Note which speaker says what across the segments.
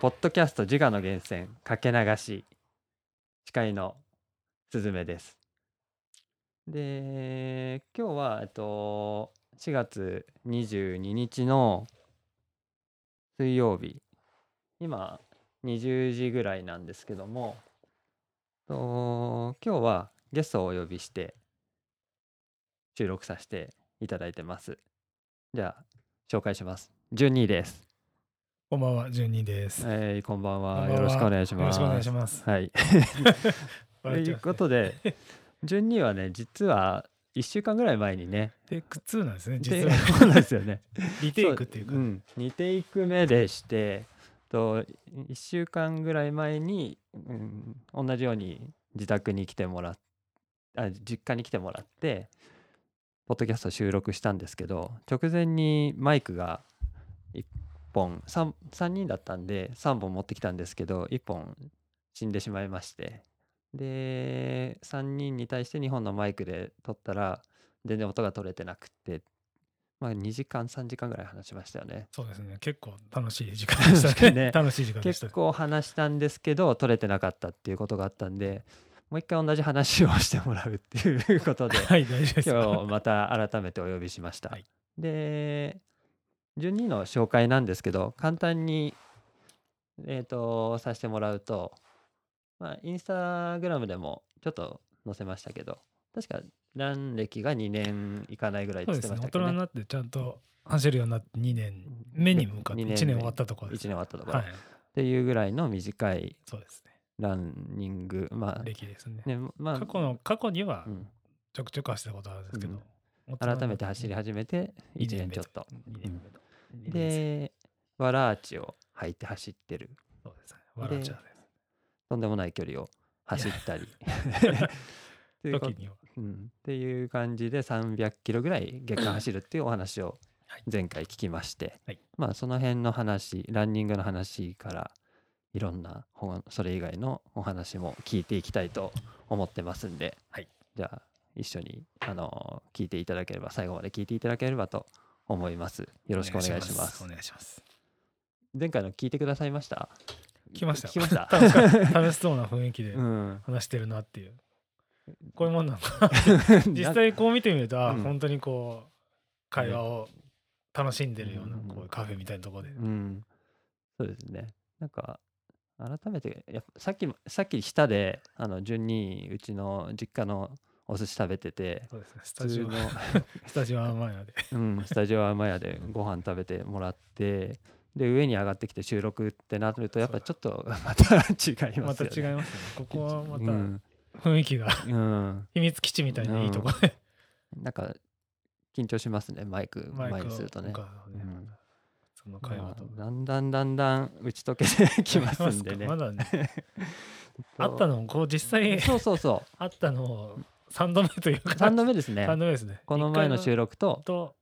Speaker 1: ポッドキャスト自我の源泉かけ流し司会のすずめです。で今日はえっと4月22日の水曜日今20時ぐらいなんですけどもと今日はゲストをお呼びして収録させていただいてます。じゃあ紹介します。12です。
Speaker 2: こんばんは、ジュニーです。
Speaker 1: えーこんばん
Speaker 2: こんば
Speaker 1: は。
Speaker 2: んは
Speaker 1: よろしくお願いします。
Speaker 2: よろしくお願いします
Speaker 1: はい。と
Speaker 2: 笑っち
Speaker 1: い
Speaker 2: ゃ
Speaker 1: うことで、 順にはね、実は1週間ぐらい前にね、
Speaker 2: テイク2なんですね、
Speaker 1: テ
Speaker 2: 実
Speaker 1: イ
Speaker 2: は。
Speaker 1: そうなんですよね。
Speaker 2: リテイクっていうか。
Speaker 1: そん、2テイク目でして、と1週間ぐらい前に、うん、同じように自宅に来てもらっあ実家に来てもらって、ポッドキャスト収録したんですけど、直前にマイクが1本、3, 三人だったんで3本持ってきたんですけど、1本死んでしまいまして。で、3人に対して2本のマイクで撮ったら、全然音が取れてなくって、まあ2時間、3時間ぐらい話しましたよね。
Speaker 2: そうですね、結構楽しい時間でし
Speaker 1: 確
Speaker 2: た
Speaker 1: か
Speaker 2: ね。
Speaker 1: にね
Speaker 2: 楽しい時間でした
Speaker 1: 結。構話したんですけど取れてなかったっていうことがあったんでもう一回同じ話をしてもらうっていうことで
Speaker 2: はい、大 丈夫です
Speaker 1: 今日
Speaker 2: よ。
Speaker 1: また改めてお呼びしました。
Speaker 2: はい
Speaker 1: で12の紹介なんですけど簡単に、えー、とさせてもらうと、まあ、インスタグラムでもちょっと載せましたけど確か乱歴が2年いかないぐらいっ
Speaker 2: そ
Speaker 1: て
Speaker 2: う
Speaker 1: 言
Speaker 2: で
Speaker 1: って
Speaker 2: す
Speaker 1: ま
Speaker 2: ね、
Speaker 1: したけど、
Speaker 2: 大人に
Speaker 1: ね
Speaker 2: なってちゃんと走るようになって2年目に向かって
Speaker 1: 二年
Speaker 2: 1
Speaker 1: 目
Speaker 2: 年終わったとこ
Speaker 1: 1
Speaker 2: ろで
Speaker 1: 年
Speaker 2: す。
Speaker 1: 終わったところ、
Speaker 2: はい
Speaker 1: っ、ていうぐらいの短い
Speaker 2: そうですね。
Speaker 1: ランニングまあ
Speaker 2: 歴ですね。
Speaker 1: ね、まあ、
Speaker 2: 過去の、過去には
Speaker 1: うん
Speaker 2: ちょくちょく走ったことあるんですけど、
Speaker 1: 改めて走り
Speaker 2: 始
Speaker 1: 始めて
Speaker 2: め
Speaker 1: 1年ちょっと。。
Speaker 2: 2年目と。二年目です
Speaker 1: で、わらあちを履いて走ってる。
Speaker 2: そうですね、笑っちゃうです。
Speaker 1: とんでもない距離を走ったり。というこ
Speaker 2: 時には。
Speaker 1: うんっていう感じで300キロぐらい月間走るっていうお話を
Speaker 2: はい
Speaker 1: 前回聞きまして、
Speaker 2: はい
Speaker 1: まあその辺の話ランニングの話からいろんなほそれ以外のお話も聞いていきたいと思ってますんで、
Speaker 2: はい
Speaker 1: じゃあ一緒に、あの聞いていただければ最後まで聞いていただければと思いますよろしくお願いします
Speaker 2: お願いします。
Speaker 1: 前回の聞いてくださいました
Speaker 2: 来ました
Speaker 1: 聞
Speaker 2: よ
Speaker 1: きました
Speaker 2: 楽しかった 楽しそうな雰囲気で
Speaker 1: うん
Speaker 2: 話してるなっていう、こういうもんなの
Speaker 1: な
Speaker 2: 実際こう見てみると、あ
Speaker 1: うん
Speaker 2: 本当にこう会話を楽しんでるような、
Speaker 1: うん
Speaker 2: こういうカフェみたいなところで、
Speaker 1: うん、そうですね。なんか、改めて、やっぱさっきも、さっき下で、あの、順に、うちの実家のお寿司食べてて、
Speaker 2: そうですねス
Speaker 1: 普
Speaker 2: タジ
Speaker 1: 通
Speaker 2: オ
Speaker 1: の、
Speaker 2: スタジオの前まで
Speaker 1: うん、スタジオアマヤでご飯食べてもらって、で、上に上がってきて収録ってなると、やっぱちょっと また違い
Speaker 2: ま
Speaker 1: ます
Speaker 2: た
Speaker 1: よね。
Speaker 2: 違いますねここは
Speaker 1: う
Speaker 2: ま
Speaker 1: ん、
Speaker 2: た雰囲気が
Speaker 1: うん
Speaker 2: 秘密基地みたいないいところで、
Speaker 1: なんか、緊張しますね、マイク、
Speaker 2: マイ
Speaker 1: 前
Speaker 2: ク
Speaker 1: に
Speaker 2: を
Speaker 1: するとね。
Speaker 2: 向かうね
Speaker 1: うん
Speaker 2: その会話と、
Speaker 1: まあだんだんだんだん打ち解けてきますんでね。
Speaker 2: まだねあったのをこう実際
Speaker 1: そうそうそ
Speaker 2: あったのを3度目という
Speaker 1: う。
Speaker 2: か
Speaker 1: 3度目ですね。
Speaker 2: 三度目ですね
Speaker 1: この前の
Speaker 2: 一回
Speaker 1: 収録と
Speaker 2: と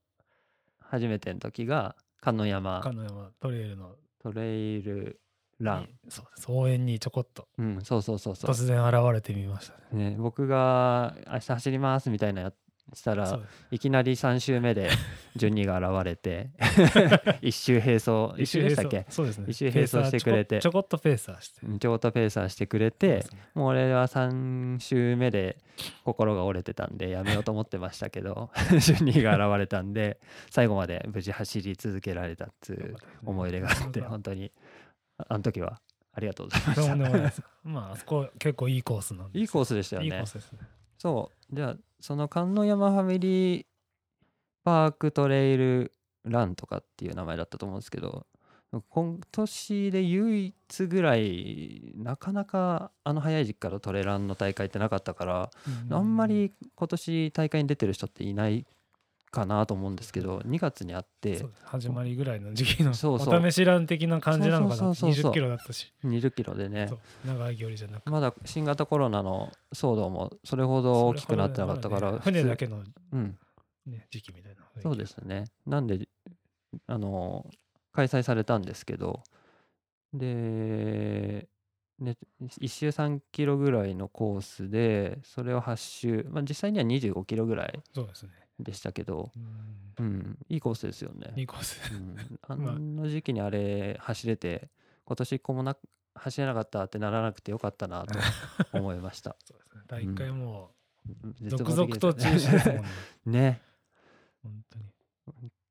Speaker 1: 初めての時が鹿野山
Speaker 2: 赤の山トレイルの
Speaker 1: トレイルラン、
Speaker 2: そうです応援にちょこっと
Speaker 1: うん、そうそうそうそ
Speaker 2: 突然現れてみましたね
Speaker 1: う、ね、僕が明日走りますみたいなやした
Speaker 2: そう
Speaker 1: ら
Speaker 2: です
Speaker 1: いきなり3周目 で順二が現れて一周並走一周でしたっけ
Speaker 2: 並走そうですね
Speaker 1: 一周並走してくれて
Speaker 2: ペーサーちょこちょこっとペーサーして
Speaker 1: うん上トペーサーしてくれて
Speaker 2: そうですね
Speaker 1: もう俺は3周目で心が折れてたんでやめようと思ってましたけ ど 順二が現れたんで最後まで無事走り続けられたっつう
Speaker 2: よかったですね
Speaker 1: 思い入れがあって
Speaker 2: そうそう
Speaker 1: 本当にああの時はありがとうございま
Speaker 2: とんでも
Speaker 1: し
Speaker 2: ない
Speaker 1: た
Speaker 2: ですまああそこ結構いいコースなんで
Speaker 1: いいコースでしたよ
Speaker 2: いいコ
Speaker 1: ね
Speaker 2: ースですね
Speaker 1: そうじゃあその観音山ファミリーパークトレイルランとかっていう名前だったと思うんですけど今年で唯一ぐらいなかなかあの早い時期からトレランの大会ってなかったから、あんまり今年大会に出てる人っていないかなと思うんですけど2月にあっ
Speaker 2: うん
Speaker 1: て
Speaker 2: そうです始まりぐらいの時期の
Speaker 1: そうそう
Speaker 2: お試しラン的な感じなのか
Speaker 1: そ
Speaker 2: な
Speaker 1: う
Speaker 2: 2
Speaker 1: そうそうそう
Speaker 2: 0キロだったし
Speaker 1: 2 0キロでね
Speaker 2: そう長い距離じゃなく
Speaker 1: まだ新型コロナの騒動もそれほど大きくなってなかったから、
Speaker 2: それほどね船だけの
Speaker 1: 普通うん、
Speaker 2: ね時期みたいな雰囲気
Speaker 1: そうですね。なんで、あの、開催されたんですけど、で、ね、1周3キロぐらいのコースで、それを8周、まあ、実際には25キロぐらい
Speaker 2: そうですね
Speaker 1: でしたけど、
Speaker 2: うん
Speaker 1: うん、いいコースですよね。
Speaker 2: いいコース
Speaker 1: うん、あ
Speaker 2: まあ
Speaker 1: の時期にあれ走れて、今年1個もな走れなかったってならなくてよかったなと思いました。
Speaker 2: そうですね第1回もう
Speaker 1: 絶
Speaker 2: 続
Speaker 1: 望
Speaker 2: 々
Speaker 1: 的
Speaker 2: と中止
Speaker 1: で
Speaker 2: ですすもんね
Speaker 1: ね。ね。
Speaker 2: 本当に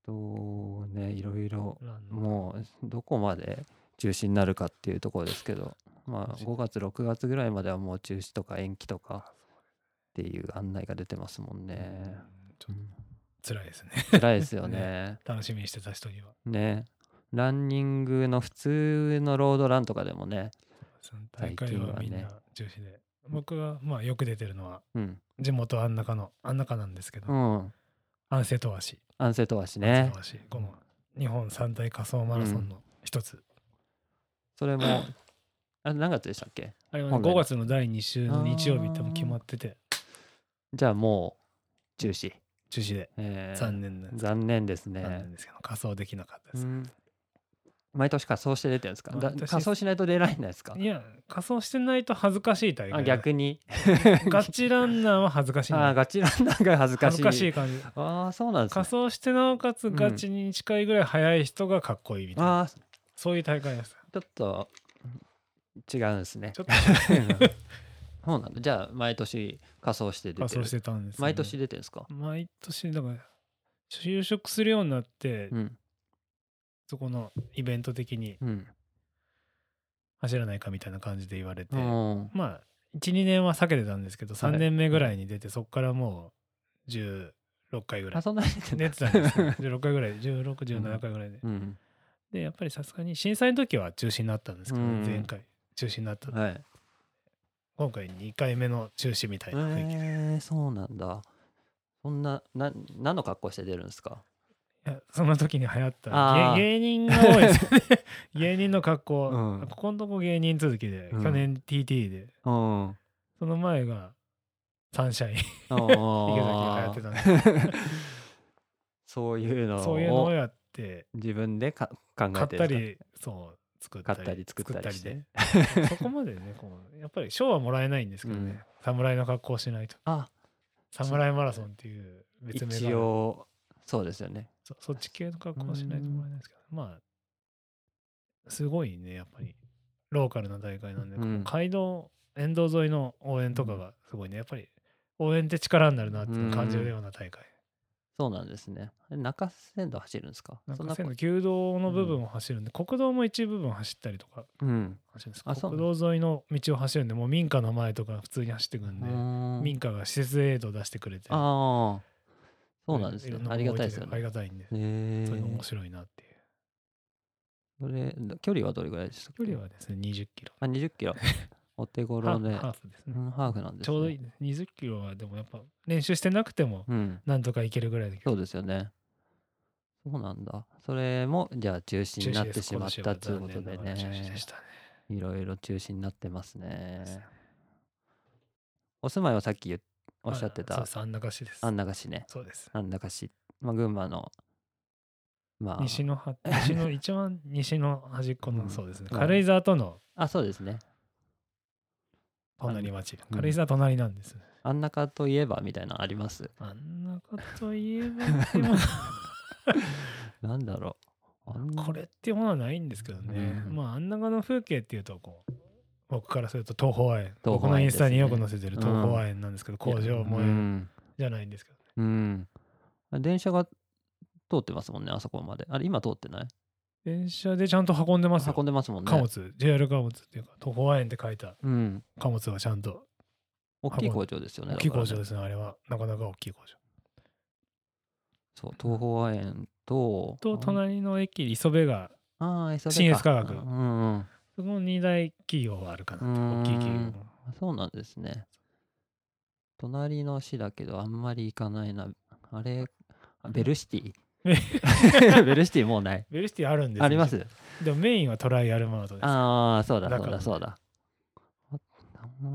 Speaker 1: とねいろいろ
Speaker 2: ランナ ー
Speaker 1: もうどこまで中止になるかっていうところですけど、まあ、
Speaker 2: マジで
Speaker 1: 5月6月ぐらいまではもう中止とか延期とかっていう案内が出てますもんね。
Speaker 2: うんちょっと辛いですね
Speaker 1: 辛いですよ
Speaker 2: ね
Speaker 1: ね。
Speaker 2: 楽しみにしてた人には
Speaker 1: ね。ランニングの普通のロードランとかでもね、
Speaker 2: その
Speaker 1: 最
Speaker 2: 大
Speaker 1: 近は
Speaker 2: 会
Speaker 1: ね
Speaker 2: はみんな中止で、僕はまあよく出てるのは
Speaker 1: うん、
Speaker 2: 地元あん中のあん中なんですけど、
Speaker 1: うん、
Speaker 2: 安瀬戸橋
Speaker 1: 安静とはし
Speaker 2: 安
Speaker 1: ね
Speaker 2: 瀬、戸橋この日本三大仮想マラソンの一つ、
Speaker 1: それも、あ何月でしたっけ
Speaker 2: あれは
Speaker 1: 本来
Speaker 2: 5
Speaker 1: の
Speaker 2: 月の第2週の日曜日多分決まってて
Speaker 1: じゃあもう中止。
Speaker 2: 中止で
Speaker 1: えー
Speaker 2: 残念な
Speaker 1: 残念ですね。
Speaker 2: 残念ですけど仮装できなかった
Speaker 1: う
Speaker 2: です、
Speaker 1: ん毎年仮装して出てるんですかだ
Speaker 2: 毎年
Speaker 1: 仮装しないと出ないんじゃないですか
Speaker 2: いや仮装してないと恥ずかしい大会
Speaker 1: あ逆に
Speaker 2: ガチランナーは恥ずかしい
Speaker 1: あガチランナーが恥ずかしい
Speaker 2: 恥ずかしい感じ
Speaker 1: ああそうなんですね
Speaker 2: 仮装してなおかつガチに近いぐらい速い人がかっこいいみたいな、
Speaker 1: ああち
Speaker 2: そういう大会です
Speaker 1: ょっと違うんですね
Speaker 2: ちょっ
Speaker 1: うん そうなんだじゃあ毎年仮装して出
Speaker 2: 仮
Speaker 1: てる
Speaker 2: 装してたんですよね
Speaker 1: 毎年出てるんですか
Speaker 2: 毎年だから就職するようになって、
Speaker 1: うん
Speaker 2: そこのイベント的に
Speaker 1: うん
Speaker 2: 走らないかみたいな感じで言われて、
Speaker 1: うん
Speaker 2: まあ12年は避けてたんですけど
Speaker 1: はい
Speaker 2: 3年目ぐらいに出て、そこからもう16回ぐら
Speaker 1: あ
Speaker 2: い
Speaker 1: そんなに出てんだ
Speaker 2: 出てたんですよ16回ぐらい1617回ぐらいで、
Speaker 1: うん
Speaker 2: でやっぱりさすがに震災の時は中止になったんですけど、
Speaker 1: うん
Speaker 2: 前回中止になった、
Speaker 1: はい
Speaker 2: 今回2回目の中止みたいな雰囲気で、
Speaker 1: えーそうなんだそんなな何の格好して出るんですか
Speaker 2: いやその時に流行った
Speaker 1: あー
Speaker 2: 芸芸人が多い ですよね芸人の格好、
Speaker 1: うん
Speaker 2: ここのとこ芸人続きで、
Speaker 1: うん
Speaker 2: 去年 TT で
Speaker 1: うん
Speaker 2: その前がサンシャイン池崎が流行
Speaker 1: あ
Speaker 2: って
Speaker 1: ー
Speaker 2: たんで
Speaker 1: そういうの
Speaker 2: そういうのを
Speaker 1: を
Speaker 2: やって
Speaker 1: 自分でか考
Speaker 2: 買っ
Speaker 1: えて
Speaker 2: た
Speaker 1: るんです
Speaker 2: りそう作ったり
Speaker 1: 買ったり作ったりして
Speaker 2: 作ったりでそこまでねこうやっぱり賞はもらえないんですけどね、
Speaker 1: うん
Speaker 2: 侍の格好をしないと
Speaker 1: かあ
Speaker 2: 侍マラソンっていう別名があ
Speaker 1: 一
Speaker 2: る
Speaker 1: 応そうですよね
Speaker 2: そそっち系の格好はしないともらえないですけど、まあすごいねやっぱりローカルな大会なんで、こう
Speaker 1: うん
Speaker 2: 街道沿道沿いの応援とかがすごいねやっぱり応援って力になるなっていうのを感じるような大会、
Speaker 1: そうなんですねあれ中線道走るんですか
Speaker 2: なん
Speaker 1: そ
Speaker 2: か
Speaker 1: んなこ
Speaker 2: 線路旧道の部分を走るんで、国道も一部分走ったりとか
Speaker 1: うん
Speaker 2: 走るんです
Speaker 1: あそう
Speaker 2: 国道沿いの道を走るんでもう民家の前とか普通に走ってくん
Speaker 1: う
Speaker 2: で、
Speaker 1: ーん
Speaker 2: 民家が施設エイドを出してくれて
Speaker 1: ああそうなんです
Speaker 2: いろ
Speaker 1: ね
Speaker 2: な
Speaker 1: あ
Speaker 2: も
Speaker 1: り
Speaker 2: の
Speaker 1: がた
Speaker 2: 置
Speaker 1: い
Speaker 2: て
Speaker 1: ですよ
Speaker 2: あり
Speaker 1: ね
Speaker 2: がたいんで、
Speaker 1: へ
Speaker 2: それが
Speaker 1: ー
Speaker 2: 面白いなっていう
Speaker 1: それ距離はどれぐらいですか
Speaker 2: 距離はですね2 0キロ
Speaker 1: あ20キロお手頃で
Speaker 2: ハーフハーフですね、
Speaker 1: うんハーフなんですね
Speaker 2: ちょうどいいね。20キロはでもやっぱ練習してなくても
Speaker 1: うん
Speaker 2: なんとかいけるぐらいだけ
Speaker 1: そ
Speaker 2: ど、
Speaker 1: うですよね。そうなんだ。それも、じゃあ中止になってしまったということで
Speaker 2: 今年は残念ながら中止
Speaker 1: ね
Speaker 2: で。したね
Speaker 1: いろいろ中止になってますね。お住まいはさっき言っおっしゃって
Speaker 2: あそう
Speaker 1: た
Speaker 2: です、安中市です。
Speaker 1: 安中市ね。
Speaker 2: そうです。
Speaker 1: 安中市。まあ、群馬の、まあ、
Speaker 2: 西のは西の一番西の端っこ
Speaker 1: う
Speaker 2: の
Speaker 1: ん
Speaker 2: そうですね。
Speaker 1: うん
Speaker 2: 軽井沢との
Speaker 1: あ、そうですね。
Speaker 2: 隣町。
Speaker 1: うん
Speaker 2: 軽井沢隣なんです。
Speaker 1: 安中といえばみたいなのあります。
Speaker 2: 安中といえばでも
Speaker 1: なんだろう。安中
Speaker 2: これっていうものはないんですけどね。
Speaker 1: うん
Speaker 2: まあ安中の風景っていうとこう。僕からすると東宝園
Speaker 1: 東
Speaker 2: 僕
Speaker 1: 宝
Speaker 2: の
Speaker 1: 園
Speaker 2: イ
Speaker 1: で
Speaker 2: ン
Speaker 1: す
Speaker 2: ス
Speaker 1: ね
Speaker 2: タによく載せてる東
Speaker 1: う
Speaker 2: 宝園なんですけど、工場も
Speaker 1: う
Speaker 2: え
Speaker 1: ん。
Speaker 2: じゃないんですけど、
Speaker 1: うん。電車が通ってますもんね、あそこまで。あれ、今通ってない
Speaker 2: 電車でちゃんと運んでますよ
Speaker 1: 運んでますもんね。
Speaker 2: 貨物 JR 貨物っていうか徒歩園って書いた
Speaker 1: うん。
Speaker 2: 貨物がちゃんと
Speaker 1: 大きい工場ですよね。
Speaker 2: 大きい工
Speaker 1: だから
Speaker 2: 場
Speaker 1: ね
Speaker 2: ですねあれはなかなか大きい工場
Speaker 1: そう、東方亜鉛と、
Speaker 2: と隣の駅磯部が
Speaker 1: ああ、SRK か
Speaker 2: 信越科学
Speaker 1: うんうん、うん
Speaker 2: そこの2大企業はあるか
Speaker 1: うー
Speaker 2: なん大きい企業
Speaker 1: そうなんですね。隣の市だけど、あんまり行かないな。あれ、あベルシティ。 ベルシティもうない。
Speaker 2: ベルシティあるんですよ
Speaker 1: あります
Speaker 2: でもメインはトライアルマートです
Speaker 1: ああ、そうだ、
Speaker 2: だ
Speaker 1: そ
Speaker 2: か
Speaker 1: うだ、
Speaker 2: ら
Speaker 1: そうだ。あ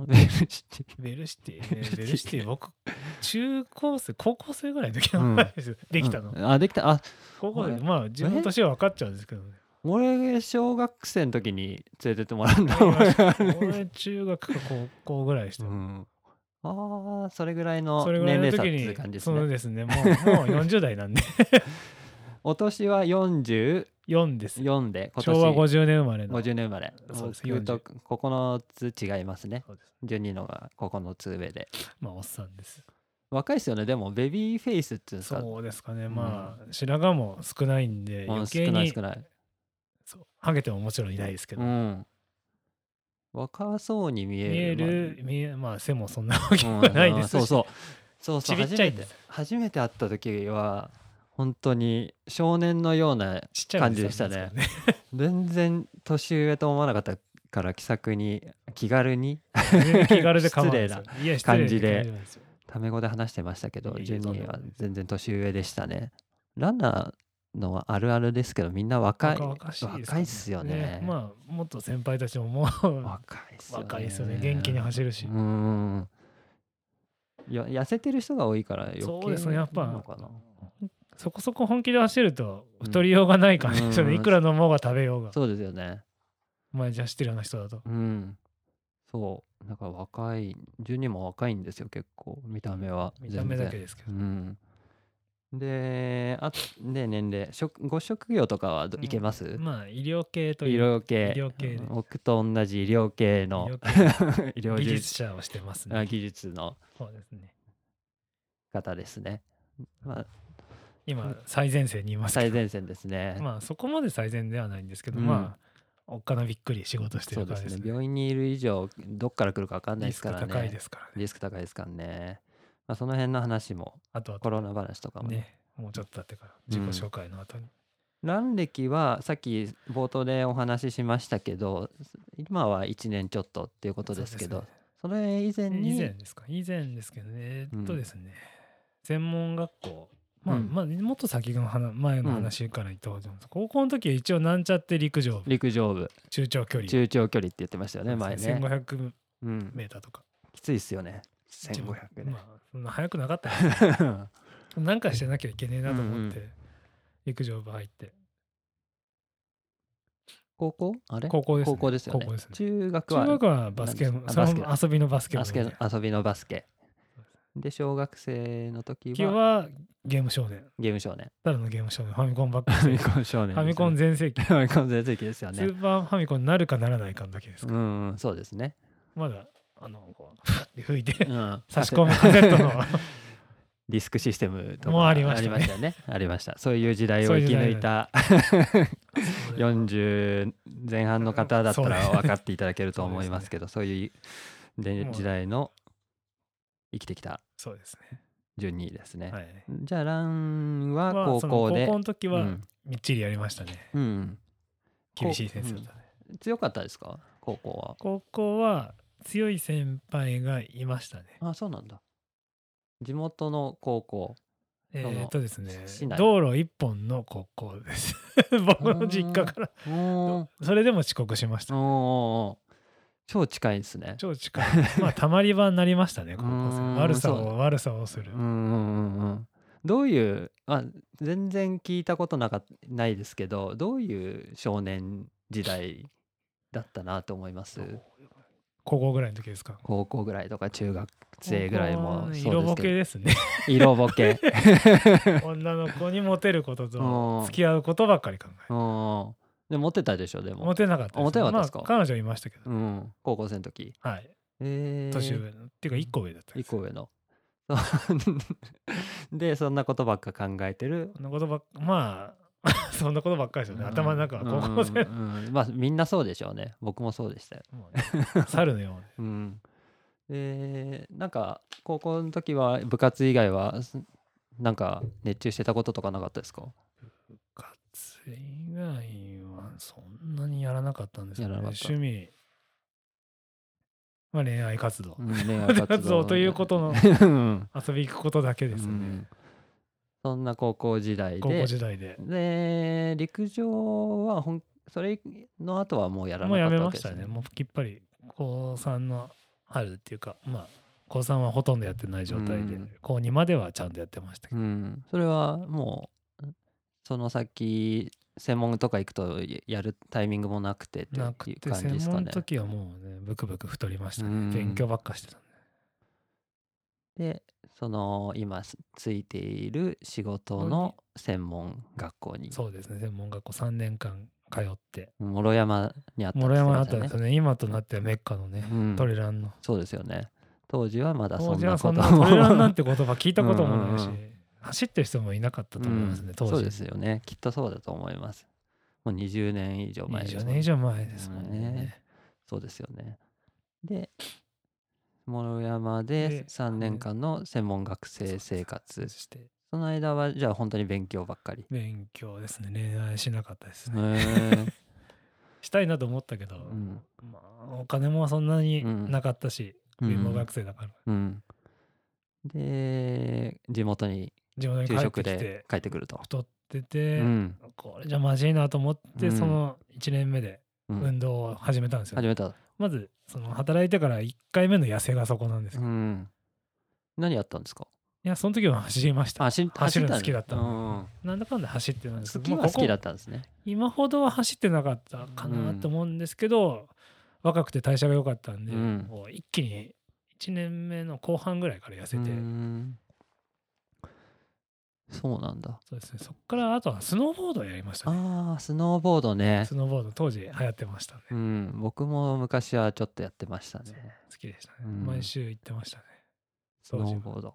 Speaker 1: ベルシティ。
Speaker 2: ベル シティ、
Speaker 1: ベル
Speaker 2: ね
Speaker 1: シティ、
Speaker 2: ベルシティ僕中高生高校生ぐらいの時の話ですよ、できたの、
Speaker 1: うんあ、できた。あ、
Speaker 2: 高校生
Speaker 1: はい
Speaker 2: まあ自分の年は分かっちゃうんですけどね
Speaker 1: 俺、小学生の時に連れてってもらうんだ。
Speaker 2: 俺中学か高校ぐらいでした
Speaker 1: う
Speaker 2: よ、
Speaker 1: ん、ああ、それぐらいの
Speaker 2: それぐら
Speaker 1: 年
Speaker 2: いの
Speaker 1: 齢差っ
Speaker 2: 時
Speaker 1: て
Speaker 2: に、
Speaker 1: いう感じです
Speaker 2: そう
Speaker 1: ね。
Speaker 2: ですねもうもう40代なんで
Speaker 1: お年は40
Speaker 2: 4です。
Speaker 1: 読んで今
Speaker 2: 昭和
Speaker 1: 年
Speaker 2: 50年生まれの。
Speaker 1: 50年生まれ
Speaker 2: そうです
Speaker 1: 言うと
Speaker 2: 40
Speaker 1: 9つ違いますね
Speaker 2: そうです
Speaker 1: 12のが9つ上で
Speaker 2: まあ、おっさんです。
Speaker 1: 若いですよねでもベビーフェイスっていうんですか
Speaker 2: そうですかね。まあ、白髪も少ないんで、
Speaker 1: うん
Speaker 2: 余計
Speaker 1: 少ない
Speaker 2: に
Speaker 1: 少、ない
Speaker 2: そうハゲてももちろんいないですけど
Speaker 1: う、ん若そうに見える
Speaker 2: 見
Speaker 1: まあ
Speaker 2: える、見え、まあ、背もそんなわけ
Speaker 1: うん
Speaker 2: もないですし。
Speaker 1: そうそうそうそう
Speaker 2: ちびっ
Speaker 1: 初
Speaker 2: ちゃい
Speaker 1: め
Speaker 2: んで
Speaker 1: て
Speaker 2: す
Speaker 1: 初めて会った時は本当に少年のような
Speaker 2: ちっちゃいおじさんすけどね。
Speaker 1: 全然年上と思わなかったから気さくに気軽に
Speaker 2: 気軽で構わない
Speaker 1: 失
Speaker 2: ですよ。いや、
Speaker 1: 感じ
Speaker 2: 失礼
Speaker 1: で
Speaker 2: な感じで。
Speaker 1: タメ語で話してましたけど
Speaker 2: いえいえ
Speaker 1: ジュ
Speaker 2: とん
Speaker 1: ニ
Speaker 2: で
Speaker 1: ー
Speaker 2: もな
Speaker 1: はい
Speaker 2: です
Speaker 1: 全然年上でしたねランナーのはあるあるですけどみんな若い
Speaker 2: 若々しいです
Speaker 1: 若いっすよね
Speaker 2: まあ、もっと先輩たちももう
Speaker 1: 若いっすよね
Speaker 2: 若いですよね。元気に走るし
Speaker 1: う。んいや痩せてる人が多いから余計
Speaker 2: そうですねやっぱ
Speaker 1: なのかな
Speaker 2: そこそこ本気で走ると太りようがない感じですよね。
Speaker 1: うん
Speaker 2: いくら飲もうが食べようが。
Speaker 1: そうですよね
Speaker 2: 毎日走ってるような人だと。
Speaker 1: うん。そう。なんか若い、12も若いんですよ、結構、見た目は。
Speaker 2: 見た目だけ
Speaker 1: で。
Speaker 2: ですけど
Speaker 1: う。ん。で、あで、年齢、職ご職業とかはど
Speaker 2: うん
Speaker 1: いけます
Speaker 2: まあ、医療系と
Speaker 1: 医
Speaker 2: いう
Speaker 1: 療系。
Speaker 2: 医療系で
Speaker 1: 僕と同じ医療系の
Speaker 2: 医療系 の
Speaker 1: 医療
Speaker 2: 技
Speaker 1: 技
Speaker 2: 術
Speaker 1: 術
Speaker 2: 者をしてます
Speaker 1: あ
Speaker 2: ね。
Speaker 1: 技術の
Speaker 2: そうですね。
Speaker 1: 方ですね。ま
Speaker 2: 今、最前線にいま
Speaker 1: あ、
Speaker 2: すけ
Speaker 1: 最
Speaker 2: ど。
Speaker 1: 前線ですね。
Speaker 2: まあ、そこまで最前ではないんですけど、
Speaker 1: うん
Speaker 2: まあ、おっかなびっくり仕事して
Speaker 1: そう
Speaker 2: る
Speaker 1: で
Speaker 2: 感じ
Speaker 1: す
Speaker 2: です
Speaker 1: ね。
Speaker 2: ね。
Speaker 1: 病院にいる以上、どっから来るか分かんない
Speaker 2: リ
Speaker 1: で
Speaker 2: ス
Speaker 1: す
Speaker 2: ク
Speaker 1: からね。
Speaker 2: 高いですからね。
Speaker 1: リスク高いですからね。まあ、その辺の話も、
Speaker 2: あとは
Speaker 1: コロナ話とかもね
Speaker 2: ね、もうちょっと経ってから、自己紹介の後に。
Speaker 1: 蘭歴はさっき冒頭でお話ししましたけど今は1年ちょっとっていうことですけど
Speaker 2: そうですね
Speaker 1: そ,、れ以前に
Speaker 2: 以前ですか以前ですけどねえ
Speaker 1: うん
Speaker 2: っとですね、専門学校まあ、
Speaker 1: うん
Speaker 2: まあもっと先の話前の話から言った方がいいと思います、高校の時は一応なんちゃって陸上部
Speaker 1: 陸上部
Speaker 2: 中長距離
Speaker 1: 中長距離って言ってましたよね前ね、
Speaker 2: 1500
Speaker 1: うん、
Speaker 2: メーターとか
Speaker 1: きついっすよね1500ね
Speaker 2: ま、あそんな速くなかったですなんかしてなきゃいけねえなと思って、陸上部入って
Speaker 1: 高校あれ
Speaker 2: 高校ですね
Speaker 1: 高校ですよね
Speaker 2: 高校ですね
Speaker 1: 中学は
Speaker 2: 中学はバスケ
Speaker 1: あ
Speaker 2: その
Speaker 1: バス
Speaker 2: 遊びのバスケ部
Speaker 1: バスケ
Speaker 2: で
Speaker 1: の遊びのバスケで小学生の時
Speaker 2: 時
Speaker 1: は
Speaker 2: はゲーム少年
Speaker 1: ゲーム少年
Speaker 2: ただのゲーム 少年ファミコンばっかり
Speaker 1: ファミコン少年
Speaker 2: ファミコン
Speaker 1: です
Speaker 2: 全盛期
Speaker 1: ねファミコン全盛期ですよ
Speaker 2: ス
Speaker 1: ね
Speaker 2: ーパーファミコンになるかならないかの時ですか、
Speaker 1: うんうんそうですね、
Speaker 2: まだあのこうって吹いて
Speaker 1: うん、
Speaker 2: 差し込むカセットの
Speaker 1: ディスクシステムとか
Speaker 2: もうありましたね
Speaker 1: よね。ありました。そういう時代を
Speaker 2: そうい
Speaker 1: 生
Speaker 2: う
Speaker 1: き抜
Speaker 2: 時代
Speaker 1: いた40前半の方だったら
Speaker 2: そう
Speaker 1: 分かっていただけると思いますけど、そういうで
Speaker 2: もう
Speaker 1: 時代の生きてきた
Speaker 2: そうです
Speaker 1: 順位ですね。
Speaker 2: ねはい
Speaker 1: じゃあ、ランは
Speaker 2: まあ
Speaker 1: 高
Speaker 2: その
Speaker 1: 校で。
Speaker 2: 高校の時
Speaker 1: う
Speaker 2: は
Speaker 1: ん
Speaker 2: みっちりやりましたね、
Speaker 1: うん
Speaker 2: 厳しい先生だったね、
Speaker 1: 強かったですか高校
Speaker 2: 高校は強い先輩がいましたね
Speaker 1: は。あ、そうなんだ。地元の高校。
Speaker 2: え
Speaker 1: の
Speaker 2: ーっとですね
Speaker 1: 市内
Speaker 2: 道路一本の高校です 僕の実家から
Speaker 1: おー
Speaker 2: それでも遅刻しまし
Speaker 1: おー
Speaker 2: た
Speaker 1: おー超近いですね。
Speaker 2: 超近いまあたまり場になりました ね高校
Speaker 1: うー
Speaker 2: 生
Speaker 1: ん
Speaker 2: 悪さ
Speaker 1: そう
Speaker 2: を悪さをする、
Speaker 1: うんうんうんうんどういうあ全然聞いたことなかっないですけどどういう少年時代だったなと思います
Speaker 2: 高校ぐらいの時ですか
Speaker 1: 高校ぐらいとか中学生ぐらいもそうですけど
Speaker 2: 色ぼけですね
Speaker 1: 色ぼけ
Speaker 2: 女の子にモテること
Speaker 1: うん
Speaker 2: と付き合うことばっかり考える
Speaker 1: うんでモテたでしょでも
Speaker 2: モテなかった
Speaker 1: あモテなかったですか
Speaker 2: まあ、彼女いましたけど、
Speaker 1: うん、高校生の時
Speaker 2: はい
Speaker 1: えー、
Speaker 2: 年上の、っていうか一個上だったんで
Speaker 1: 一
Speaker 2: す
Speaker 1: 個上の でそんなことばっか考えてる
Speaker 2: そんなことばっまあ そんなことばっかりですよね、頭の中は高校生、
Speaker 1: うんうんうんまあみんなそうでしょうね僕もそうでしたよ
Speaker 2: もうね猿のように
Speaker 1: うん。で、なんか、高校の時は部活以外は、すなんか、熱中してたこととかなかったですか
Speaker 2: 部活以外はそんなにやらなかったんですよね
Speaker 1: やらなかった
Speaker 2: 趣味まあ恋愛活動、
Speaker 1: うん恋愛
Speaker 2: 活動ということの
Speaker 1: うん
Speaker 2: 遊び行くことだけ
Speaker 1: う
Speaker 2: ですよね、
Speaker 1: んそんな高校時代
Speaker 2: 高
Speaker 1: で
Speaker 2: 校、時代で
Speaker 1: で、陸上はほん、それの後はもうやら
Speaker 2: もう
Speaker 1: なかった
Speaker 2: やめ
Speaker 1: わ
Speaker 2: ま
Speaker 1: け
Speaker 2: し
Speaker 1: です
Speaker 2: た
Speaker 1: よ
Speaker 2: ね。もうきっぱり高3の春っていうか、まあ、高3はほとんどやってない状態で、
Speaker 1: うん
Speaker 2: 高2まではちゃんとやってましたけ
Speaker 1: う
Speaker 2: ど、
Speaker 1: ん。それはもう、その先、専門とか行くとややるタイミングもなくてっていう
Speaker 2: なくて、
Speaker 1: 感じ
Speaker 2: 専
Speaker 1: ですか
Speaker 2: 門の
Speaker 1: ね。
Speaker 2: 時はもうね、ブクブク太りましたね。
Speaker 1: うん
Speaker 2: 勉強ばっかしてたんで。
Speaker 1: でその今すついている仕事の専門学校に
Speaker 2: そうですね、専門学校3年間通って、
Speaker 1: 諸山にあったん
Speaker 2: 諸
Speaker 1: ですよ
Speaker 2: 山にあ
Speaker 1: ま
Speaker 2: った
Speaker 1: だ
Speaker 2: んで
Speaker 1: ね
Speaker 2: すよね、今となってはメッカのね、
Speaker 1: うん
Speaker 2: トレランの。
Speaker 1: そうですよね当時はまだそ
Speaker 2: 当
Speaker 1: ん
Speaker 2: 時
Speaker 1: な
Speaker 2: はそ
Speaker 1: こ
Speaker 2: ん
Speaker 1: と
Speaker 2: な
Speaker 1: も
Speaker 2: トレランなんて言葉聞いたこともないし
Speaker 1: うんうん、
Speaker 2: 走ってる人もいなかったと思います
Speaker 1: う
Speaker 2: ね
Speaker 1: ん、
Speaker 2: 当時。
Speaker 1: そうですよねきっとそうだと思いますもう20年以上前です
Speaker 2: 20
Speaker 1: もん
Speaker 2: 年以上前ですもん
Speaker 1: うん
Speaker 2: ね
Speaker 1: ね。そうですよねで諸山で
Speaker 2: で
Speaker 1: 3年間の専門学生生活そ
Speaker 2: して
Speaker 1: の間はじゃあ本当に勉強ばっかり
Speaker 2: 勉強ですね、恋愛しなかったです
Speaker 1: へ
Speaker 2: ね。
Speaker 1: え
Speaker 2: したいなと思ったけど、
Speaker 1: うん
Speaker 2: まあ、お金もそんなに
Speaker 1: うん
Speaker 2: なかったし、貧乏学生だから、
Speaker 1: うん、で地元に
Speaker 2: 地元に帰
Speaker 1: 昼
Speaker 2: って
Speaker 1: 食
Speaker 2: き
Speaker 1: で
Speaker 2: て、
Speaker 1: 帰ってくると。
Speaker 2: 太って
Speaker 1: う
Speaker 2: て、
Speaker 1: ん
Speaker 2: これじゃまずいなと思って、
Speaker 1: うん
Speaker 2: その1年目で
Speaker 1: うん
Speaker 2: 運動を始めたんですよ、
Speaker 1: 始めた、
Speaker 2: まずその働いてから1回目の痩せがそこなんですけ
Speaker 1: う
Speaker 2: ど、
Speaker 1: ん、何やったんですか
Speaker 2: いやその時は走りました
Speaker 1: 走
Speaker 2: 走るの好きだ
Speaker 1: 走
Speaker 2: ったの、なんだかんだ走ってたん
Speaker 1: うん
Speaker 2: です
Speaker 1: 好
Speaker 2: け
Speaker 1: き
Speaker 2: どま
Speaker 1: は
Speaker 2: あここ
Speaker 1: 好きだったんですね。
Speaker 2: 今ほどは走ってなかったかなと思うんですけど、若くて代謝が良かったんで、
Speaker 1: うん
Speaker 2: こう一気に1年目の後半ぐらいから痩せ
Speaker 1: う
Speaker 2: て、
Speaker 1: んそうなんだ。
Speaker 2: そうですねそこからあとはスノーボードをやりましたね
Speaker 1: ああスノーボードね
Speaker 2: ス。ノーボード当時流行ってましたね、
Speaker 1: うん、僕も昔はちょっとやってましたね。
Speaker 2: 好きでしたね、
Speaker 1: うん
Speaker 2: 毎週行ってましたね
Speaker 1: ス
Speaker 2: 当時
Speaker 1: ノ
Speaker 2: は
Speaker 1: ーボード。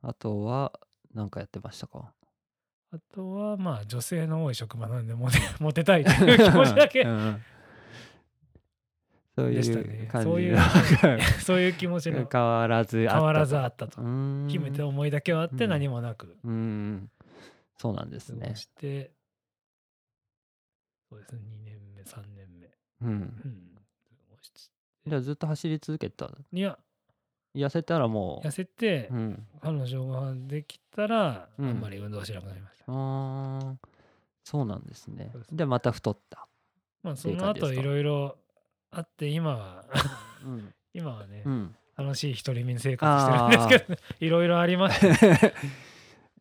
Speaker 1: あとは何かやってましたか
Speaker 2: あとはまあ女性の多い職場なんでモテ モテたいという 気持ちだけ
Speaker 1: うんそうい
Speaker 2: でした
Speaker 1: う
Speaker 2: ね
Speaker 1: 感
Speaker 2: そう
Speaker 1: じ
Speaker 2: いう
Speaker 1: が
Speaker 2: そういう気持ちの
Speaker 1: 変わらずあった
Speaker 2: 変わらずあったと
Speaker 1: 決
Speaker 2: 決めた思いだけはあって
Speaker 1: うん
Speaker 2: 何もなく
Speaker 1: うんそうなんです
Speaker 2: 過
Speaker 1: ね
Speaker 2: ごしてそうですね2年目3年目
Speaker 1: うん
Speaker 2: うん過ごし
Speaker 1: じゃあずっと走り続けた
Speaker 2: いや
Speaker 1: 痩せたらも
Speaker 2: 痩せて
Speaker 1: ううん
Speaker 2: 彼女ができたらあ
Speaker 1: うん
Speaker 2: んまり運動しなくなりました
Speaker 1: うーんそうなんですね
Speaker 2: そうです
Speaker 1: でまた太った
Speaker 2: まあそ
Speaker 1: いう
Speaker 2: の
Speaker 1: 感じです
Speaker 2: 後
Speaker 1: か
Speaker 2: いろいろあって今は
Speaker 1: うん
Speaker 2: 今はね
Speaker 1: うん
Speaker 2: 楽しい独り身生活してるんですけどね いろいろありまして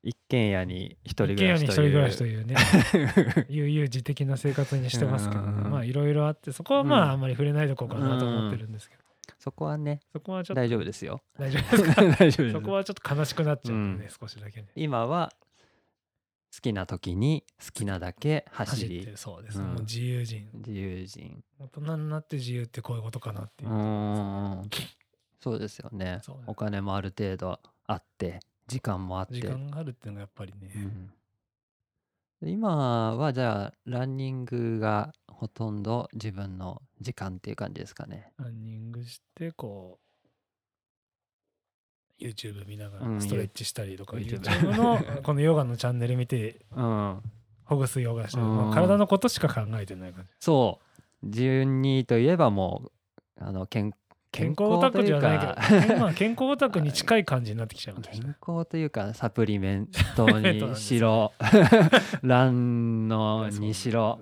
Speaker 1: 一軒家に 一人暮
Speaker 2: 一軒家
Speaker 1: ら
Speaker 2: に
Speaker 1: し
Speaker 2: 一人
Speaker 1: という
Speaker 2: 暮らしというね 悠々自適な生活にしてますけどね、
Speaker 1: うん
Speaker 2: まあいろいろあってそこはま
Speaker 1: うん
Speaker 2: ああんまり触れないでおこうかなと思ってるんですけど、
Speaker 1: そこはね
Speaker 2: そこはちょっと
Speaker 1: 大丈夫ですよ
Speaker 2: 大丈夫ですか
Speaker 1: 大丈夫です
Speaker 2: そこはちょっと悲しくなっちゃうんでね、
Speaker 1: うん
Speaker 2: 少しだけね
Speaker 1: 今は好きな時に好きなだけ走
Speaker 2: 走って
Speaker 1: り
Speaker 2: そうです、
Speaker 1: うん
Speaker 2: もう自由人
Speaker 1: 自由人
Speaker 2: 大人になって自由ってこういうことかなっていうう、
Speaker 1: ーんそうですよね
Speaker 2: そう
Speaker 1: お金もある程度あって時間もあって
Speaker 2: 時間があるっていうのがやっぱりね、
Speaker 1: うんで今はじゃあランニングがほとんど自分の時間っていう感じですかね、
Speaker 2: ランニングしてこう YouTube 見なが
Speaker 1: うん
Speaker 2: らストレッチしたりとか、
Speaker 1: YouTube
Speaker 2: YouTube の このヨガのチャンネル見て
Speaker 1: うん、
Speaker 2: ほぐすヨガしてる、
Speaker 1: うん
Speaker 2: もう体のことしか考えてない感じ
Speaker 1: そう12といえばもうあの健
Speaker 2: 健康オタクじゃない
Speaker 1: 健康というか
Speaker 2: けどまあ健康オタクに近い感じになってきちゃいました
Speaker 1: 健
Speaker 2: ね
Speaker 1: 康というかサプリメント
Speaker 2: メントなん
Speaker 1: に
Speaker 2: です
Speaker 1: し ろランの
Speaker 2: そう
Speaker 1: にしろ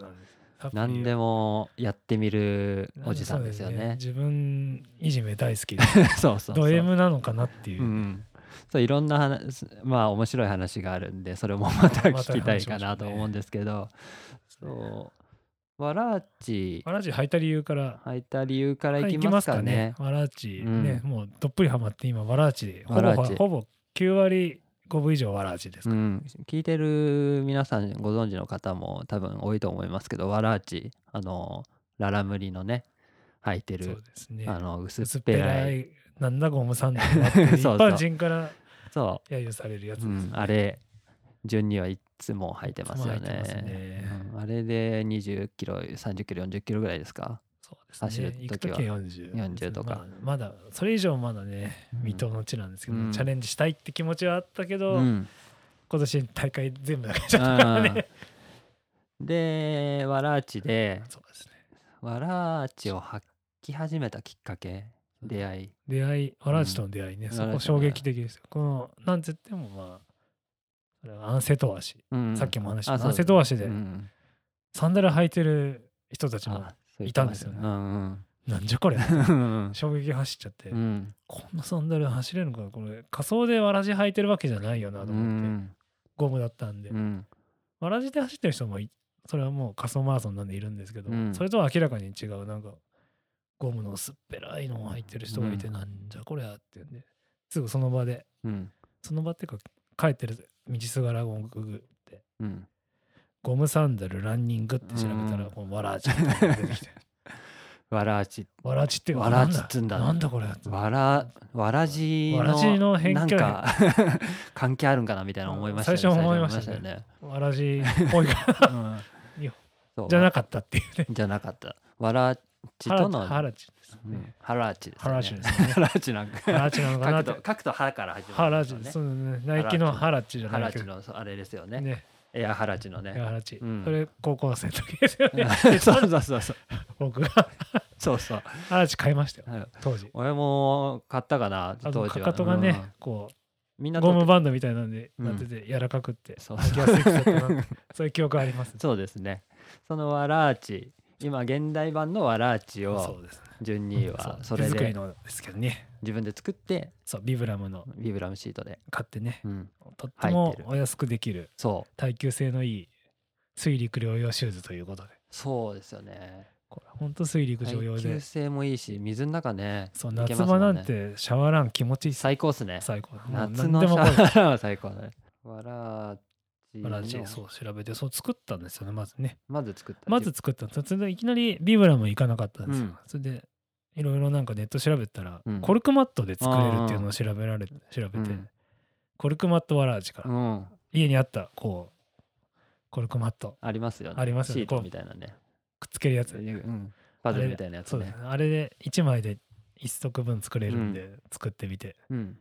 Speaker 1: 何でもやってみるおじさんですよね。
Speaker 2: 自分いじめ大好きで
Speaker 1: そうそうそう
Speaker 2: ド M なのかなっていうう、
Speaker 1: ん、そういろんな話まあ面白い話があるんでそれもまた
Speaker 2: また
Speaker 1: 聞きたいかな
Speaker 2: 話しまし
Speaker 1: と
Speaker 2: ょうね
Speaker 1: 思うんですけど、そうわらあち
Speaker 2: わらじ履いた理由から
Speaker 1: 履いた理由からい
Speaker 2: はい
Speaker 1: きますかね。
Speaker 2: わらち、
Speaker 1: うん
Speaker 2: ねもうどっぷりハマって今わらちでほ
Speaker 1: わ
Speaker 2: ぼ
Speaker 1: らち
Speaker 2: ほぼ9割5分以上わらちです
Speaker 1: う
Speaker 2: から、
Speaker 1: ん、聞いてる皆さんご存知の方も多分多いと思いますけどわらあちあのララムリのね履いて
Speaker 2: そう
Speaker 1: る、
Speaker 2: ですね
Speaker 1: あの薄っ
Speaker 2: 薄っぺ
Speaker 1: ぺ
Speaker 2: ら
Speaker 1: らい
Speaker 2: いなんだゴムさんだなっていう 一
Speaker 1: そうそう
Speaker 2: 般人から
Speaker 1: そ
Speaker 2: 揶揄されるやつ
Speaker 1: う、う
Speaker 2: です、
Speaker 1: ん、あれ順にはいつも履いてますよ
Speaker 2: いつも履いてます
Speaker 1: ね。
Speaker 2: ね
Speaker 1: うんあれで20キロ30キロ40キロぐらいですか
Speaker 2: そうですね
Speaker 1: 走る
Speaker 2: 行く
Speaker 1: 時
Speaker 2: 時
Speaker 1: は
Speaker 2: は40
Speaker 1: 40とか
Speaker 2: まだまだそれ以上まだね
Speaker 1: うん
Speaker 2: 未踏の地なんですけど、
Speaker 1: うん
Speaker 2: チャレンジしたいって気持ちはあったけど、
Speaker 1: うん
Speaker 2: 今年大会全部投げ ちゃったからね、
Speaker 1: でわらあちで
Speaker 2: そうですね
Speaker 1: わらあちを履き始めたきっかけ出会い
Speaker 2: 出会い、わらじとの出会いね、
Speaker 1: うん
Speaker 2: そこ衝撃的ですよ。この、なんつってもまあ、それはアンセトワシ、
Speaker 1: うん
Speaker 2: さっきも話し
Speaker 1: あ
Speaker 2: た、
Speaker 1: そう
Speaker 2: アンセトワシ
Speaker 1: う
Speaker 2: で、
Speaker 1: ん
Speaker 2: サンダル履いてる人たちも、
Speaker 1: あそう言って
Speaker 2: いたんですよね
Speaker 1: まうん
Speaker 2: なんじゃこ れ、
Speaker 1: うん
Speaker 2: 衝撃走っちゃって、
Speaker 1: うん
Speaker 2: こんなサンダル走れるのかな、これ、仮装でわらじ履いてるわけじゃないよなと
Speaker 1: う
Speaker 2: 思って、
Speaker 1: ん
Speaker 2: ゴムだったんで
Speaker 1: う、ん
Speaker 2: わらじで走ってる人もい、それはもう仮装マラソンなんでいるんですけど
Speaker 1: うん、
Speaker 2: それとは明らかに違う、なんか、ゴムのすっぺらいのを履いてる人がいて、
Speaker 1: うん
Speaker 2: なんじゃこりゃっていうんで、すぐその場で、
Speaker 1: うん
Speaker 2: その場っていうか、帰ってる道すがらゴンググって、
Speaker 1: うん
Speaker 2: ゴムサンダルランニングって調べたら、
Speaker 1: うん
Speaker 2: このわらあちっていうのが 出てきて、
Speaker 1: わらじ
Speaker 2: わらあちっていうか
Speaker 1: わらあちっつうんだ
Speaker 2: なんだこれ。
Speaker 1: わらわらじの
Speaker 2: わらじの偏見
Speaker 1: なんか関係あるんかなみたいな思いましたね
Speaker 2: 最初思いましたね
Speaker 1: 最初思い
Speaker 2: わらじっぽい から、うん
Speaker 1: そう
Speaker 2: じゃなかったっていうね。
Speaker 1: じゃなかったわらじ
Speaker 2: はら
Speaker 1: との
Speaker 2: はらちです
Speaker 1: う
Speaker 2: ね
Speaker 1: ん。ハラチです
Speaker 2: はらち
Speaker 1: ね
Speaker 2: ですね。
Speaker 1: ハラチなん
Speaker 2: は
Speaker 1: から
Speaker 2: ちなのかな
Speaker 1: 書く
Speaker 2: って
Speaker 1: と。書くとハから始ま
Speaker 2: ハ
Speaker 1: るん
Speaker 2: ラ
Speaker 1: です
Speaker 2: チ
Speaker 1: よ、ね
Speaker 2: そうだね。ナイキのハラチじゃ
Speaker 1: ハ
Speaker 2: ない
Speaker 1: ラ
Speaker 2: け
Speaker 1: チ
Speaker 2: ど。
Speaker 1: のそうあれですよね
Speaker 2: ね。
Speaker 1: エアハラチのね
Speaker 2: ハラチ。
Speaker 1: うん
Speaker 2: それ、高校生の時ですよね。
Speaker 1: そうそうそうそう
Speaker 2: 僕が
Speaker 1: そうそう
Speaker 2: ハラチ買いましたよ、
Speaker 1: うん
Speaker 2: 当時。
Speaker 1: 俺も買ったかな
Speaker 2: あ
Speaker 1: 当
Speaker 2: の
Speaker 1: 時
Speaker 2: か
Speaker 1: は
Speaker 2: かとがね、
Speaker 1: うん
Speaker 2: こ
Speaker 1: みん
Speaker 2: う
Speaker 1: な
Speaker 2: ゴム
Speaker 1: と
Speaker 2: バンドみたいなんで
Speaker 1: うん
Speaker 2: なってて柔らかくって
Speaker 1: そう
Speaker 2: 履きやすくてな ってそういう記憶ありますね。
Speaker 1: そうですねそのわらち今現代版のわらち
Speaker 2: そ
Speaker 1: を
Speaker 2: うですね。
Speaker 1: 順にはそれ
Speaker 2: 手作
Speaker 1: で
Speaker 2: りのですけどね。
Speaker 1: 自分で作って
Speaker 2: そうビブラムの
Speaker 1: ビブラムシートで、
Speaker 2: 買ってね、
Speaker 1: うん、
Speaker 2: とって
Speaker 1: 入っ
Speaker 2: も
Speaker 1: てる
Speaker 2: お安くできる
Speaker 1: そう
Speaker 2: 耐久性のいい水陸両用シューズということで、
Speaker 1: そうですよね
Speaker 2: これ本当水陸
Speaker 1: 耐
Speaker 2: 上用で
Speaker 1: 久、性もいいし水の中ね
Speaker 2: そう
Speaker 1: いけ
Speaker 2: 夏
Speaker 1: ます
Speaker 2: 場
Speaker 1: も
Speaker 2: なん
Speaker 1: ね
Speaker 2: んてシャワーラン気持ちいいっす
Speaker 1: 最高っすね
Speaker 2: 最高。もう
Speaker 1: 夏
Speaker 2: 何
Speaker 1: の
Speaker 2: で
Speaker 1: シ
Speaker 2: も
Speaker 1: ャ
Speaker 2: こ
Speaker 1: ワ
Speaker 2: れ
Speaker 1: ーは最高だねわらちの
Speaker 2: まあ私そう調べてそう作ったんですよねまずね
Speaker 1: まず作った
Speaker 2: まず作ったんですそれでいきなりビブラム行かなかったんですよ、
Speaker 1: うん
Speaker 2: それでいろいろなんかネット調べたら、
Speaker 1: うん
Speaker 2: コルクマットで作れるっていうのを調べられ調べて、
Speaker 1: うん
Speaker 2: コルクマットワラージから、
Speaker 1: うん
Speaker 2: 家にあったこうコルクマット
Speaker 1: ありますよね
Speaker 2: ありますよね
Speaker 1: シート
Speaker 2: こう
Speaker 1: みたいなね
Speaker 2: くっつけるやつ
Speaker 1: うんパズルみたいなやつ
Speaker 2: そうです
Speaker 1: ね
Speaker 2: ねあれで1枚で1足分作れるんで作ってみて、
Speaker 1: うん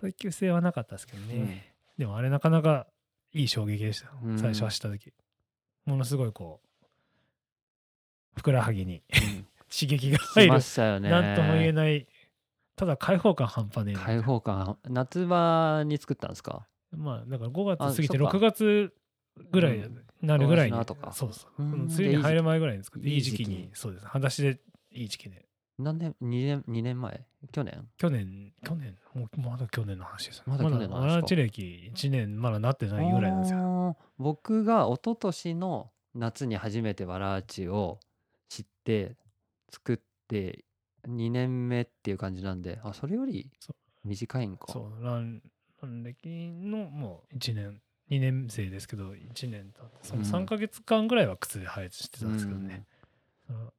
Speaker 2: 耐久性はなかったですけどね、でもあれなかなかいい衝撃でしたよ、
Speaker 1: うん
Speaker 2: 最初走った時ものすごいこうふくらはぎに 刺激が入
Speaker 1: し
Speaker 2: る
Speaker 1: ましたよね
Speaker 2: なんとも言えないただ開放感半端ねえな
Speaker 1: 開放感夏場に作ったんですか
Speaker 2: まあだから5月過ぎて
Speaker 1: あそっか
Speaker 2: 6月ぐらいになるぐらい
Speaker 1: う
Speaker 2: に、
Speaker 1: ん五月の後か
Speaker 2: そうそう
Speaker 1: うん
Speaker 2: この梅雨に入る前ぐらいに作って
Speaker 1: い
Speaker 2: い
Speaker 1: い
Speaker 2: い
Speaker 1: 時
Speaker 2: 時
Speaker 1: 期
Speaker 2: 期
Speaker 1: に
Speaker 2: にそうです裸足でいい時期で
Speaker 1: 何年2年二年前去年
Speaker 2: 去年、去年、もうまだ去年の話ですね。
Speaker 1: まだ去年の話か
Speaker 2: まだアラチ歴1年、まだなってないぐらいなんですよ。
Speaker 1: よ僕が一昨年の夏に初めてわらあちを知って作って2年目っていう感じなんであそれより
Speaker 2: そ
Speaker 1: 短いんか
Speaker 2: そう、ランラン歴のもう1年、2年生ですけど、1年経って、そ
Speaker 1: うん
Speaker 2: の3ヶ月間ぐらいは靴で配置してたんですけど
Speaker 1: う
Speaker 2: ね
Speaker 1: ん。
Speaker 2: その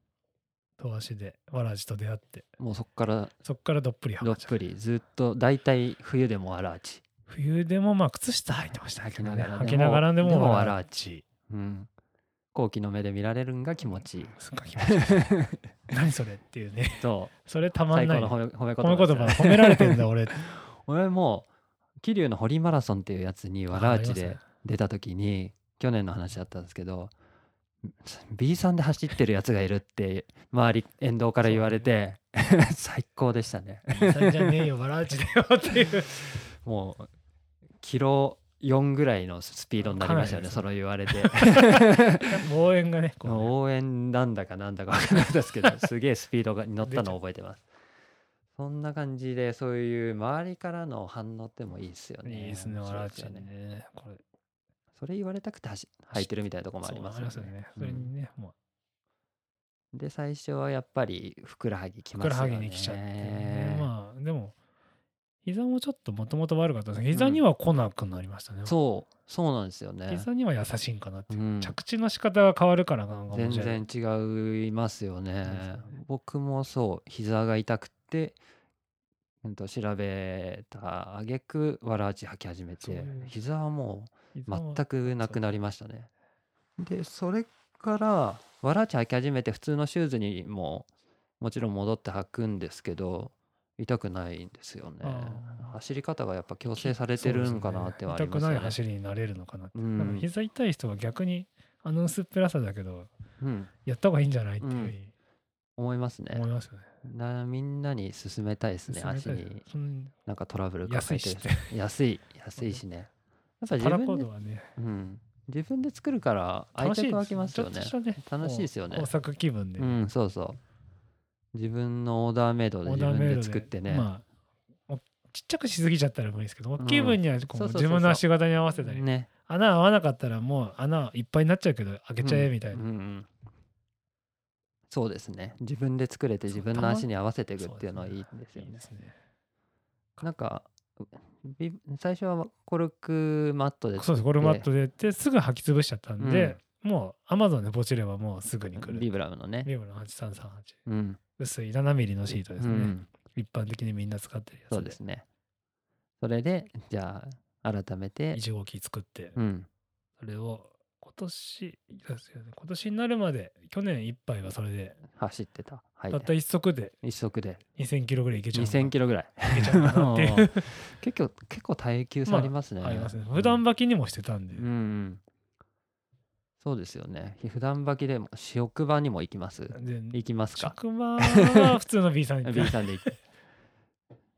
Speaker 2: 遠足でわらじと出会って、
Speaker 1: もうそっから
Speaker 2: そこからどっぷり
Speaker 1: ど
Speaker 2: は
Speaker 1: っぷりずっと大体冬でもわらあち、
Speaker 2: 冬でもまあ靴下履いてましたけどね。
Speaker 1: 履
Speaker 2: 履
Speaker 1: き
Speaker 2: き
Speaker 1: なが
Speaker 2: なが
Speaker 1: ら
Speaker 2: ら
Speaker 1: で
Speaker 2: で
Speaker 1: も
Speaker 2: も
Speaker 1: わ
Speaker 2: わ
Speaker 1: ら
Speaker 2: ら
Speaker 1: じ
Speaker 2: じ。
Speaker 1: うん、後期の目で見られるんが気持ちいい
Speaker 2: すっごい気持ちいい何それっていうね。
Speaker 1: そう
Speaker 2: それたま
Speaker 1: 最
Speaker 2: んな
Speaker 1: 高
Speaker 2: い。
Speaker 1: の
Speaker 2: 褒
Speaker 1: 褒め褒め言葉
Speaker 2: め
Speaker 1: で
Speaker 2: 言
Speaker 1: すよ
Speaker 2: 葉
Speaker 1: ね
Speaker 2: 褒められてんだ俺。
Speaker 1: 俺も桐生の堀マラソンっていうやつにわらあちで出た時に去年の話だったんですけど B さんで走ってるやつがいるって周り沿道から言われて 最高でしたね
Speaker 2: さんじゃねえよ、バラーチだよって いう。
Speaker 1: もうキロ4ぐらいのスピードになりましたよね
Speaker 2: か
Speaker 1: それ言われ て
Speaker 2: 応援がね、こうね
Speaker 1: 応援なんだかなんだか分かんないですけどすげえスピードがに乗ったのを覚えてますそんな感じでそういう周りからの反応ってもいいですよね
Speaker 2: いいですね、
Speaker 1: 面
Speaker 2: ワ
Speaker 1: 白
Speaker 2: ラ
Speaker 1: い
Speaker 2: ー
Speaker 1: です
Speaker 2: チ
Speaker 1: よ
Speaker 2: ね。これ、
Speaker 1: それ言われたくて走履いてるみたいなとこもあります
Speaker 2: そう
Speaker 1: よ
Speaker 2: あよ
Speaker 1: ね。
Speaker 2: ね。それにね、も
Speaker 1: うんで最初はやっぱりふくらはぎき
Speaker 2: う、ふ
Speaker 1: ます
Speaker 2: く
Speaker 1: よね。
Speaker 2: らはぎに来ちゃってね。まあ、でも、膝もちょっともともと悪かったんですけど、膝には来なくなりましたね。
Speaker 1: そうそうなんですよね。
Speaker 2: 膝には優しいんかなっていうう。
Speaker 1: ん
Speaker 2: 着地の仕方が変わるからなんか面白い。
Speaker 1: 全然違いますよね。
Speaker 2: そうですよね
Speaker 1: 僕もそう膝が痛くて、うん、と調べた挙句わらあち履き始め
Speaker 2: そう
Speaker 1: て
Speaker 2: いう
Speaker 1: 膝はもう
Speaker 2: 膝は
Speaker 1: 全くなくなりましたね。でそれからわらあち履き始めて普通のシューズにももちろん戻って履くんですけど痛くないんですよね
Speaker 2: あ。ー
Speaker 1: 走り方がやっぱ矯正されてるんかなってはあります
Speaker 2: そ
Speaker 1: よ
Speaker 2: うですね痛くな
Speaker 1: ね。
Speaker 2: い走りになれるのかなって。
Speaker 1: うん
Speaker 2: なんか膝痛い人は逆に、あの薄っぺらさだけど、
Speaker 1: うん、
Speaker 2: やった方がいいんじゃないっていうふうに
Speaker 1: 思いますね
Speaker 2: 思いますよね。
Speaker 1: な。みんなに勧めたいですね。足
Speaker 2: 進めたい
Speaker 1: に
Speaker 2: そん
Speaker 1: なんかトラブル
Speaker 2: 安
Speaker 1: 抱え
Speaker 2: い
Speaker 1: て
Speaker 2: し
Speaker 1: る
Speaker 2: って。
Speaker 1: 人安い安いしね。やっぱ自
Speaker 2: パラ
Speaker 1: 分
Speaker 2: コー
Speaker 1: で
Speaker 2: ド、はね、
Speaker 1: うん、自分で作るから愛
Speaker 2: 楽しい
Speaker 1: 着
Speaker 2: で
Speaker 1: 湧きますよ
Speaker 2: ちょ
Speaker 1: ね
Speaker 2: っと。したね
Speaker 1: 楽しいですよね
Speaker 2: こう工作気分で、
Speaker 1: うん、そうそう。自分のオーダーメイドで
Speaker 2: オー
Speaker 1: 自
Speaker 2: ダーメイ
Speaker 1: 分
Speaker 2: ド
Speaker 1: で
Speaker 2: で
Speaker 1: 作ってね。
Speaker 2: まあ、おちっちゃくしすぎちゃったらもういいですけど、
Speaker 1: ん
Speaker 2: 大きい分には
Speaker 1: そ
Speaker 2: こう
Speaker 1: うそうそうそう
Speaker 2: 自分の足型に合わせたり、
Speaker 1: ね。
Speaker 2: 穴合わなかったらもう穴いっぱいになっちゃうけど開けちゃえみたいな、
Speaker 1: うんうんうんそうですね自分で作れて
Speaker 2: そう
Speaker 1: 自分の
Speaker 2: たま
Speaker 1: 足に合わせていくっ
Speaker 2: そう
Speaker 1: ていうのはいい
Speaker 2: で
Speaker 1: んです
Speaker 2: すね
Speaker 1: よ
Speaker 2: いい
Speaker 1: ね
Speaker 2: ですね
Speaker 1: なんかビ最初はコルクマットで
Speaker 2: そうです、ゴルフマットでやって、すぐ履き潰しちゃったんで、もう Amazon でポチればもうすぐに来る。
Speaker 1: ビ
Speaker 2: ビ
Speaker 1: ブラムのね
Speaker 2: ブの8338。
Speaker 1: うん
Speaker 2: 薄い7ミリのシートですね。
Speaker 1: うん
Speaker 2: 一般的にみんな使ってるやつ
Speaker 1: そうですねそれでじゃあ改めて
Speaker 2: 1号機作って、
Speaker 1: うん
Speaker 2: それを今年、ですよね今年になるまで、去年いっぱいはそれで、
Speaker 1: 走ってたはい
Speaker 2: たった一足で
Speaker 1: 一足で
Speaker 2: 2000キロぐらいいけちゃうのか。
Speaker 1: 2000キロぐらい
Speaker 2: いけちゃうか なっていう
Speaker 1: 結構結構耐久差ありますね、
Speaker 2: ありますね。普段
Speaker 1: ば
Speaker 2: 履きにもしてたんで、
Speaker 1: うん、うんうんそうですよね普段履きでも職場にも行きます
Speaker 2: で
Speaker 1: 行きますか
Speaker 2: 職場は普通の B さんに
Speaker 1: B さんで行って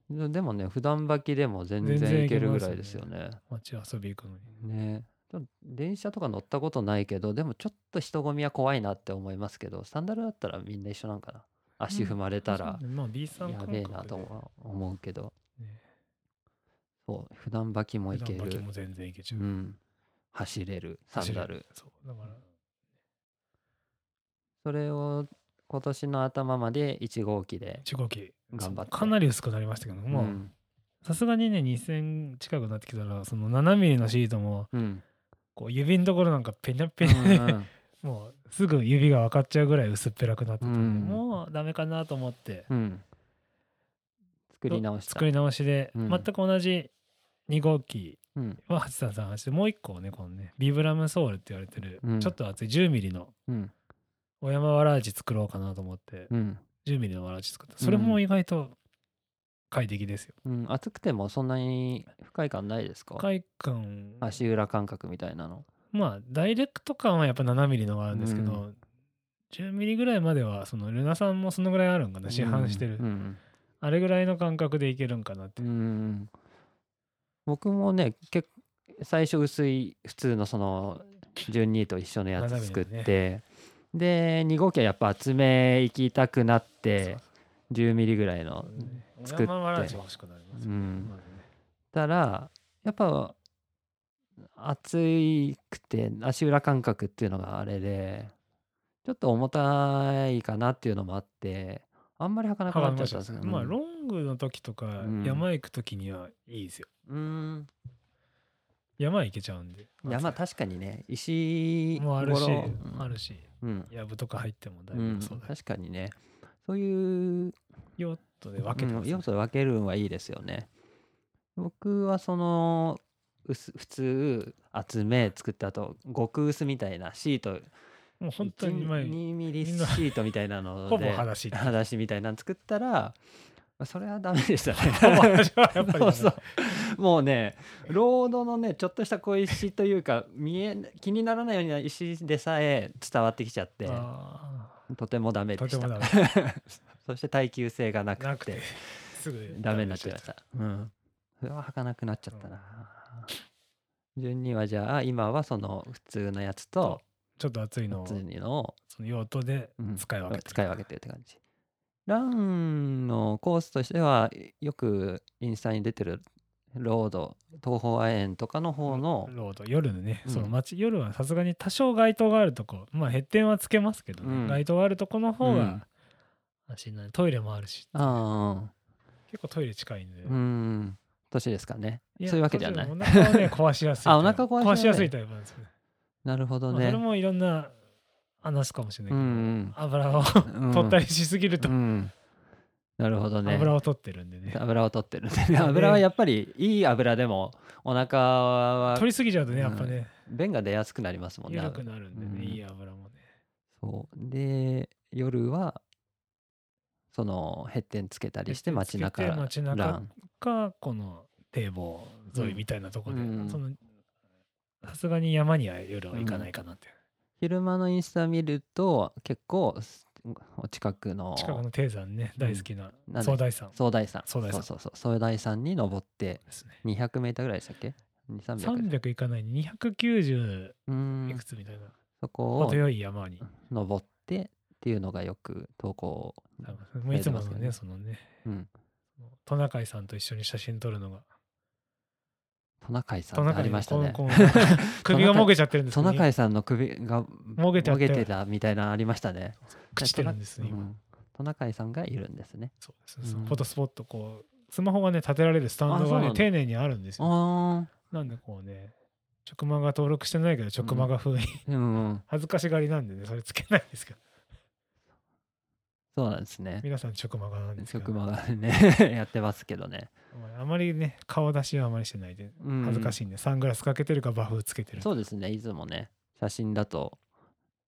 Speaker 1: ででもね普段履きでも全然
Speaker 2: 全然
Speaker 1: 行けるぐ
Speaker 2: 行けます
Speaker 1: ら
Speaker 2: よね
Speaker 1: いですよね
Speaker 2: 街遊び行くのに。
Speaker 1: ねちょっと電車とか乗ったことないけどでもちょっと人混みは怖いなって思いますけどサンダルだったらみんな一緒なんかな足踏まれたら
Speaker 2: そうねまあ B さん
Speaker 1: やべえなとは思うけど
Speaker 2: ね
Speaker 1: そう普段履きも
Speaker 2: も
Speaker 1: いけ
Speaker 2: 履き
Speaker 1: る
Speaker 2: も全然いけち
Speaker 1: う
Speaker 2: ゃう。
Speaker 1: ん走れるサンダル
Speaker 2: そう。だから、
Speaker 1: それを今年の頭まで1号機で
Speaker 2: 1号機、
Speaker 1: 頑張って
Speaker 2: かなり薄くなりましたけども、
Speaker 1: うん
Speaker 2: さすがにね、2000近くなってきたら、その7ミリのシートも、
Speaker 1: うん
Speaker 2: こう指のところなんかペニャ
Speaker 1: う
Speaker 2: ペニャで、
Speaker 1: ん
Speaker 2: もうすぐ指が分かっちゃうぐらい薄っぺらくなってたんで、
Speaker 1: うん
Speaker 2: もうダメかなと思って、
Speaker 1: うん作り直した
Speaker 2: 作り直しで、
Speaker 1: うん
Speaker 2: 全く同じ2号機
Speaker 1: うん
Speaker 2: は8338で、もう1個ね、このね、ビブラムソールって言われてる、
Speaker 1: うん
Speaker 2: ちょっと厚い10ミリの
Speaker 1: うん
Speaker 2: 小山わらじ作ろうかなと思って、
Speaker 1: うん
Speaker 2: 10ミリのわらじ作った。それも意外と快適ですよ。
Speaker 1: うん厚くてもそんなに不快感ないですか
Speaker 2: 快感、
Speaker 1: 足裏感覚みたいなの
Speaker 2: まあダイレクト感はやっぱ7ミリのがあるんですけど、
Speaker 1: う
Speaker 2: 10ミリぐらいまではそのルナさんもそのぐらいあるんかな市販してる、
Speaker 1: うんうん
Speaker 2: あれぐらいの感覚でいけるんかなって、
Speaker 1: うんうん僕もね結構最初薄い普通のその12と一緒のやつ作って、で2号機はやっぱ厚め行きたくなって10ミリぐらいの作って
Speaker 2: 小山わらじ欲しくなりますよね
Speaker 1: うん
Speaker 2: まずね
Speaker 1: たらやっぱ暑くて足裏感覚っていうのがあれでちょっと重たいかなっていうのもあってあんまり履かなくなっちゃったんですけど
Speaker 2: まあ
Speaker 1: うん
Speaker 2: ロングの時とか、
Speaker 1: ん
Speaker 2: 山行く時にはいいですよ
Speaker 1: うん
Speaker 2: 山行けちゃうんで
Speaker 1: 山確かにね石
Speaker 2: もうあるし、
Speaker 1: ゴロ
Speaker 2: あるし
Speaker 1: うん、
Speaker 2: やぶとか入っても大
Speaker 1: う
Speaker 2: 丈
Speaker 1: ん
Speaker 2: 夫そうだし、
Speaker 1: 確かにねそういう
Speaker 2: ヨットで分けて
Speaker 1: う
Speaker 2: ま
Speaker 1: ん
Speaker 2: す、ね
Speaker 1: 要素で分けるのはいいですよね僕はその薄普通厚め作った後極薄みたいなシート
Speaker 2: もう本当に前に
Speaker 1: 2ミリシ
Speaker 2: みんな
Speaker 1: ートみたいなので
Speaker 2: ほぼ 裸足って
Speaker 1: 裸足みたいなの作ったらまあそれはダメでしたね
Speaker 2: ほぼ裸足はやっぱりダ
Speaker 1: そう
Speaker 2: メ
Speaker 1: そうもうねロードのねちょっとした小石というか見え気にならないような石でさえ伝わってきちゃって
Speaker 2: あ
Speaker 1: とてもダメ
Speaker 2: ーと
Speaker 1: で
Speaker 2: て
Speaker 1: し
Speaker 2: も
Speaker 1: た
Speaker 2: ダメ
Speaker 1: そして耐久性がな
Speaker 2: な
Speaker 1: く
Speaker 2: くて
Speaker 1: て
Speaker 2: すぐ
Speaker 1: ダメになっちゃいましたうんそれは履かなくなっちゃったな、順にはじゃあ今はその普通のやつと
Speaker 2: ちょっと暑いのを
Speaker 1: 普通のを
Speaker 2: その用途で
Speaker 1: うん
Speaker 2: 使い分けてる
Speaker 1: 使い分けてるって感じランのコースとしてはいよくインスタに出てるロード東方亜鉛とかの方の
Speaker 2: ロード夜のね、
Speaker 1: うん
Speaker 2: その街夜はさすがに多少街灯があるとこまあ減点はつけますけどね、
Speaker 1: うん
Speaker 2: 街灯があるとこの方
Speaker 1: うん
Speaker 2: が安心なトイレもあるし
Speaker 1: あ
Speaker 2: 結構トイレ近いんで、
Speaker 1: あうん年ですかね
Speaker 2: や
Speaker 1: そういうわけじゃない
Speaker 2: トイレもお腹 をね壊しやすいタイプ
Speaker 1: あお腹壊しやすい
Speaker 2: 壊しやすいタイプなんですよね
Speaker 1: なるほど
Speaker 2: まあそ
Speaker 1: ね
Speaker 2: れもいろんな話すかもしれないけど、
Speaker 1: うん
Speaker 2: 油を
Speaker 1: うん
Speaker 2: 取ったりしすぎると、
Speaker 1: うんなるほどね
Speaker 2: 油を取ってるんでね
Speaker 1: 油を取ってる油はやっぱりいい油でもお腹は
Speaker 2: 取りすぎちゃうとねやっぱね、
Speaker 1: 便が出やすくなりますもんね
Speaker 2: 緩くなるんでね、
Speaker 1: うん
Speaker 2: いい油もね
Speaker 1: そうで夜はそのヘッテンつけたりして
Speaker 2: ヘッテ
Speaker 1: 街
Speaker 2: ンつ
Speaker 1: 中
Speaker 2: けて街中
Speaker 1: ラン
Speaker 2: かこの堤防沿いみたいなとこで、
Speaker 1: うん
Speaker 2: そのさすがに山には夜は行かないかなって、
Speaker 1: 昼間のインスタ見ると結構すお近くの
Speaker 2: 近くの低山ね大好きな
Speaker 1: なんで
Speaker 2: 壮大山
Speaker 1: 総大山
Speaker 2: 総大山
Speaker 1: そうそうそう総大山に登って
Speaker 2: ですね
Speaker 1: 200m ぐらいでしたっけ200
Speaker 2: 300いかない290
Speaker 1: うー
Speaker 2: い
Speaker 1: ん
Speaker 2: くつみたいな
Speaker 1: そこを
Speaker 2: 程よい山に、
Speaker 1: 登ってっていうのがよく投稿、
Speaker 2: もういつもの
Speaker 1: やり
Speaker 2: ね
Speaker 1: ます
Speaker 2: そのね
Speaker 1: うん、
Speaker 2: トナカイさんと一緒に写真撮るのが
Speaker 1: トナカイさ
Speaker 2: ト
Speaker 1: ん
Speaker 2: ナ
Speaker 1: って
Speaker 2: カ
Speaker 1: あ
Speaker 2: イ
Speaker 1: りましたね
Speaker 2: このこの 首がもげちゃってるんです
Speaker 1: ト
Speaker 2: けど
Speaker 1: ナカ
Speaker 2: ね
Speaker 1: イさんの首が
Speaker 2: もげちゃって
Speaker 1: たみたいなのありましたね
Speaker 2: 朽ちてるんですね
Speaker 1: う
Speaker 2: 今、
Speaker 1: んトナカイさんがいるんですね
Speaker 2: そうですねそう
Speaker 1: うん
Speaker 2: フォトスポットこうスマホがね、立てられるスタン
Speaker 1: あ
Speaker 2: ド
Speaker 1: そう
Speaker 2: が
Speaker 1: なん
Speaker 2: ね、
Speaker 1: だ
Speaker 2: 丁寧にあるんですよ。
Speaker 1: あ
Speaker 2: なんでこうね、直マが登録してないけど、直マが風に、
Speaker 1: あ、うん、
Speaker 2: 恥ずかしがりなんでね、それつけないんですけど、
Speaker 1: そうなんですね。
Speaker 2: 皆さん直マがなんですけど、
Speaker 1: 職場がね、 やってますけどね。
Speaker 2: あまりね、顔出しはあまりしてないで、
Speaker 1: うん
Speaker 2: 恥ずかしいんで、サングラスかけてるか、バフつけてる。
Speaker 1: そうですね、いつもね、写真だと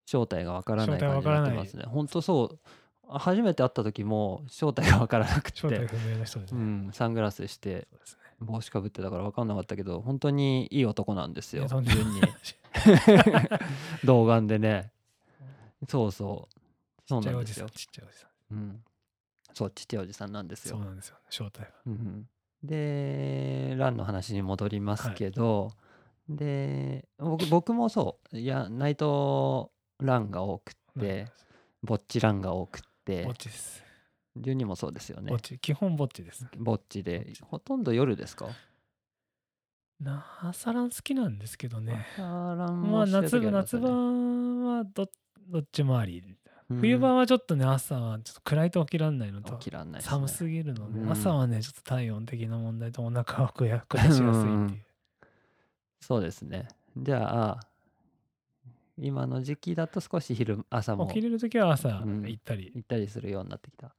Speaker 1: 正体がわからない
Speaker 2: 正
Speaker 1: 感じ
Speaker 2: 体わ
Speaker 1: に
Speaker 2: から
Speaker 1: なっ
Speaker 2: ない
Speaker 1: てますね。本当そう、あ初めて会った時も正体がわからなく
Speaker 2: 正体
Speaker 1: て、
Speaker 2: 不明の人です
Speaker 1: う
Speaker 2: ね。
Speaker 1: ん、サングラスして
Speaker 2: そうです
Speaker 1: 帽子かぶってたからわかんなかったけど、本当にいい男なんですよ
Speaker 2: ねいや。とんでも
Speaker 1: 順に
Speaker 2: ない ち
Speaker 1: 童顔でね。そうそう。そう
Speaker 2: っちゃ
Speaker 1: ないん
Speaker 2: お
Speaker 1: で
Speaker 2: じ
Speaker 1: す
Speaker 2: さん、
Speaker 1: よ。
Speaker 2: ちっちゃいおじさん。
Speaker 1: うん、そう、ちっちゃいおじさんなんです
Speaker 2: そう
Speaker 1: よ。
Speaker 2: なんですよ、正体は。
Speaker 1: うんで、ランの話に戻りますけど、で僕、僕もそう、いや、ナイトランが多くて、ぼっちランが多くて
Speaker 2: ぼっ、ちです。
Speaker 1: ジュニもそうですよね
Speaker 2: ぼっ。ち、基本ぼっちです。
Speaker 1: ぼっち
Speaker 2: ぼ
Speaker 1: で
Speaker 2: っち、
Speaker 1: ほとんど夜ですか
Speaker 2: なあさらん好きなんですけどね。
Speaker 1: 朝ラン
Speaker 2: ま
Speaker 1: も
Speaker 2: あ
Speaker 1: してる
Speaker 2: 夏
Speaker 1: 時りますよ
Speaker 2: 場、夏場
Speaker 1: ね
Speaker 2: はどどっちもあり。
Speaker 1: うん
Speaker 2: 冬場はちょっとね、朝はちょっと暗いと起きらんないのと
Speaker 1: 起き、らんないですね
Speaker 2: 寒すぎるので、
Speaker 1: うん。
Speaker 2: 朝はね、ちょっと体温的な問題とお腹を下下しやすいっていううん
Speaker 1: そうですね。じゃあ、今の時期だと少し昼、朝も
Speaker 2: 起きれるときは朝
Speaker 1: うん
Speaker 2: 行ったり、
Speaker 1: 行ったりするようになってきた。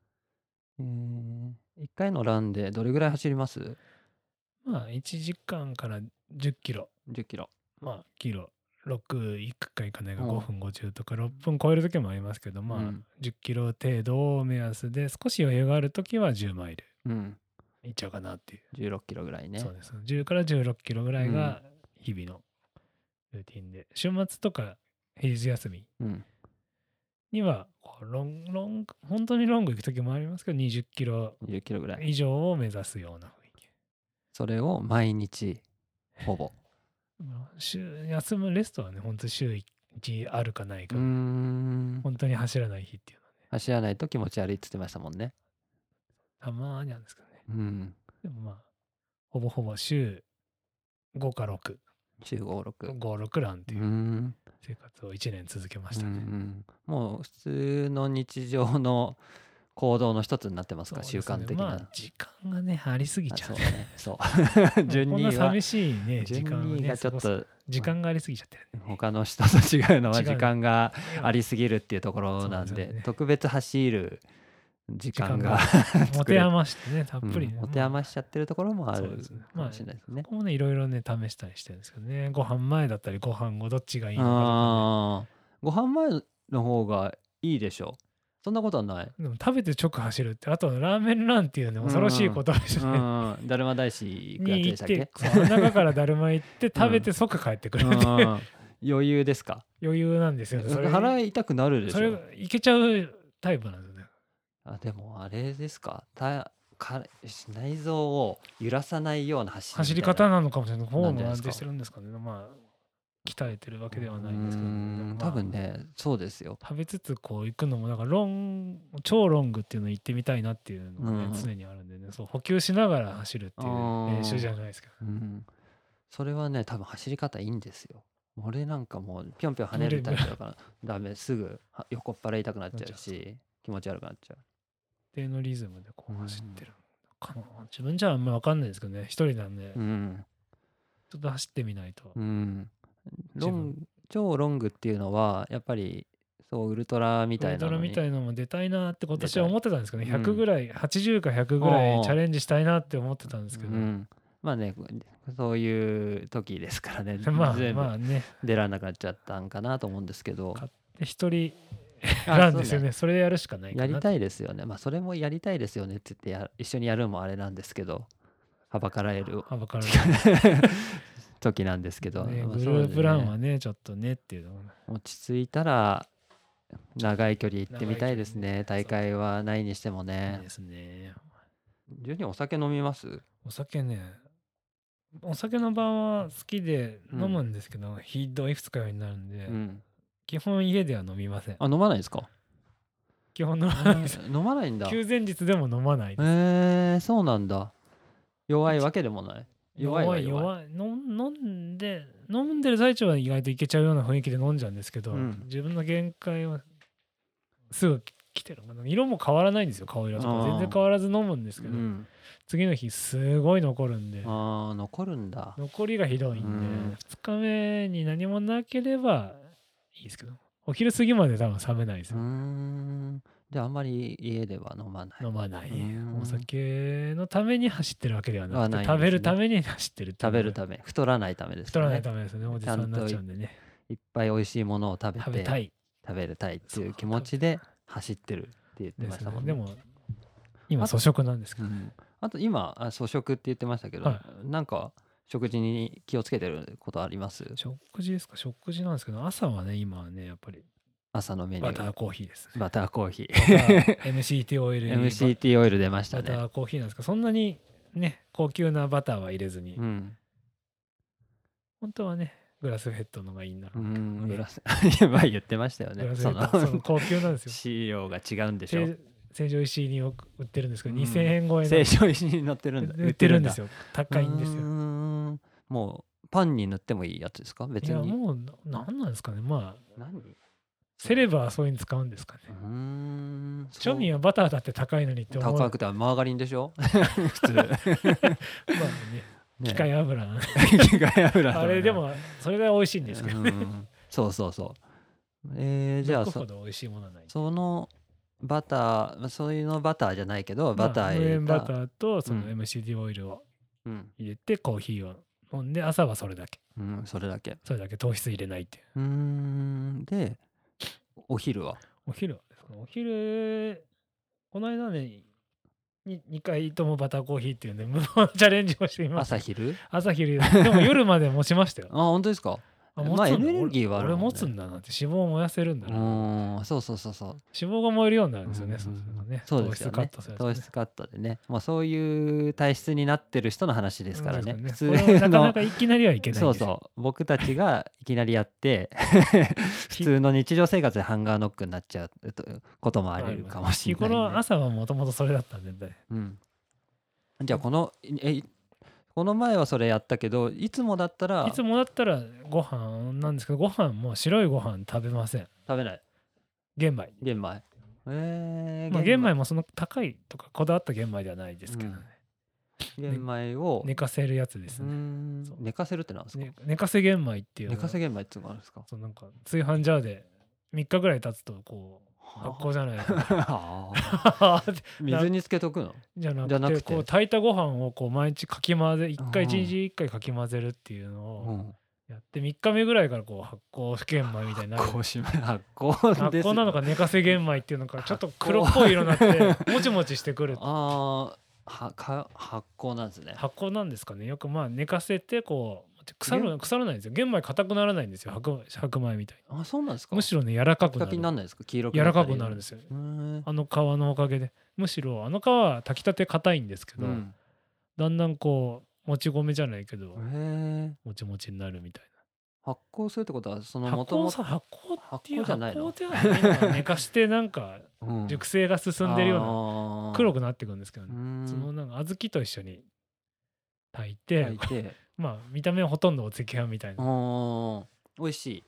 Speaker 1: えー、1回のランでどれぐらい走ります
Speaker 2: まあ1時間から10キロ、
Speaker 1: 10キロ。
Speaker 2: まあキロ、6行くか行かないか
Speaker 1: うん
Speaker 2: 5分50とか6分超えるときもありますけど、まあ
Speaker 1: うん
Speaker 2: 10キロ程度を目安で、少し余裕があるときは10マイル
Speaker 1: うん、
Speaker 2: 行っちゃうかなっていう。
Speaker 1: 16キロぐらいね
Speaker 2: そ。うです。10から16キロぐらいが日々のルーティンで、週末とか平日休み
Speaker 1: うん、
Speaker 2: にはこうロング、ロング、本当にロング行く時もありますけど、20キロ
Speaker 1: 10キロぐらい。
Speaker 2: 以上を目指すような雰囲気。
Speaker 1: それを毎日、ほぼ。
Speaker 2: まあ週休むレストはね、本当週1あるかないうか、
Speaker 1: ーん。
Speaker 2: 本当に走らない日っていうのはね、
Speaker 1: 走らないと気持ち悪いって言ってましたもんね。
Speaker 2: たまーにあるんですけどね。
Speaker 1: うん。
Speaker 2: でもまあ、ほぼほぼ週5か6、
Speaker 1: 週5、6。
Speaker 2: 5、6ランって
Speaker 1: う
Speaker 2: い
Speaker 1: ー。
Speaker 2: うん生活を1年続けました
Speaker 1: う
Speaker 2: ね。
Speaker 1: んうんもう普通の日常の行動の一つになってますか、
Speaker 2: そう
Speaker 1: 習
Speaker 2: で
Speaker 1: 慣
Speaker 2: すね
Speaker 1: 的
Speaker 2: ま
Speaker 1: な。
Speaker 2: あ、時間がね、ありすぎ
Speaker 1: あ
Speaker 2: ちゃ
Speaker 1: そうう
Speaker 2: ね。
Speaker 1: ね。 そう。順
Speaker 2: こんな
Speaker 1: には、
Speaker 2: 寂しいね、時
Speaker 1: 順
Speaker 2: 間をね
Speaker 1: にがちょっ
Speaker 2: 過ごす
Speaker 1: と
Speaker 2: 時間がありすぎちゃってるね。
Speaker 1: 他の人と違うのは
Speaker 2: 違う
Speaker 1: 時間があ
Speaker 2: り
Speaker 1: りすぎるっていうところなん
Speaker 2: そうなんです
Speaker 1: で
Speaker 2: よね
Speaker 1: 特別走る 時間が
Speaker 2: 持て余してね、たっ
Speaker 1: うん
Speaker 2: ぷりね。
Speaker 1: 持て余しちゃってるところもあ
Speaker 2: そう
Speaker 1: る
Speaker 2: ですね
Speaker 1: かもしれないですね
Speaker 2: こ。こもね、いろいろね、試したりしてるんですけどね、ご飯前だったり、ご飯後、どっちがいいのか
Speaker 1: ああご飯前の方がいいでしょそんなことはない。
Speaker 2: とかね。でも食べて直走るって、あとラーメンランって いうね、恐ろしいことをして
Speaker 1: う
Speaker 2: ね。
Speaker 1: ん、だるま大師行くやつ
Speaker 2: に
Speaker 1: で
Speaker 2: 行
Speaker 1: したっ
Speaker 2: っ
Speaker 1: け
Speaker 2: て、そう中からだるま行って、食べて即帰ってくるってい
Speaker 1: う
Speaker 2: う
Speaker 1: ん 余裕ですか
Speaker 2: 余裕なんですよね。それ、
Speaker 1: 腹痛くなるでし
Speaker 2: それ
Speaker 1: ょ、
Speaker 2: いけちゃうタイプなんですよね。
Speaker 1: あでもあれですかたか内臓を揺らさないような走り
Speaker 2: 走り
Speaker 1: みたいな
Speaker 2: 方なのかもしれない。フォーム
Speaker 1: なん
Speaker 2: を
Speaker 1: じゃないです
Speaker 2: 安
Speaker 1: か
Speaker 2: 定してるんですかね。まあ、鍛えてるわけではないんですけど、
Speaker 1: うー
Speaker 2: ね、でも
Speaker 1: ん
Speaker 2: まあ
Speaker 1: 多分。ねそうですよ
Speaker 2: 食べつつこう行くのも、だからロン、超ロングっていうの行ってみたいなっていうのがね、
Speaker 1: うん
Speaker 2: 常にあるんでね、そう、補給しながら走るっていう
Speaker 1: あー
Speaker 2: 練習じゃないですか。
Speaker 1: うん、それはね多分走り方いいんですよ俺なんかもうぴょんぴょん跳ね
Speaker 2: ブ
Speaker 1: る
Speaker 2: ルブ
Speaker 1: タ
Speaker 2: ル
Speaker 1: イプだからダメすぐは横っ腹痛くなっちゃうし気持ち悪くなっちゃ
Speaker 2: 一定のリズムでこ
Speaker 1: うん
Speaker 2: う走ってるのかな。自分じゃあんま分かんないですけどね、一人なんで、
Speaker 1: ううん
Speaker 2: ちょっと走ってみないと。
Speaker 1: うんロ
Speaker 2: 自
Speaker 1: ン超ロングっていうのはやっぱりそうウルトラみた
Speaker 2: ウ
Speaker 1: い
Speaker 2: ル
Speaker 1: な
Speaker 2: トラ
Speaker 1: の
Speaker 2: み
Speaker 1: に
Speaker 2: たいのも出たいなって今
Speaker 1: 出
Speaker 2: 年
Speaker 1: たい
Speaker 2: は思ってたんですけどね、
Speaker 1: うん
Speaker 2: 100ぐらい、80か100ぐら
Speaker 1: お
Speaker 2: い
Speaker 1: ー
Speaker 2: チャレンジしたいなって思ってたんですけど、
Speaker 1: うんまあねそういう時ですからね
Speaker 2: まあ
Speaker 1: 全部
Speaker 2: まあね、
Speaker 1: 出られなくなっちゃったんかなと思うんですけど
Speaker 2: 勝で一人
Speaker 1: あ
Speaker 2: なんです
Speaker 1: そう
Speaker 2: よ
Speaker 1: ね
Speaker 2: ね。それやるしかないかな
Speaker 1: や
Speaker 2: って。
Speaker 1: りたいですよね。まあそれもやりたいですよねって言ってや一緒にやるもあれなんですけど、はばかられる
Speaker 2: あ、わかる。
Speaker 1: 時なんですけど、
Speaker 2: ね、
Speaker 1: まあ
Speaker 2: グ
Speaker 1: そう
Speaker 2: ル
Speaker 1: で
Speaker 2: ー
Speaker 1: す
Speaker 2: プランは
Speaker 1: ね
Speaker 2: ね、ちょっとねっていうのが
Speaker 1: 落ち着いたら長い距離行ってみたいですね。
Speaker 2: 長
Speaker 1: 大
Speaker 2: い距離
Speaker 1: 会はないにしても
Speaker 2: いい
Speaker 1: ね
Speaker 2: で。すね。
Speaker 1: ジュニアお酒飲みます？
Speaker 2: お酒ね、お酒の場は好きで
Speaker 1: うん
Speaker 2: 飲むんですけど、ひどい二日酔いになるんで、
Speaker 1: うん。
Speaker 2: 基本家では飲みません
Speaker 1: あ。飲まないですか？
Speaker 2: 基本飲まないです。
Speaker 1: 飲まないんだ。へ
Speaker 2: 休前日でも飲まないです。
Speaker 1: えー、そうなんだ。弱いわけでもない。弱いは弱い
Speaker 2: 弱い飲ん飲んで飲んでる最中は意外といけちゃうような雰囲気で飲んじゃうんですけど、
Speaker 1: うん
Speaker 2: 自分の限界はすぐ来てるのかな色も変わらないんですよ顔色と
Speaker 1: あ
Speaker 2: か
Speaker 1: ー
Speaker 2: 全然変わらず飲むんですけ
Speaker 1: う
Speaker 2: ど、
Speaker 1: ん、
Speaker 2: 次の日すごい残るんで
Speaker 1: ああ残るんだ
Speaker 2: 残りがひどいんで、
Speaker 1: うん
Speaker 2: 2日目に何もなければいいですけどお昼過ぎまで多分冷めないです
Speaker 1: うー
Speaker 2: よ、
Speaker 1: んじゃああんまり家では飲まない
Speaker 2: 飲まない、
Speaker 1: うん
Speaker 2: お酒のために走ってるわけではな
Speaker 1: は
Speaker 2: くて
Speaker 1: ないんですね
Speaker 2: 食べるために走ってるっていう
Speaker 1: 食べるため太らないためです
Speaker 2: 太
Speaker 1: よね
Speaker 2: らないためですねおじさんになっちゃうんでね
Speaker 1: いっぱい美味しいものを食べて
Speaker 2: 食べたい
Speaker 1: 食べれたいってい
Speaker 2: そうう
Speaker 1: 気持ちで走ってるって言って
Speaker 2: で
Speaker 1: ますした
Speaker 2: ね
Speaker 1: もんね
Speaker 2: でも今粗食なんですけ
Speaker 1: う
Speaker 2: ど、
Speaker 1: ん、あと今あ粗食って言ってましたけど、
Speaker 2: は
Speaker 1: なんか食事に気をつけてることあります
Speaker 2: 食事ですか食事なんですけど朝はね今はねやっぱり
Speaker 1: 朝のメニュ
Speaker 2: バ
Speaker 1: ー
Speaker 2: ターコーヒ ーですね
Speaker 1: バターコーヒ
Speaker 2: バタ
Speaker 1: ー
Speaker 2: ー MCT オイル
Speaker 1: MCT オイル出ました
Speaker 2: バタ
Speaker 1: ね、
Speaker 2: ーコーヒーなんですかそんなにね高級なバターは入れずに、
Speaker 1: うん
Speaker 2: 本当はねグラスフェッドのがいいんだ
Speaker 1: う
Speaker 2: ろうけど
Speaker 1: ん
Speaker 2: ね
Speaker 1: グラス やばい言ってましたよ
Speaker 2: グ
Speaker 1: ね
Speaker 2: ラスフ
Speaker 1: そ
Speaker 2: ェ
Speaker 1: の
Speaker 2: ッドその高級なんです よ
Speaker 1: 仕様が違うんでしょ
Speaker 2: 成成城石井によく売ってるんですけど、
Speaker 1: うん
Speaker 2: 2000円超えの
Speaker 1: 成城石井に乗ってるんだ
Speaker 2: 売ってるんです
Speaker 1: よ
Speaker 2: よ高いんですよ
Speaker 1: よもうパンに塗ってもいいやつですか別
Speaker 2: いや
Speaker 1: に
Speaker 2: もうななんなんですかねまあ
Speaker 1: 何う
Speaker 2: セレブはそういうの使うんですかね
Speaker 1: ーん
Speaker 2: 庶民
Speaker 1: は
Speaker 2: はバターだって高いのにって思う
Speaker 1: 高くてマーガリンでし ょ普通、
Speaker 2: まあ ね
Speaker 1: ね
Speaker 2: 機械 油なんで
Speaker 1: 機械油だ
Speaker 2: あれでもそれが美味しいんですけど、
Speaker 1: うんうんそうそうそうえーじゃあ
Speaker 2: どこほ
Speaker 1: そ
Speaker 2: ど美味しいものはない
Speaker 1: そのバターまあそういうのバターじゃないけどバター
Speaker 2: まあ
Speaker 1: 入
Speaker 2: 無
Speaker 1: れた、
Speaker 2: 塩バターとその
Speaker 1: うん
Speaker 2: MCD オイルを
Speaker 1: うん、
Speaker 2: 入れてコーヒーを飲んで朝はそれだけ
Speaker 1: うん、それだけ
Speaker 2: それだけ糖質入れないっていう
Speaker 1: うーんでお昼は
Speaker 2: お昼はですねお昼この間ね2回ともバターコーヒーっていうね無謀なチャレンジをしています
Speaker 1: 朝昼
Speaker 2: 朝昼でも夜まで持ちましたよ
Speaker 1: あ本当ですか
Speaker 2: あ
Speaker 1: まあ
Speaker 2: 持つんだ
Speaker 1: エネルギーはある
Speaker 2: 俺
Speaker 1: もんね
Speaker 2: 俺持つんだなって脂肪を燃やせるん
Speaker 1: う
Speaker 2: だな
Speaker 1: ーんそうそうそうそう
Speaker 2: 脂肪が燃えるようになるんですよね、
Speaker 1: うん
Speaker 2: そうするとね
Speaker 1: そうですよ
Speaker 2: 糖質カッ
Speaker 1: ね
Speaker 2: トするん
Speaker 1: 糖
Speaker 2: です
Speaker 1: 質カットでね、まあ、そういう体質になってる人の話ですからね
Speaker 2: そう
Speaker 1: 普
Speaker 2: です
Speaker 1: 通
Speaker 2: よ
Speaker 1: の
Speaker 2: ねこれはなかなかいきなりはいけないん
Speaker 1: そう
Speaker 2: ですよ
Speaker 1: そう僕たちがいきなりやって 普通の日常生活でハンガーノックになっちゃうとこともありるかもしれない
Speaker 2: 日
Speaker 1: ん
Speaker 2: 頃
Speaker 1: で、
Speaker 2: 朝はもともとそれだったんで、
Speaker 1: うん、じゃあこのえこの前はそれやったけどいつもだったら
Speaker 2: いつもだったらご飯なんですけどご飯も白いご飯食べません
Speaker 1: 食べない
Speaker 2: 玄米
Speaker 1: 玄米えー
Speaker 2: まあ、玄米もその高いとかこだわった玄米ではないですけどね、
Speaker 1: 玄米を
Speaker 2: 寝かせるやつです
Speaker 1: うー
Speaker 2: ね
Speaker 1: ん
Speaker 2: そう
Speaker 1: 寝かせるってなんですか、
Speaker 2: ね寝かせ玄米っていう
Speaker 1: 寝
Speaker 2: の
Speaker 1: かせ玄米っていうのがあるんですか
Speaker 2: そうなんか炊飯ジャーで3日ぐらい経つとこう発酵じゃな い
Speaker 1: はあ水につけとくの
Speaker 2: じゃなく
Speaker 1: じ
Speaker 2: て
Speaker 1: ゃなくて
Speaker 2: こう炊いたご飯をこう毎日かき混ぜ1回
Speaker 1: うん
Speaker 2: 1日1回かき混ぜるっていうの
Speaker 1: う
Speaker 2: を
Speaker 1: ん
Speaker 2: やって3日目ぐらいからこう発酵玄米みたいになる
Speaker 1: 発酵しま発酵
Speaker 2: 発
Speaker 1: です
Speaker 2: 酵なのか寝かせ玄米っていうのかちょっと黒っぽい色に なってもちもちしてくる
Speaker 1: ああ、はか発酵なんですね。
Speaker 2: 発酵なんですかねよくまあ寝かせてこう腐
Speaker 1: げ
Speaker 2: る腐らないんですよ玄米硬くならないんですよ白米白米みたい
Speaker 1: あ、そうなんですか。
Speaker 2: にむしろね柔らか
Speaker 1: ピカ
Speaker 2: くな
Speaker 1: ピカ
Speaker 2: る
Speaker 1: になんないですか。黄色く。
Speaker 2: 柔らかくなるんですすよ
Speaker 1: うーん。
Speaker 2: あの皮のおかげでむしろあの皮は炊きたて硬いんですけ
Speaker 1: う
Speaker 2: ど、
Speaker 1: ん。
Speaker 2: だんだんこうもち米じゃないけど、
Speaker 1: へえ。
Speaker 2: もちもちになるみたい
Speaker 1: 発酵するってことはその
Speaker 2: な
Speaker 1: も
Speaker 2: 発
Speaker 1: と
Speaker 2: 酵
Speaker 1: も
Speaker 2: さ発酵っていう
Speaker 1: 発酵じゃないの
Speaker 2: 発酵ではないのかな寝かしてなんか
Speaker 1: と
Speaker 2: 熟成が進んでるような
Speaker 1: な
Speaker 2: 黒
Speaker 1: く
Speaker 2: くなってくるんですけどね、その
Speaker 1: の
Speaker 2: なんか小豆と一緒に炊いて、
Speaker 1: 焼いて、
Speaker 2: まあ見た目はほとんどお赤飯みたいな、
Speaker 1: うん、美味しい。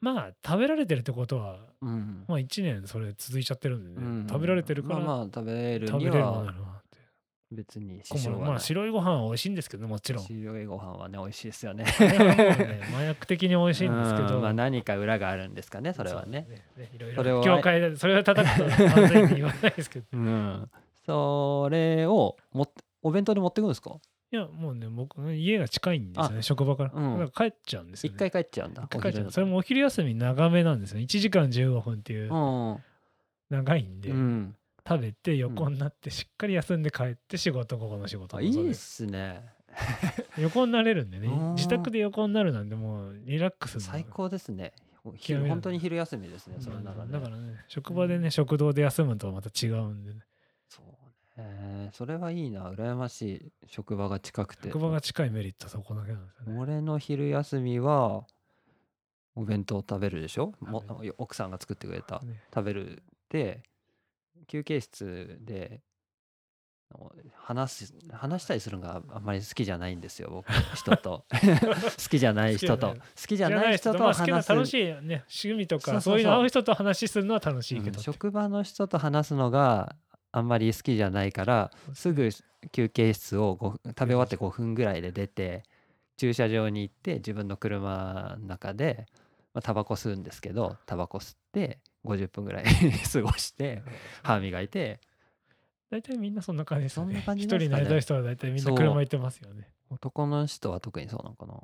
Speaker 2: まあ食べられてるってことは
Speaker 1: うん。
Speaker 2: まあ1年それ続いちゃってるんでね、
Speaker 1: うん
Speaker 2: 食べられてるから、
Speaker 1: まあまあ食べる
Speaker 2: 食べ
Speaker 1: に
Speaker 2: れるのだ
Speaker 1: は
Speaker 2: ろうなって
Speaker 1: 別に支
Speaker 2: しか
Speaker 1: 障は
Speaker 2: もま
Speaker 1: な
Speaker 2: あ
Speaker 1: い。
Speaker 2: 白いご飯は美味しいんですけどねもちろん
Speaker 1: 白いご飯はね美味しいですよね。
Speaker 2: あれはもうね 麻薬的に美味しいんですけ
Speaker 1: う
Speaker 2: ど
Speaker 1: んまあ何か裏があるんですかねそれはね。
Speaker 2: そうねいろい
Speaker 1: それを
Speaker 2: ろ教会でそれを叩くとまずいって言わないですけど
Speaker 1: うん。それをもってお弁当で持ってくんですか。
Speaker 2: いやもうね僕家が近いんですよね職場から、
Speaker 1: うん
Speaker 2: だから帰っちゃうんです
Speaker 1: 一
Speaker 2: よ、ね、
Speaker 1: 回帰っちゃうんだ。
Speaker 2: 一回帰っちゃ
Speaker 1: お昼だ
Speaker 2: う
Speaker 1: と
Speaker 2: それもお昼休み長めなんですよね1時間15分っていう長いんで、
Speaker 1: うん。うん。
Speaker 2: 食べて横になってしっかり休んで帰って仕事ここの仕事
Speaker 1: あ
Speaker 2: の
Speaker 1: いい
Speaker 2: で
Speaker 1: っすね。
Speaker 2: 横になれるんでね
Speaker 1: うん
Speaker 2: 自宅で横になるなんてもうリラックスの
Speaker 1: 最高ですね。
Speaker 2: 極め
Speaker 1: 昼
Speaker 2: る
Speaker 1: 本当に昼休みですね。それ
Speaker 2: だ
Speaker 1: な
Speaker 2: から
Speaker 1: ら
Speaker 2: ね
Speaker 1: ね。
Speaker 2: だからね職場でね食堂で休むとはまた違うんでね
Speaker 1: そうね。それはいいな。羨ましい職場が近くて。
Speaker 2: 職場が近いメリットはそこだけなんですよね
Speaker 1: 俺の昼休みはお弁当食べるでしょ。も
Speaker 2: 食
Speaker 1: 奥さんが作ってくれた
Speaker 2: ね
Speaker 1: 食べるで休憩室での話す話したりするのがあんまり好きじゃないんですよ僕人と 好きじゃない人と
Speaker 2: 好
Speaker 1: 好 きじゃない人と
Speaker 2: まあ好きな
Speaker 1: 話す
Speaker 2: 楽しいよね趣味と
Speaker 1: そ
Speaker 2: か
Speaker 1: うそうそう
Speaker 2: そういうの合う人と話するのは楽しいけ
Speaker 1: う
Speaker 2: ど
Speaker 1: ん
Speaker 2: って、
Speaker 1: 職場の人と話すのがあんまり好きじゃないからすぐ休憩室を5食べ終わって5分ぐらいで出て駐車場に行って自分の車の中で、まあ、タバコ吸うんですけどタバコ吸って50分ぐらい 過ごして歯磨いて
Speaker 2: 大体みんなそんな感じですよ
Speaker 1: そん
Speaker 2: ね
Speaker 1: な感じ
Speaker 2: 一
Speaker 1: なんです
Speaker 2: 人に
Speaker 1: かね
Speaker 2: なりたい人は大体みんな
Speaker 1: そう
Speaker 2: 車行ってますよね
Speaker 1: 男の人は特にそうなのかな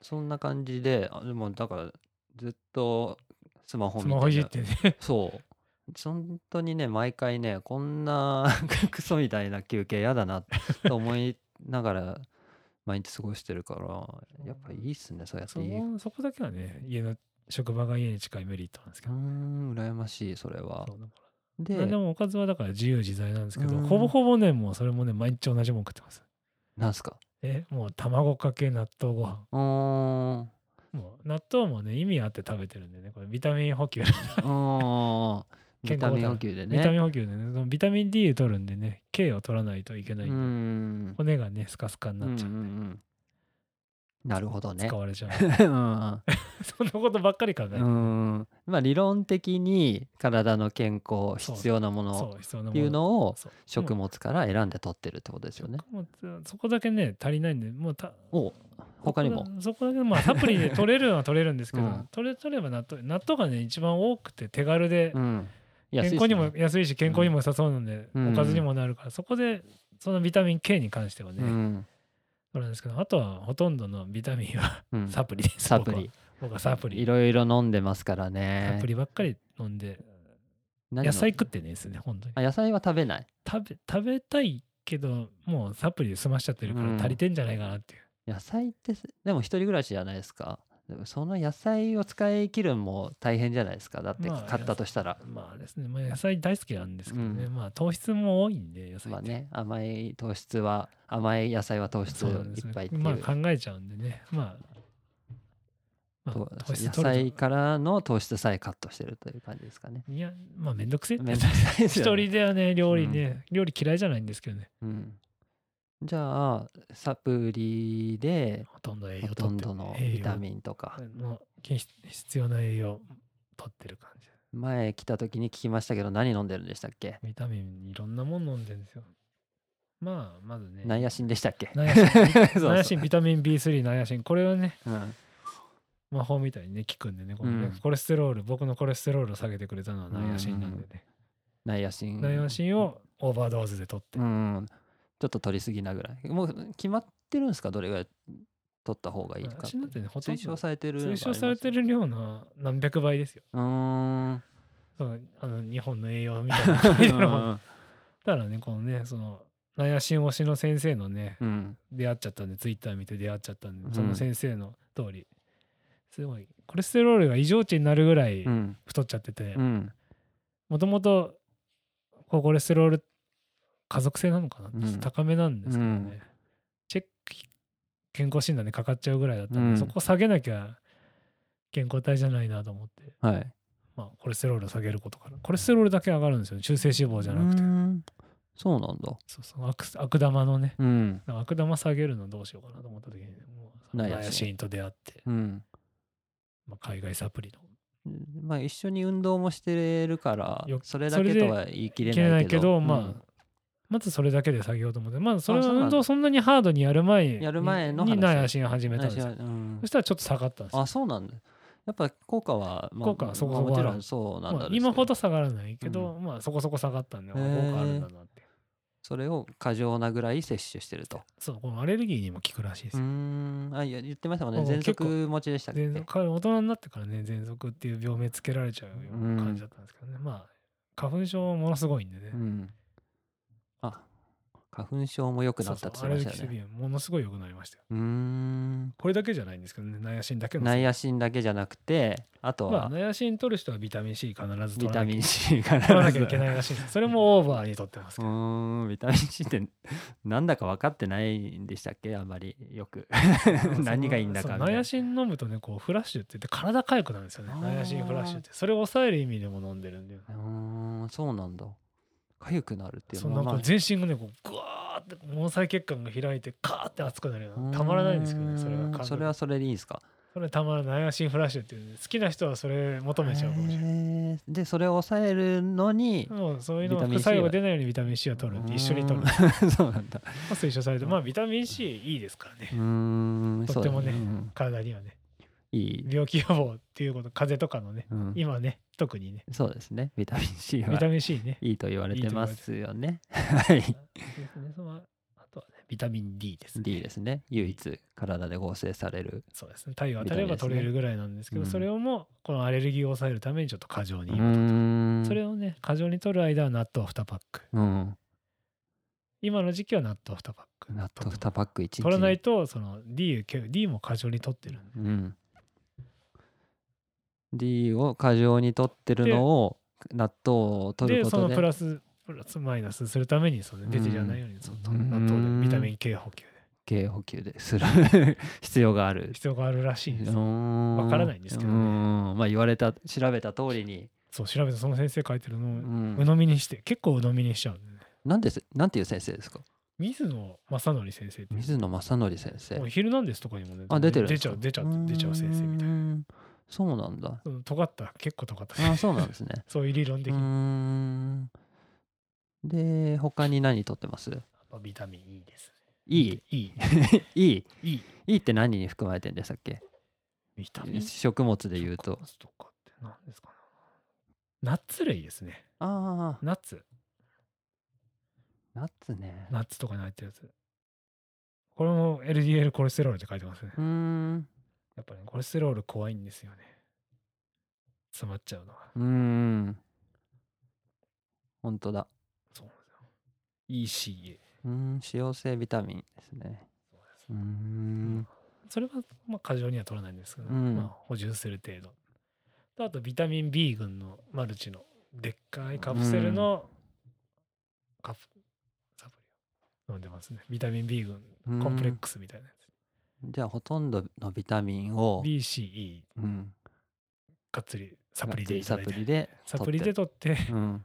Speaker 1: そんな感じであでもだからずっとスマホ
Speaker 2: ス
Speaker 1: 見
Speaker 2: マホい
Speaker 1: て
Speaker 2: じ
Speaker 1: る
Speaker 2: ってね
Speaker 1: そう。本当にね、毎回ね、こんな クソみたいな休憩やだなと思いながら、毎日過ごしてるから、やっぱいいっすね、そうやって
Speaker 2: そ
Speaker 1: いい。う
Speaker 2: こそこだけはね家の職場が家に近いメリットなんですけ
Speaker 1: ー
Speaker 2: ど、
Speaker 1: ん、羨ましい、それは
Speaker 2: そ。うだか
Speaker 1: で
Speaker 2: ら何でもおかずはだから自由自在なんですけど、
Speaker 1: うん
Speaker 2: ほぼほぼねもうそれもね毎日同じもん食ってます
Speaker 1: なんすか
Speaker 2: えもう卵かけ納豆ご飯
Speaker 1: うーん。う
Speaker 2: もう納豆もね意味あって食べてるんでねこれビタミン補給、
Speaker 1: ーん。ビ
Speaker 2: 健康
Speaker 1: タミン
Speaker 2: だ
Speaker 1: 補給で
Speaker 2: ビタミ
Speaker 1: ね。
Speaker 2: ン補給でねそのビタミン D を取るんでね K を取らないといけ
Speaker 1: う
Speaker 2: ない
Speaker 1: ー
Speaker 2: んで、
Speaker 1: ん。
Speaker 2: 骨がねスカスカになっちゃう
Speaker 1: うんんうん
Speaker 2: で、
Speaker 1: うんなるほどね
Speaker 2: 使。われちゃう
Speaker 1: うん
Speaker 2: そんなことばっかり考えて、
Speaker 1: うん。まあ理論的に体の健康、
Speaker 2: そう
Speaker 1: 必要なもの
Speaker 2: そう必要なもの
Speaker 1: っていうのを
Speaker 2: そう
Speaker 1: 食
Speaker 2: も
Speaker 1: 物から選んで取ってるってことですよ
Speaker 2: う
Speaker 1: ね。
Speaker 2: 食物そこだけね足りないんでもうた
Speaker 1: お他にも
Speaker 2: そこ。だそこだけまあサプリで取れるのは取れるんですけど、
Speaker 1: うん
Speaker 2: 取れ取れば納豆納豆がね一番多くて手軽で
Speaker 1: うん。安いっ
Speaker 2: 健
Speaker 1: すね
Speaker 2: 康にも安いし健康にも良さそうなんで、
Speaker 1: うん
Speaker 2: おかずにもなるから、そこでそのビタミン K に関してはね、
Speaker 1: うん。
Speaker 2: そうなんですけどあとはほとんどのビタミンは
Speaker 1: うん
Speaker 2: サプリです、
Speaker 1: サプ
Speaker 2: 僕は
Speaker 1: リ。
Speaker 2: 僕はサプ
Speaker 1: い
Speaker 2: リ
Speaker 1: ろいろ飲んでますから
Speaker 2: サ
Speaker 1: ね
Speaker 2: プ。リばっかり飲んで
Speaker 1: 何飲
Speaker 2: 野菜食
Speaker 1: ん
Speaker 2: ってねですね本当に
Speaker 1: あ野菜は食べない。
Speaker 2: 食べ食べたいけどもうサプリで済ましちゃってるか
Speaker 1: う
Speaker 2: ら
Speaker 1: ん
Speaker 2: 足りてんじゃないかなっていう、
Speaker 1: 野菜ってすでも一人暮らしじゃないですか。でもその野菜を使い切るのも大変じゃないですか。だって
Speaker 2: まあ
Speaker 1: 買ったとしたら。
Speaker 2: まあですね、まあ、野菜大好きなんですけどね、
Speaker 1: う
Speaker 2: まあ糖質も多いんで野菜
Speaker 1: まあ
Speaker 2: って、
Speaker 1: ね、甘い糖質は甘い野菜は糖質
Speaker 2: そうなんで
Speaker 1: い
Speaker 2: す
Speaker 1: っぱい
Speaker 2: ね
Speaker 1: っていう
Speaker 2: まあ考えちゃうんでねまあ、ま
Speaker 1: と
Speaker 2: あ、糖質
Speaker 1: 野
Speaker 2: 取る
Speaker 1: 菜からの糖質さえカットしてるという感じですかね。
Speaker 2: といやまあめんどくせえって
Speaker 1: めんどくさいです
Speaker 2: 一
Speaker 1: よね。
Speaker 2: 人ではね料理ね、料理嫌いじゃないんですけどね
Speaker 1: うん、じゃあサプリで
Speaker 2: ほとんど栄養
Speaker 1: ほ
Speaker 2: と
Speaker 1: と
Speaker 2: っ
Speaker 1: ん
Speaker 2: て
Speaker 1: どのビタ
Speaker 2: ン
Speaker 1: ミンとか
Speaker 2: の必必要な栄養取ってる感じ
Speaker 1: 前来た時に聞きましたけど何飲んでるんでしたっけ
Speaker 2: ビタミンいろんなもの飲んでるんですよまあまずね
Speaker 1: ナイアシンでしたっけ
Speaker 2: ナイアシ ン
Speaker 1: そうそう
Speaker 2: ナイアシンビタミン B3 ナイアシンこれはね
Speaker 1: うん
Speaker 2: 魔法みたいにね効くんでねこのね
Speaker 1: うん
Speaker 2: コレステロール僕のコレステロールを下げてくれたのはナイアシンなんでね、
Speaker 1: ナイアシン
Speaker 2: ナイアシンをオーバードーズで取って、
Speaker 1: うんちょっと取りすぎなぐらいもう決まってるんですかどれぐらい取った方がいい
Speaker 2: ナ
Speaker 1: かっ
Speaker 2: イア
Speaker 1: て
Speaker 2: シンなんてねほとん
Speaker 1: 推
Speaker 2: ど
Speaker 1: 奨されてるのがあり
Speaker 2: 推
Speaker 1: ます
Speaker 2: 奨されてる量の何百倍ですよ
Speaker 1: うーん
Speaker 2: そのあの日本の栄養みたいなみたいなも ん
Speaker 1: うん
Speaker 2: だからねこのねそのナイアシン推しの先生のね
Speaker 1: うん
Speaker 2: 出会っちゃったんでツイッター見て出会っちゃったん
Speaker 1: うん
Speaker 2: でその先生の通り、すごいコレステロールが異常値になるぐらい
Speaker 1: うん
Speaker 2: 太っちゃってて
Speaker 1: うん
Speaker 2: もともとこうコレステロール家族性なのか
Speaker 1: う
Speaker 2: な、
Speaker 1: ん
Speaker 2: 高めなんですけどね、
Speaker 1: うん
Speaker 2: チェック健康診断でかかっちゃうぐらいだったんで、
Speaker 1: うん
Speaker 2: そこ下げなきゃ健康体じゃないなと思って、
Speaker 1: はい
Speaker 2: まあ、コレステロールを下げることからコレステロールだけ上がるんですよね中性脂肪じゃなくて、
Speaker 1: うーんそうなんだ
Speaker 2: そうそう悪悪玉のね
Speaker 1: うん
Speaker 2: なんか悪玉下げるのどうしようかなと思った時に、もう
Speaker 1: ナ
Speaker 2: ナ
Speaker 1: イ
Speaker 2: イ
Speaker 1: アシン
Speaker 2: アシンと出会って、
Speaker 1: うん
Speaker 2: まあ、海外サプリの。
Speaker 1: うんまあ一緒に運動もしてるから
Speaker 2: よ
Speaker 1: それだけ
Speaker 2: それで
Speaker 1: とは言い切
Speaker 2: い
Speaker 1: れ
Speaker 2: けな
Speaker 1: ない
Speaker 2: い
Speaker 1: け
Speaker 2: け
Speaker 1: ど
Speaker 2: ど、まあ、
Speaker 1: うん
Speaker 2: まずそれだけで下げようと思って、まあ、それ
Speaker 1: あそ
Speaker 2: は
Speaker 1: うなんだ
Speaker 2: 運動そんなにハードにやる前に
Speaker 1: やる前の話
Speaker 2: にナイアシンを始めたんです
Speaker 1: 私は
Speaker 2: よ。
Speaker 1: うん
Speaker 2: そしたらちょっと下がったんですよ。
Speaker 1: あそうなんだやっぱ効果は、まあ、
Speaker 2: 効果はそこそ
Speaker 1: まあ
Speaker 2: こ
Speaker 1: もち
Speaker 2: ある
Speaker 1: ろんそうなんだ
Speaker 2: まあ
Speaker 1: ろうけど
Speaker 2: 今ほど下がらないけど、まあそこそこ下がったんで、
Speaker 1: へ
Speaker 2: 効
Speaker 1: ー
Speaker 2: 果あるんだなって。
Speaker 1: それを過剰なぐらい摂取してると
Speaker 2: そう、このアレルギーにも効くらしいです
Speaker 1: うーん
Speaker 2: よ。
Speaker 1: あいや言ってましたもんね
Speaker 2: うん
Speaker 1: 喘
Speaker 2: 結構
Speaker 1: 息持ちでしたっけ
Speaker 2: 喘息か大人になってからね、喘息っていう病名つけられちゃうような感じだったんですけどね。まあ、花粉症ものすごいんでね。
Speaker 1: うんあ花粉症も良く
Speaker 2: そ
Speaker 1: な
Speaker 2: う
Speaker 1: っ
Speaker 2: そ
Speaker 1: た
Speaker 2: う
Speaker 1: って言
Speaker 2: アレ
Speaker 1: って
Speaker 2: ルギ
Speaker 1: まし
Speaker 2: ー
Speaker 1: たよね
Speaker 2: 性鼻炎ものすごい良くなりましたよ。
Speaker 1: うーん
Speaker 2: これだけじゃないんですけどね、ナイアシンだけのせ
Speaker 1: ナ
Speaker 2: い。
Speaker 1: イアシンだけじゃなくてあと
Speaker 2: まあ、
Speaker 1: は
Speaker 2: ナイアシン取る人はビタミン C 必ず
Speaker 1: ビ
Speaker 2: 取
Speaker 1: タ
Speaker 2: らなき
Speaker 1: ミ
Speaker 2: ゃ
Speaker 1: ン C が
Speaker 2: 取らなきゃいけないらしいです。それもオーバーに取ってます
Speaker 1: う
Speaker 2: けど。
Speaker 1: ーん、ビタミン C ってなんだか分かってないんでしたっけあんまりよく。何がいいんだか
Speaker 2: そう
Speaker 1: みた
Speaker 2: ナ
Speaker 1: い
Speaker 2: イ
Speaker 1: な
Speaker 2: アシン飲むとね、こうフラッシュって言って体痒くなるんですよね
Speaker 1: あー。
Speaker 2: ナイアシンフラッシュって。それを抑える意味でも飲んでるんで。
Speaker 1: うーん、そうなんだ。痒くなるっていう
Speaker 2: そう
Speaker 1: の
Speaker 2: な
Speaker 1: は
Speaker 2: ん
Speaker 1: まあ
Speaker 2: か全身がねこうグワーって毛細血管が開いてカーって熱くなるようなたまらないんですけどねそれは
Speaker 1: うーん
Speaker 2: 感動
Speaker 1: それはそれでいいんですか
Speaker 2: それたまらない安心フラッシュっていうね好きな人はそれ求めちゃうかもしれない
Speaker 1: へーでそれを抑えるのに
Speaker 2: もうそういう
Speaker 1: ビ
Speaker 2: のは
Speaker 1: タミン
Speaker 2: 副
Speaker 1: C は
Speaker 2: 作用が出ないようにビタミン C は取るんで一緒に取
Speaker 1: う
Speaker 2: る
Speaker 1: ーんそうなんだ
Speaker 2: 推奨されてまあビタミン C いいですからね
Speaker 1: うーん
Speaker 2: とってもね
Speaker 1: そうだうん
Speaker 2: 体にはね
Speaker 1: いい、
Speaker 2: 病気予防っていうこと風邪とかのね
Speaker 1: うん
Speaker 2: 今ね特にね
Speaker 1: そうですねビタミン C
Speaker 2: ビ
Speaker 1: は
Speaker 2: タミン C ね
Speaker 1: いいと言われてますよねは
Speaker 2: はい
Speaker 1: い
Speaker 2: あとはねビタミン D ですね
Speaker 1: D ですね唯一体で合成される
Speaker 2: そうですね太陽当たれば
Speaker 1: ビタミンですね
Speaker 2: 取れるぐらいなんですけど
Speaker 1: うん
Speaker 2: それをもうこのアレルギーを抑えるためにちょっと過剰
Speaker 1: う
Speaker 2: に今
Speaker 1: ーん
Speaker 2: それをね過剰に取る間は納豆2パック
Speaker 1: うん
Speaker 2: 今の時期は納豆2パック
Speaker 1: 納豆2パック1日
Speaker 2: 取らないとその D, を D も過剰に取ってる
Speaker 1: うん、D を過剰に取ってるのを納豆を取る
Speaker 2: で
Speaker 1: こ
Speaker 2: そ
Speaker 1: と
Speaker 2: の
Speaker 1: で
Speaker 2: プラスプラスマイナスするためにその出てじゃないようにその納豆
Speaker 1: うん
Speaker 2: でビタミン K 補給
Speaker 1: 軽補給でする 必要がある
Speaker 2: で。必要があるらしいんですよ
Speaker 1: わ
Speaker 2: わからないんですけどね
Speaker 1: まあ言われた調べた通りに、
Speaker 2: そう調べたその先生書いてる
Speaker 1: う
Speaker 2: のを
Speaker 1: ん
Speaker 2: 鵜呑みにして結構鵜呑みにしちゃうんでね
Speaker 1: なんですなんていう先生ですか
Speaker 2: 水野正則先生って
Speaker 1: 水野正則先
Speaker 2: もう
Speaker 1: 生
Speaker 2: 「ヒルナンデス」とかにもね
Speaker 1: あ出てるんで
Speaker 2: 出
Speaker 1: す
Speaker 2: ちゃ
Speaker 1: か
Speaker 2: う出ちゃう出ちゃう先生みたいな
Speaker 1: なそうなんだ
Speaker 2: その尖った結構尖った
Speaker 1: あそうなんですね
Speaker 2: そういう理論
Speaker 1: う
Speaker 2: 的
Speaker 1: ー
Speaker 2: に
Speaker 1: んで他に何取ってます
Speaker 2: まあビタミン E です
Speaker 1: いい
Speaker 2: いい
Speaker 1: いい
Speaker 2: いい
Speaker 1: いいって何に含まれてんでしたっけ
Speaker 2: ビタミン
Speaker 1: 食物で言うと
Speaker 2: 食物とかって何ですかねナッツ類ですね
Speaker 1: ああ
Speaker 2: ナッツ
Speaker 1: ナッツね
Speaker 2: ナッツとかに入ってるやつ。これも LDL コレステロールって書いてますね。
Speaker 1: うーん
Speaker 2: やっぱね、コレステロール怖いんですよね。詰まっちゃうのは。
Speaker 1: うーん本当だ
Speaker 2: そうなんですよ。ECA。
Speaker 1: うーん使用性ビタミンですね
Speaker 2: そうです
Speaker 1: うーん
Speaker 2: それは、まあ、過剰には取らないんですけど、
Speaker 1: うん
Speaker 2: まあ、補充する程度。とあと、ビタミン B 群のマルチの、でっかいカプセルのカプ、サプリを飲んでますね。ビタミン B 群、
Speaker 1: うん
Speaker 2: コンプレックスみたいなやつ。
Speaker 1: じゃあほとんどのビタミンを、
Speaker 2: BCE、
Speaker 1: うん、
Speaker 2: がっつりサプリでいた
Speaker 1: サ
Speaker 2: だい
Speaker 1: プ
Speaker 2: て
Speaker 1: リ。で
Speaker 2: サプリで
Speaker 1: 取
Speaker 2: 取って、
Speaker 1: ってうん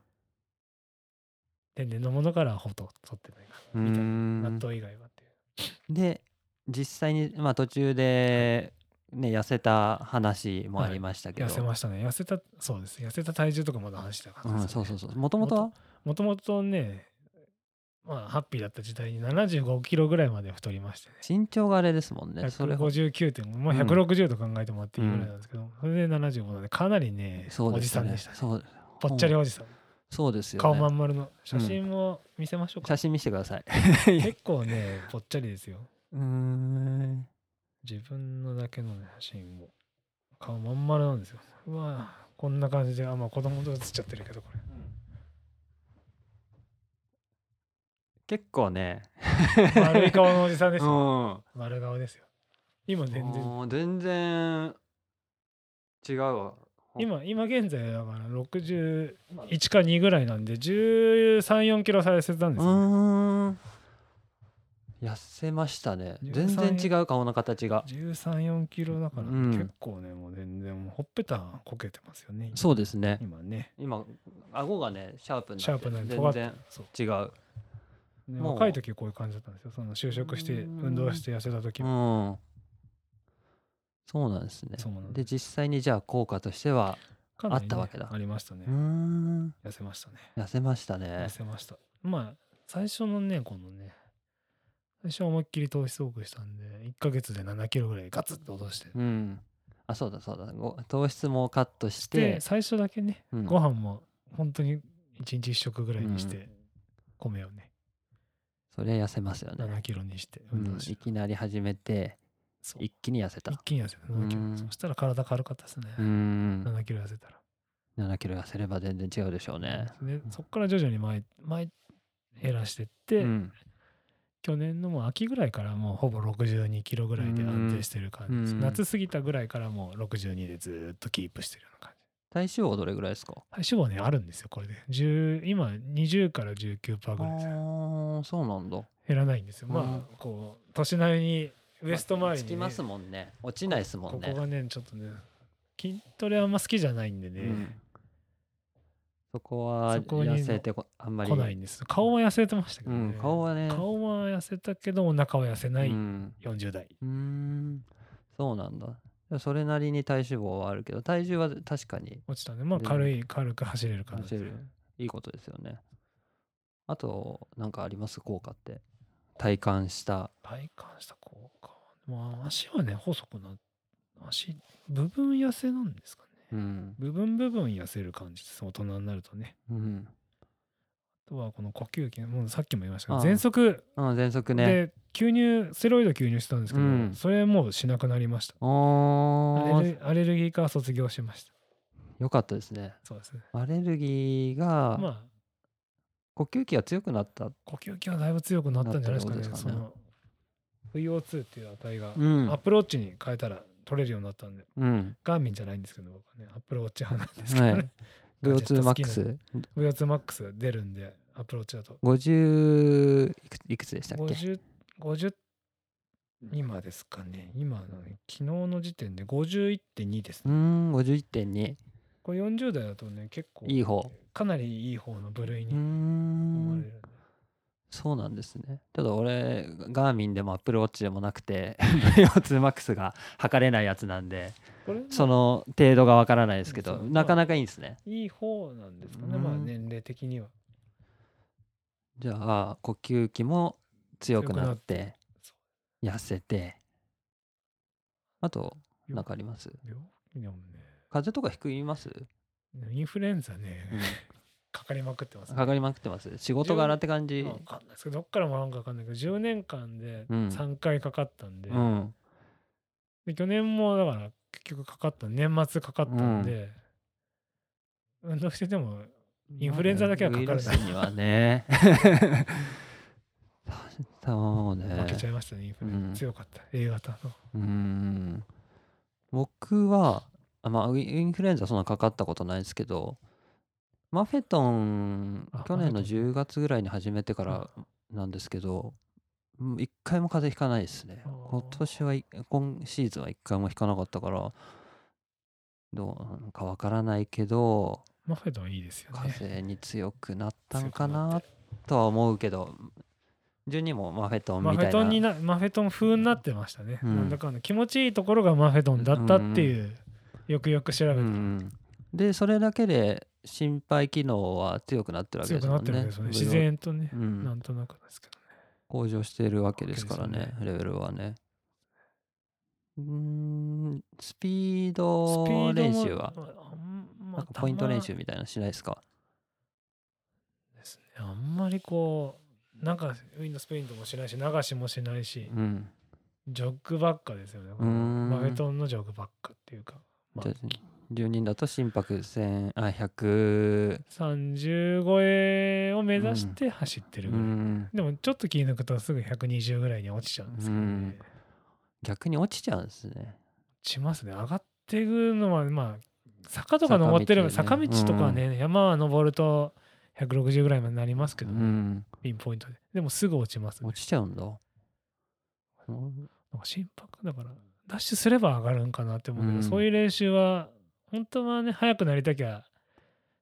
Speaker 2: 天然のものからほと取ってないか
Speaker 1: うー
Speaker 2: みたい
Speaker 1: ん
Speaker 2: な納豆以外はっていう
Speaker 1: で実際に、まあ、途中で、ね、痩せた話もありましたけど、
Speaker 2: 痩せましたね痩せたそうです痩せた体重とかまだ話してなかった
Speaker 1: うん、
Speaker 2: です
Speaker 1: そ
Speaker 2: よ
Speaker 1: う
Speaker 2: ね
Speaker 1: そうそうもともとは
Speaker 2: もともとねまあハッピーだった時代に75キロぐらいまで太りましてね
Speaker 1: 身長があれですもんねそれほ
Speaker 2: 159.5、まあ、
Speaker 1: うん
Speaker 2: 160と考えてもらっていいぐらいなんですけど、それで75なんでかなりね
Speaker 1: そう
Speaker 2: お
Speaker 1: で
Speaker 2: じ
Speaker 1: す
Speaker 2: さ
Speaker 1: よ
Speaker 2: ん
Speaker 1: ね
Speaker 2: でしたね
Speaker 1: そう
Speaker 2: ぽっちゃりおじさん、
Speaker 1: そうですよ、ね、
Speaker 2: 顔まん丸の写真も見せましょうか、
Speaker 1: 写真見せてください
Speaker 2: 結構ねぽっちゃりですよ
Speaker 1: うーん
Speaker 2: 自分のだけのね写真を顔まん丸なんですようわぁこんな感じであまあ子供と写っちゃってるけどこ れ
Speaker 1: 結構ね
Speaker 2: 丸い顔のおじさんですよ
Speaker 1: ん
Speaker 2: 丸顔ですよ今全然
Speaker 1: あー全然違うわ
Speaker 2: 今今現在だから61か2ぐらいなんで1 3 4キロ再生たん
Speaker 1: う
Speaker 2: ですよ、
Speaker 1: ーん痩せましたね全然違う顔の形が
Speaker 2: 134キロだから
Speaker 1: うん
Speaker 2: 結構ね、もう全然もうほっぺたこけてますよね
Speaker 1: そうですね
Speaker 2: 今ね
Speaker 1: 今顎がねシャープに
Speaker 2: シャ
Speaker 1: なっ
Speaker 2: ー
Speaker 1: て
Speaker 2: プ
Speaker 1: る
Speaker 2: な尖
Speaker 1: 全
Speaker 2: って
Speaker 1: 然
Speaker 2: そう
Speaker 1: 違う
Speaker 2: で
Speaker 1: もう
Speaker 2: 若い時こういう感じだったんですよその就職して
Speaker 1: うん
Speaker 2: 運動して痩せた時
Speaker 1: う
Speaker 2: も、
Speaker 1: んそうなんですね
Speaker 2: そうなん
Speaker 1: で実際にじゃあ効果としては
Speaker 2: かなり
Speaker 1: あったわけだ
Speaker 2: ありましたね
Speaker 1: うーん
Speaker 2: 痩せましたね
Speaker 1: 痩せましたね
Speaker 2: 痩せましたまあ最初のねこのね最初は思いっきり糖質多くしたんで1ヶ月で7キロぐらいガツッと落として
Speaker 1: うんあそうだそうだご糖質もカットし
Speaker 2: で
Speaker 1: て
Speaker 2: 最初だけね
Speaker 1: うん
Speaker 2: ご飯も本当に1日1食ぐらいにし
Speaker 1: う
Speaker 2: て米をね
Speaker 1: それ痩せますよね
Speaker 2: 7キロにして
Speaker 1: う
Speaker 2: 運
Speaker 1: ん
Speaker 2: 動し
Speaker 1: い
Speaker 2: て
Speaker 1: きなり始めて
Speaker 2: そう
Speaker 1: 一気に痩せた
Speaker 2: 一気に痩せた7キ
Speaker 1: うん
Speaker 2: ロそしたら体軽かったですね
Speaker 1: うーん
Speaker 2: 7キロ痩せたら
Speaker 1: 7キロ痩せれば全然違うでしょうね
Speaker 2: でそこから徐々に前前減らしてっ
Speaker 1: う
Speaker 2: て
Speaker 1: ん
Speaker 2: 去年のもう秋ぐらいからもうほぼ62キロぐらいで安定してる感じです、
Speaker 1: うん
Speaker 2: 夏過ぎたぐらいからもう62でずーっとキープしてるような感じ
Speaker 1: 体脂肪どれぐらいですか
Speaker 2: 体脂肪ねあるんですよこれで10今20から19パーぐらいです
Speaker 1: ああそうなんだ
Speaker 2: 減らないんですよ
Speaker 1: う
Speaker 2: ま
Speaker 1: ん
Speaker 2: あこう年なりにウエスト周り
Speaker 1: つ
Speaker 2: に、
Speaker 1: き
Speaker 2: ね
Speaker 1: ますもんね落ちないですもん
Speaker 2: こ
Speaker 1: ね
Speaker 2: こがねちょっとね筋トレあんま好きじゃないんでね、
Speaker 1: うんそこは
Speaker 2: そこに
Speaker 1: 痩せてこあんまり
Speaker 2: 来ないんです顔は痩せてましたけ
Speaker 1: う
Speaker 2: ど、ね
Speaker 1: ん、顔はね
Speaker 2: 顔は痩せたけどお腹は痩せない
Speaker 1: うん
Speaker 2: 40代、
Speaker 1: うーんそうなんだそれなりに体脂肪はあるけど体重は確かに
Speaker 2: 落ちたんでまあ
Speaker 1: で
Speaker 2: 軽い軽く走れる感じ
Speaker 1: 走るいいことですよねあとなんかあります効果って体感した
Speaker 2: 体感した効果まあ足はね細くな足部分痩せなんですかね
Speaker 1: うん
Speaker 2: 部分部分痩せる感じです大人になるとね
Speaker 1: うん
Speaker 2: あとはこの呼吸器もうさっきも言いましたけ
Speaker 1: あ
Speaker 2: ど
Speaker 1: あ
Speaker 2: 喘息
Speaker 1: あ喘息ね
Speaker 2: で吸入ステロイド吸入してたんですけど、
Speaker 1: うん
Speaker 2: それもうしなくなりましたア
Speaker 1: お
Speaker 2: レルアレルギーから卒業しました
Speaker 1: よかったですね
Speaker 2: そうですね
Speaker 1: アレルギーが
Speaker 2: まあ
Speaker 1: 呼吸器が強くなった
Speaker 2: 呼吸器はだいぶ強くなったんじゃないですかね
Speaker 1: なったって
Speaker 2: そ
Speaker 1: ことです
Speaker 2: の VO2 っていう値が、
Speaker 1: うん
Speaker 2: アプローチに変えたら取れるようになったんで
Speaker 1: うん
Speaker 2: ガーミンじゃないんですけど僕はねアップローチ派なんですけど、ね
Speaker 1: はい VO2 マックス
Speaker 2: VO2 マックス出るんでアップローチだと
Speaker 1: 50いくいくつでしたっけ
Speaker 2: 50, 50今ですかね今の昨日の時点で51.2です、
Speaker 1: うーん51.2
Speaker 2: これ40代だとね結構
Speaker 1: いい方
Speaker 2: かなりいい方の部類
Speaker 1: うー
Speaker 2: に思わ
Speaker 1: ん
Speaker 2: れる、
Speaker 1: そうなんですねただ俺ガーミンでもアップルウォッチでもなくて VO2 マックスが測れないやつなんで
Speaker 2: これも
Speaker 1: その程度がわからないですけど
Speaker 2: そう
Speaker 1: なかなかいいんですね
Speaker 2: いい方なんですかね、
Speaker 1: うん
Speaker 2: まあ年齢的には
Speaker 1: じゃあ呼吸器も強くなっ
Speaker 2: 強く
Speaker 1: て
Speaker 2: そ
Speaker 1: 痩せてあとなんかあります
Speaker 2: 病気でも
Speaker 1: 風邪とか低います、
Speaker 2: ねインフルエンザね、かかりまくってます、ね、
Speaker 1: かかりまくってます仕事柄って感じ
Speaker 2: まあわかんないですけどどっからもなんかわかんないけど10年間で
Speaker 1: うん
Speaker 2: 3回かかったんで,、
Speaker 1: うん
Speaker 2: で去年もだから結局かかった年末かかったんで、運動しててもインフルエンザだけはかかるな
Speaker 1: ウイルスにはねそうね
Speaker 2: 負けちゃいましたね、インフルエン
Speaker 1: うん
Speaker 2: ザ強かった、A 型の。
Speaker 1: うーん僕はあ、まあ、ウイインフルエンザそんなかかったことないですけどマフェトン
Speaker 2: あ
Speaker 1: 去年の
Speaker 2: マフェト
Speaker 1: 10月ぐらいに始めてからなんですけどうん一回も風邪ひかないですね
Speaker 2: あー
Speaker 1: 今年はい今シーズンは一回もひかなかったからどうなのかわからないけど
Speaker 2: マフェドンいいですよ
Speaker 1: 風
Speaker 2: ね。
Speaker 1: 邪に強くなったん
Speaker 2: 強
Speaker 1: か
Speaker 2: くな
Speaker 1: な
Speaker 2: って
Speaker 1: とは思うけど順にもマフェトン
Speaker 2: マ
Speaker 1: み
Speaker 2: フ
Speaker 1: た
Speaker 2: ェ
Speaker 1: い
Speaker 2: トンに
Speaker 1: な
Speaker 2: なマフェトン風になってましたね。
Speaker 1: うん
Speaker 2: なんだかんだ気持ちいいところがマフェトンだったっていう、よくよく調べ
Speaker 1: う
Speaker 2: て、
Speaker 1: んでそれだけで心肺機能は強くなってるわけ
Speaker 2: 強
Speaker 1: です
Speaker 2: くな
Speaker 1: も
Speaker 2: っ
Speaker 1: ん
Speaker 2: てる
Speaker 1: ね
Speaker 2: んですよね。
Speaker 1: ブルー
Speaker 2: 自然とね、
Speaker 1: うん
Speaker 2: なんとなくですけどね。
Speaker 1: 向上しているわけですから
Speaker 2: わけで
Speaker 1: ね
Speaker 2: すよ
Speaker 1: レベルはねうーんスピー
Speaker 2: スピ
Speaker 1: ド
Speaker 2: ード
Speaker 1: 練
Speaker 2: も
Speaker 1: 習は
Speaker 2: まああんま
Speaker 1: なんかポイント練習
Speaker 2: た
Speaker 1: みたいなのしないですか
Speaker 2: まですね。あんまりこう、なんかウィンドスプリントもしないし、流しもしないし、
Speaker 1: うん
Speaker 2: ジョッグばっかですよね。
Speaker 1: ーん
Speaker 2: マフェトンのジョッグばっかっていうか、まあ
Speaker 1: じゃあ10人だと心拍1000あ100
Speaker 2: 30超えを目指して走って
Speaker 1: う
Speaker 2: るぐらい。
Speaker 1: ん
Speaker 2: でもちょっと気抜くとすぐ120ぐらいに落ちちゃうんですけど、ね
Speaker 1: うん
Speaker 2: 落
Speaker 1: 逆に落ちちゃうんですね
Speaker 2: ちますね上がっていくのはまあ坂とか登ってれば
Speaker 1: 坂道
Speaker 2: 坂道,、
Speaker 1: ね
Speaker 2: とかはね、山は登ると160ぐらいまでなりますけ
Speaker 1: う
Speaker 2: ど、
Speaker 1: ん
Speaker 2: ピンポイントででもすぐ落ちます、ね、
Speaker 1: 落ちちゃうんだうん
Speaker 2: なんか心拍だからダッシュすれば上がるんかなって思うけど、
Speaker 1: うん
Speaker 2: そういう練習は本当はね速くなりたきゃ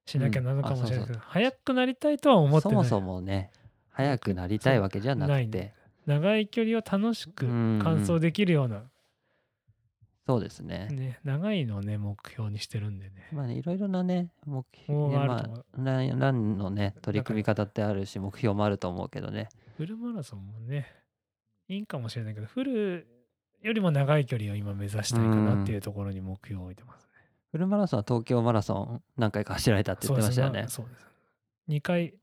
Speaker 2: しなきゃなのかもしれないけど、速くなりたいとは思って
Speaker 1: そ
Speaker 2: ない
Speaker 1: もそもね早くなりたいわけじゃな
Speaker 2: な
Speaker 1: く
Speaker 2: いん
Speaker 1: て
Speaker 2: で長い距離を楽しく
Speaker 1: うん
Speaker 2: 完走できるような、
Speaker 1: そうですね。
Speaker 2: ね長いのをね目標にしてるんでね、
Speaker 1: まあねいろいろなね、目標
Speaker 2: もう
Speaker 1: ね
Speaker 2: ある
Speaker 1: ま
Speaker 2: と思う
Speaker 1: あ、ランランのね、取り組み方ってあるし、目標もあると思うけどね。
Speaker 2: フルマラソンもね、いいんかもしれないけど、フルよりも長い距離を今目指したいかなっていうところに目標を置いてますね。
Speaker 1: フルマラソンは東京マラソン何回か走られたって言ってましたよね。
Speaker 2: そうです。2回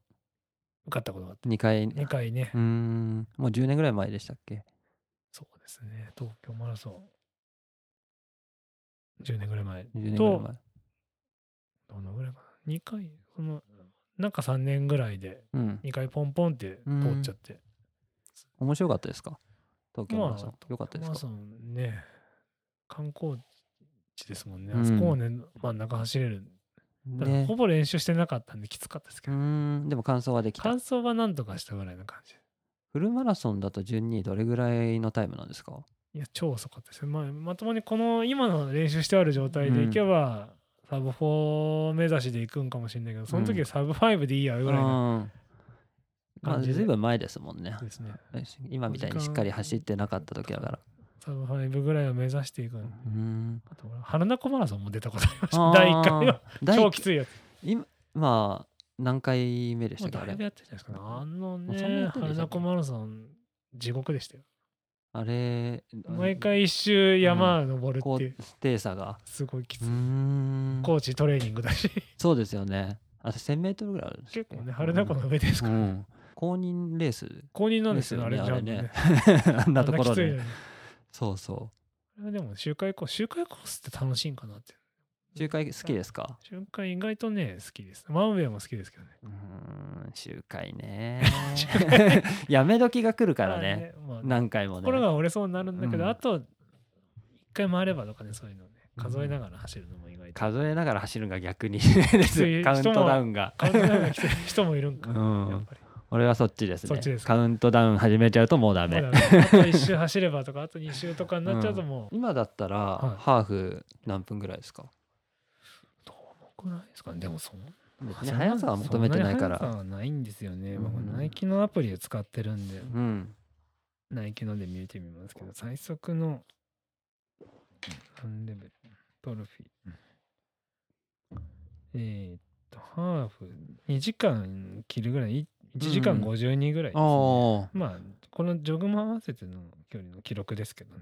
Speaker 2: 受かったことがあって、
Speaker 1: 2回。う
Speaker 2: 2回ね、
Speaker 1: ーん、もう10年ぐらい前でしたっけ
Speaker 2: そうですね、東京マラソン、10年ぐらい前、
Speaker 1: ?10 年ぐらい前。
Speaker 2: どのぐらいかな、2回、その、なんか3年ぐらいで、
Speaker 1: うん。
Speaker 2: 2回ポンポンって通っちゃって、
Speaker 1: 面白かったですか東京マラソン
Speaker 2: ま。
Speaker 1: よかったで
Speaker 2: マラ
Speaker 1: す
Speaker 2: ソ
Speaker 1: か
Speaker 2: ンね、観光地ですもんね、
Speaker 1: うん
Speaker 2: あそこをね、真ん中走れるだから
Speaker 1: ね
Speaker 2: ほ。ぼ練習してなかったんできつかったですけ
Speaker 1: うー
Speaker 2: ど、
Speaker 1: ん、でも完走はできた
Speaker 2: 完。走はなんとかしたぐらいの感じ。
Speaker 1: フルマラソンだと順にどれぐらいのタイムなんですか
Speaker 2: いや、超遅かったですよまあ、まともにこの今の練習してある状態でいけば、サブ4目指しで行くんかもしれないけど、その時
Speaker 1: うん
Speaker 2: はサブ5でいいやぐらい
Speaker 1: う
Speaker 2: の
Speaker 1: んまあ
Speaker 2: 感じで
Speaker 1: ずいぶん前ですもんね
Speaker 2: ですね。
Speaker 1: 今みたいにしっかり走ってなかった時だから
Speaker 2: サブ5ぐらいを目指していくん。
Speaker 1: うん
Speaker 2: あと、花中マラソンも出たことありました。 第1回は。
Speaker 1: あー
Speaker 2: 超きついやつ。
Speaker 1: 今まあ何回目でし
Speaker 2: も
Speaker 1: た
Speaker 2: う
Speaker 1: っけあ
Speaker 2: だいぶ
Speaker 1: れ
Speaker 2: やってるじゃないですかね。あの
Speaker 1: もうそんなや
Speaker 2: ね、
Speaker 1: ってるで
Speaker 2: 花
Speaker 1: しょ
Speaker 2: 中マラソン、地獄でしたよ。
Speaker 1: あれ
Speaker 2: 毎回一周山登るっ
Speaker 1: 高
Speaker 2: ていう、
Speaker 1: 低差が
Speaker 2: すごいきつ
Speaker 1: う
Speaker 2: い
Speaker 1: ー。ん
Speaker 2: コーチトレーニングだし、
Speaker 1: そうですよねあと 1000m ぐらいあるんです
Speaker 2: 結構ね、春名湖の上です
Speaker 1: う
Speaker 2: から。
Speaker 1: ん公認レース
Speaker 2: 公認なんですよね、あれ
Speaker 1: です
Speaker 2: じ
Speaker 1: よ
Speaker 2: ゃ
Speaker 1: ね
Speaker 2: ん ね。
Speaker 1: あれね あんなとこ
Speaker 2: あん
Speaker 1: ろ
Speaker 2: きついの
Speaker 1: で
Speaker 2: に
Speaker 1: そうそ
Speaker 2: あれでも周回コース、周回コースって楽しいんかなって。
Speaker 1: う周回好きですか
Speaker 2: 周回意外とね、好きです。マンウェイも好きですけどね。
Speaker 1: うーん周回ね
Speaker 2: 周
Speaker 1: やめ時が来るから
Speaker 2: まあ
Speaker 1: ね。
Speaker 2: まあ
Speaker 1: 何回もね
Speaker 2: 心が折れそうになるんだけど、
Speaker 1: うん
Speaker 2: あと、一回回ればとかね、そういうのね、数えながら走るのも意外と。
Speaker 1: 数えながら走るのが逆にです
Speaker 2: そういう人
Speaker 1: カウ
Speaker 2: も
Speaker 1: ントダウンが
Speaker 2: 数えながら来てる人もいるんか。
Speaker 1: うん
Speaker 2: やっぱり。
Speaker 1: 俺はそっちです
Speaker 2: そ
Speaker 1: ね
Speaker 2: っちですか
Speaker 1: カウントダウン始めちゃうともうダ
Speaker 2: ま
Speaker 1: メ
Speaker 2: だあと一周走ればとか、あと二周とかになっちゃうともう、
Speaker 1: 今だったら、
Speaker 2: はい
Speaker 1: ハーフ何分ぐらいですか、
Speaker 2: どのくらいですかね。でもそん
Speaker 1: 別
Speaker 2: そん
Speaker 1: に
Speaker 2: な
Speaker 1: 速さは求めてないか
Speaker 2: そん
Speaker 1: ら
Speaker 2: に速さはないんですよね。
Speaker 1: うん
Speaker 2: 僕、ナイキのアプリを使ってるんで、
Speaker 1: うん
Speaker 2: ナイキので見てみますけど、最速の何レベルトロフィー。えーっと、ハーフ2時間切るぐらい、1時間
Speaker 1: うん
Speaker 2: 52ぐらいです、
Speaker 1: あ
Speaker 2: ね
Speaker 1: あ
Speaker 2: まあ、このジョグも合わせての距離の記録ですけどね。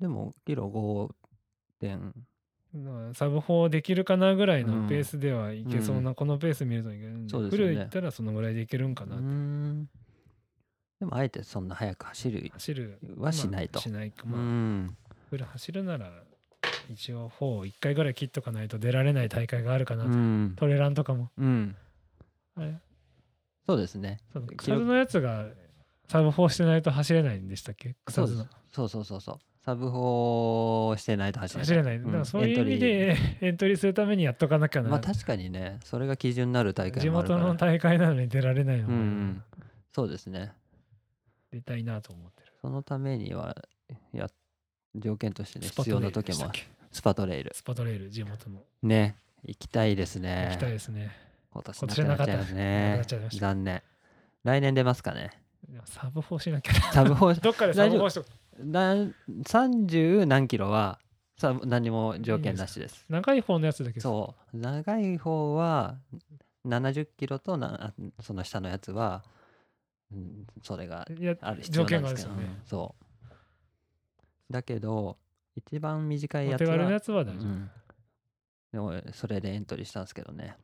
Speaker 1: でもキロ5点
Speaker 2: まあサブ4できるかなぐらいの
Speaker 1: うん
Speaker 2: ペースではいけそうな、このペース見るといけるんで、
Speaker 1: そうです
Speaker 2: フ
Speaker 1: よね
Speaker 2: ルいったらそのぐらいでいけるんか
Speaker 1: う
Speaker 2: な、
Speaker 1: んでもあえてそんな速く走る
Speaker 2: 走る
Speaker 1: はしないと
Speaker 2: まあ、しないか、
Speaker 1: う
Speaker 2: まあ
Speaker 1: ん
Speaker 2: フル走るなら一応4を1回ぐらい切っとかないと出られない大会があるかな
Speaker 1: う
Speaker 2: と、
Speaker 1: ん、
Speaker 2: トレランとかも
Speaker 1: うん、
Speaker 2: あれ
Speaker 1: そうですね
Speaker 2: その
Speaker 1: 記
Speaker 2: 草津
Speaker 1: 録
Speaker 2: のやつがサブ4してないと走れないんでしたっけ
Speaker 1: そ
Speaker 2: 草
Speaker 1: う
Speaker 2: 津
Speaker 1: で
Speaker 2: の
Speaker 1: すそうそうそうそうサブ4してないと走れない
Speaker 2: 走れない、
Speaker 1: ん
Speaker 2: だからそういう意味
Speaker 1: エン
Speaker 2: でエントリーするためにやっとかなきゃ
Speaker 1: トリー
Speaker 2: な、
Speaker 1: まあ確かにねそれが基準になる大会
Speaker 2: 地
Speaker 1: もあるか
Speaker 2: 元
Speaker 1: ら
Speaker 2: の大会なのに出られない
Speaker 1: う
Speaker 2: のも
Speaker 1: んうんそうですね
Speaker 2: 出たいなと思ってる、
Speaker 1: そのためにはや条件としてね
Speaker 2: スパ
Speaker 1: 必要
Speaker 2: トレ
Speaker 1: な
Speaker 2: イル
Speaker 1: 時
Speaker 2: でしたっ
Speaker 1: も
Speaker 2: け
Speaker 1: スパトレイル
Speaker 2: スパトレイル地元の
Speaker 1: ね行きたいです
Speaker 2: 行
Speaker 1: ね
Speaker 2: きたいですね、
Speaker 1: 今年
Speaker 2: 今年なかった
Speaker 1: なくなっちゃいますね
Speaker 2: なくなっちゃいました
Speaker 1: 残念来年出ますかね
Speaker 2: でもサブ4しなきゃな
Speaker 1: サブ4
Speaker 2: どっかでサブ4しとく
Speaker 1: なん30何キロはさ何も条件なしです
Speaker 2: 長い方のやつだけど
Speaker 1: そう長い方は70キロとなあその下のやつは、うん、それが
Speaker 2: いや
Speaker 1: ある必
Speaker 2: 条
Speaker 1: 要な
Speaker 2: 件
Speaker 1: ん
Speaker 2: があ
Speaker 1: です
Speaker 2: るんで
Speaker 1: けど、
Speaker 2: すよね、
Speaker 1: うんそうだけど一番短い
Speaker 2: お
Speaker 1: やつ
Speaker 2: 手
Speaker 1: は
Speaker 2: 軽なやつは大
Speaker 1: う
Speaker 2: 丈夫、
Speaker 1: ん、でもそれでエントリーしたんですけどね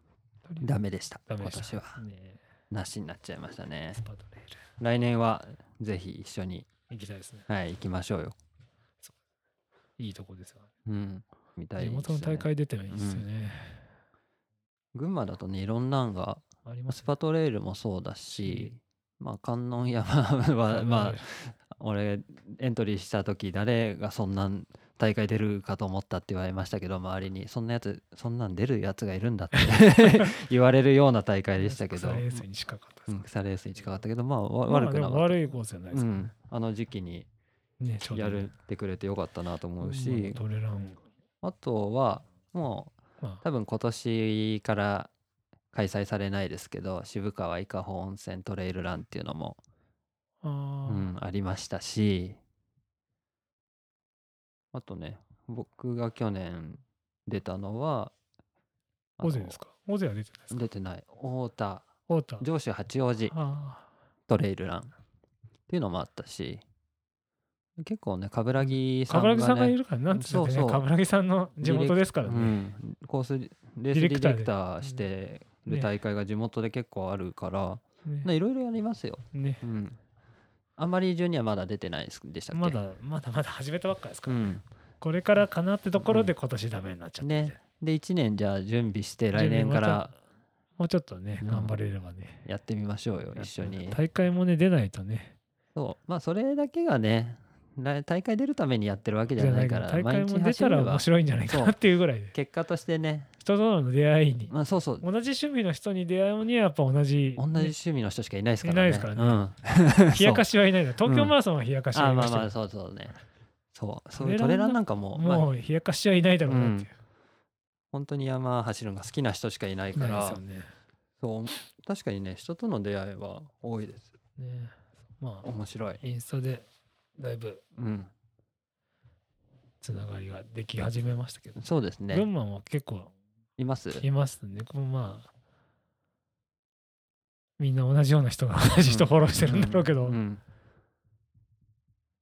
Speaker 2: とりあえず
Speaker 1: ダメでした
Speaker 2: ダメでした
Speaker 1: 今年は
Speaker 2: ねえ
Speaker 1: なしになっちゃいましたね
Speaker 2: スパトレイ
Speaker 1: 来年はぜひ一緒に、
Speaker 2: ル行きたいですね
Speaker 1: はい、行きましょうよ、
Speaker 2: いいとこですよ
Speaker 1: うん、みたいです
Speaker 2: 地
Speaker 1: ね
Speaker 2: 元の大会出てもいいですよね、
Speaker 1: 群馬だとねいろんなんが
Speaker 2: あります
Speaker 1: スパトレイルもそうだし、まあ観音山 はまあ俺エントリーした時誰がそんなん大会出るかと思ったって言われましたけど周りにそんなやつそんなん出るやつがいるんだって 言われるような大
Speaker 2: あ
Speaker 1: 会でしたけど
Speaker 2: レースに近かったです
Speaker 1: う
Speaker 2: ね
Speaker 1: ん草レースに近かったけどまあわ
Speaker 2: まあ
Speaker 1: 悪くな
Speaker 2: で
Speaker 1: か
Speaker 2: も
Speaker 1: った
Speaker 2: 悪いコースじゃないで
Speaker 1: う
Speaker 2: すか
Speaker 1: んあの時期に
Speaker 2: ねちょうど
Speaker 1: や
Speaker 2: ね
Speaker 1: るってくれてよかったなと思う
Speaker 2: ま
Speaker 1: し
Speaker 2: あトレラン
Speaker 1: あとはもう
Speaker 2: まあ
Speaker 1: 多分今年から開催されないですけど渋川伊香保温泉トレイルランっていうのも
Speaker 2: あー、
Speaker 1: うん、ありましたしあとね僕が去年出たのはあ
Speaker 2: 大
Speaker 1: の
Speaker 2: 勢ですか大勢は出てないですか
Speaker 1: 出てない太田
Speaker 2: 太田
Speaker 1: 上州八王子
Speaker 2: あ
Speaker 1: トレイルランっていうのもあったし結構ね冠城
Speaker 2: あ
Speaker 1: さん
Speaker 2: 冠
Speaker 1: が、ね、
Speaker 2: 城さんがいるからなんつったって
Speaker 1: そうそ
Speaker 2: ね
Speaker 1: う
Speaker 2: 冠城さんの地元ですから
Speaker 1: う
Speaker 2: ね
Speaker 1: ん、コースレース
Speaker 2: デ
Speaker 1: デ
Speaker 2: ィレ
Speaker 1: ィレ
Speaker 2: クターで
Speaker 1: クターしてる大会が地元で結構あるから、ね
Speaker 2: ね
Speaker 1: いろいろやりますよ、
Speaker 2: ね
Speaker 1: うん、あんまりジュニアまだ出てないですでしたっけ
Speaker 2: まだまだまだ始めたばっかです
Speaker 1: う
Speaker 2: から
Speaker 1: ん
Speaker 2: これからかなってところで今年ダメになっちゃってて
Speaker 1: ねで1年じゃあ準備して来年から
Speaker 2: もうちょっとね
Speaker 1: うん
Speaker 2: 頑張れればね
Speaker 1: やってみましょうよ一緒に
Speaker 2: 大会もね出ないとね
Speaker 1: そうまあそれだけがね来大会出るためにやってるわけじゃないから
Speaker 2: 大会
Speaker 1: 毎日
Speaker 2: も出
Speaker 1: 走
Speaker 2: た
Speaker 1: れ
Speaker 2: ら
Speaker 1: ば
Speaker 2: 面白いんじゃないかなっていうぐらいで
Speaker 1: 結果としてね
Speaker 2: 人との出会いに
Speaker 1: まあそうそう
Speaker 2: 同じ趣味の人に出会うにはやっぱ同じ
Speaker 1: 同じ趣味の人しかいないですからね
Speaker 2: いないですか
Speaker 1: う
Speaker 2: らね
Speaker 1: ん
Speaker 2: 冷やかしはいないな東京マラソンは冷やかし
Speaker 1: そう
Speaker 2: は
Speaker 1: あ
Speaker 2: いま
Speaker 1: まあ
Speaker 2: した
Speaker 1: まあ
Speaker 2: け
Speaker 1: そうそうねそうそう
Speaker 2: トレラ
Speaker 1: ト
Speaker 2: ン
Speaker 1: レランなんかも
Speaker 2: ど
Speaker 1: まあ
Speaker 2: もう冷やかしはいないだろうなっていう
Speaker 1: 本当に山走るのが好きな人しかいないか
Speaker 2: ないです
Speaker 1: ら
Speaker 2: よね。
Speaker 1: そう確かにね人との出会いは多いです
Speaker 2: ねまあ、
Speaker 1: 面白い
Speaker 2: インスタでだいぶ
Speaker 1: うん
Speaker 2: つながりができ始めましたけど、
Speaker 1: そうです
Speaker 2: 群
Speaker 1: ね
Speaker 2: 馬も結構
Speaker 1: います
Speaker 2: いますね。こうまあ、みんな同じような人が同じ人フォローしてるんだろうけど、
Speaker 1: うんうん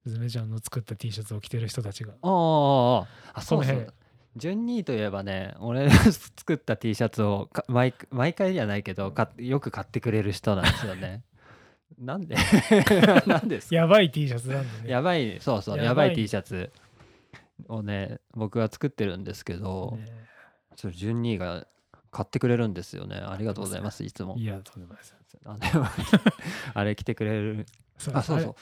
Speaker 2: すずめちゃんの作った T シャツを着てる人たちが。
Speaker 1: あーあーあーあそう
Speaker 2: こ
Speaker 1: そ
Speaker 2: の
Speaker 1: う
Speaker 2: 辺
Speaker 1: ジュンニーといえばね俺作った T シャツをか毎毎回じゃないけどかよく買ってくれる人なんですよねなんでなんですか
Speaker 2: やばい T シャツなんでね。
Speaker 1: やばいそうそうや
Speaker 2: や
Speaker 1: ば
Speaker 2: ばい
Speaker 1: い T シャツをね僕が作ってるんですけど、
Speaker 2: ね
Speaker 1: ちょっとジュンニーが買ってくれるんですよねありがとうございますいつも
Speaker 2: いや、とんでもないです。
Speaker 1: あでもあれ来てくれるあそうそう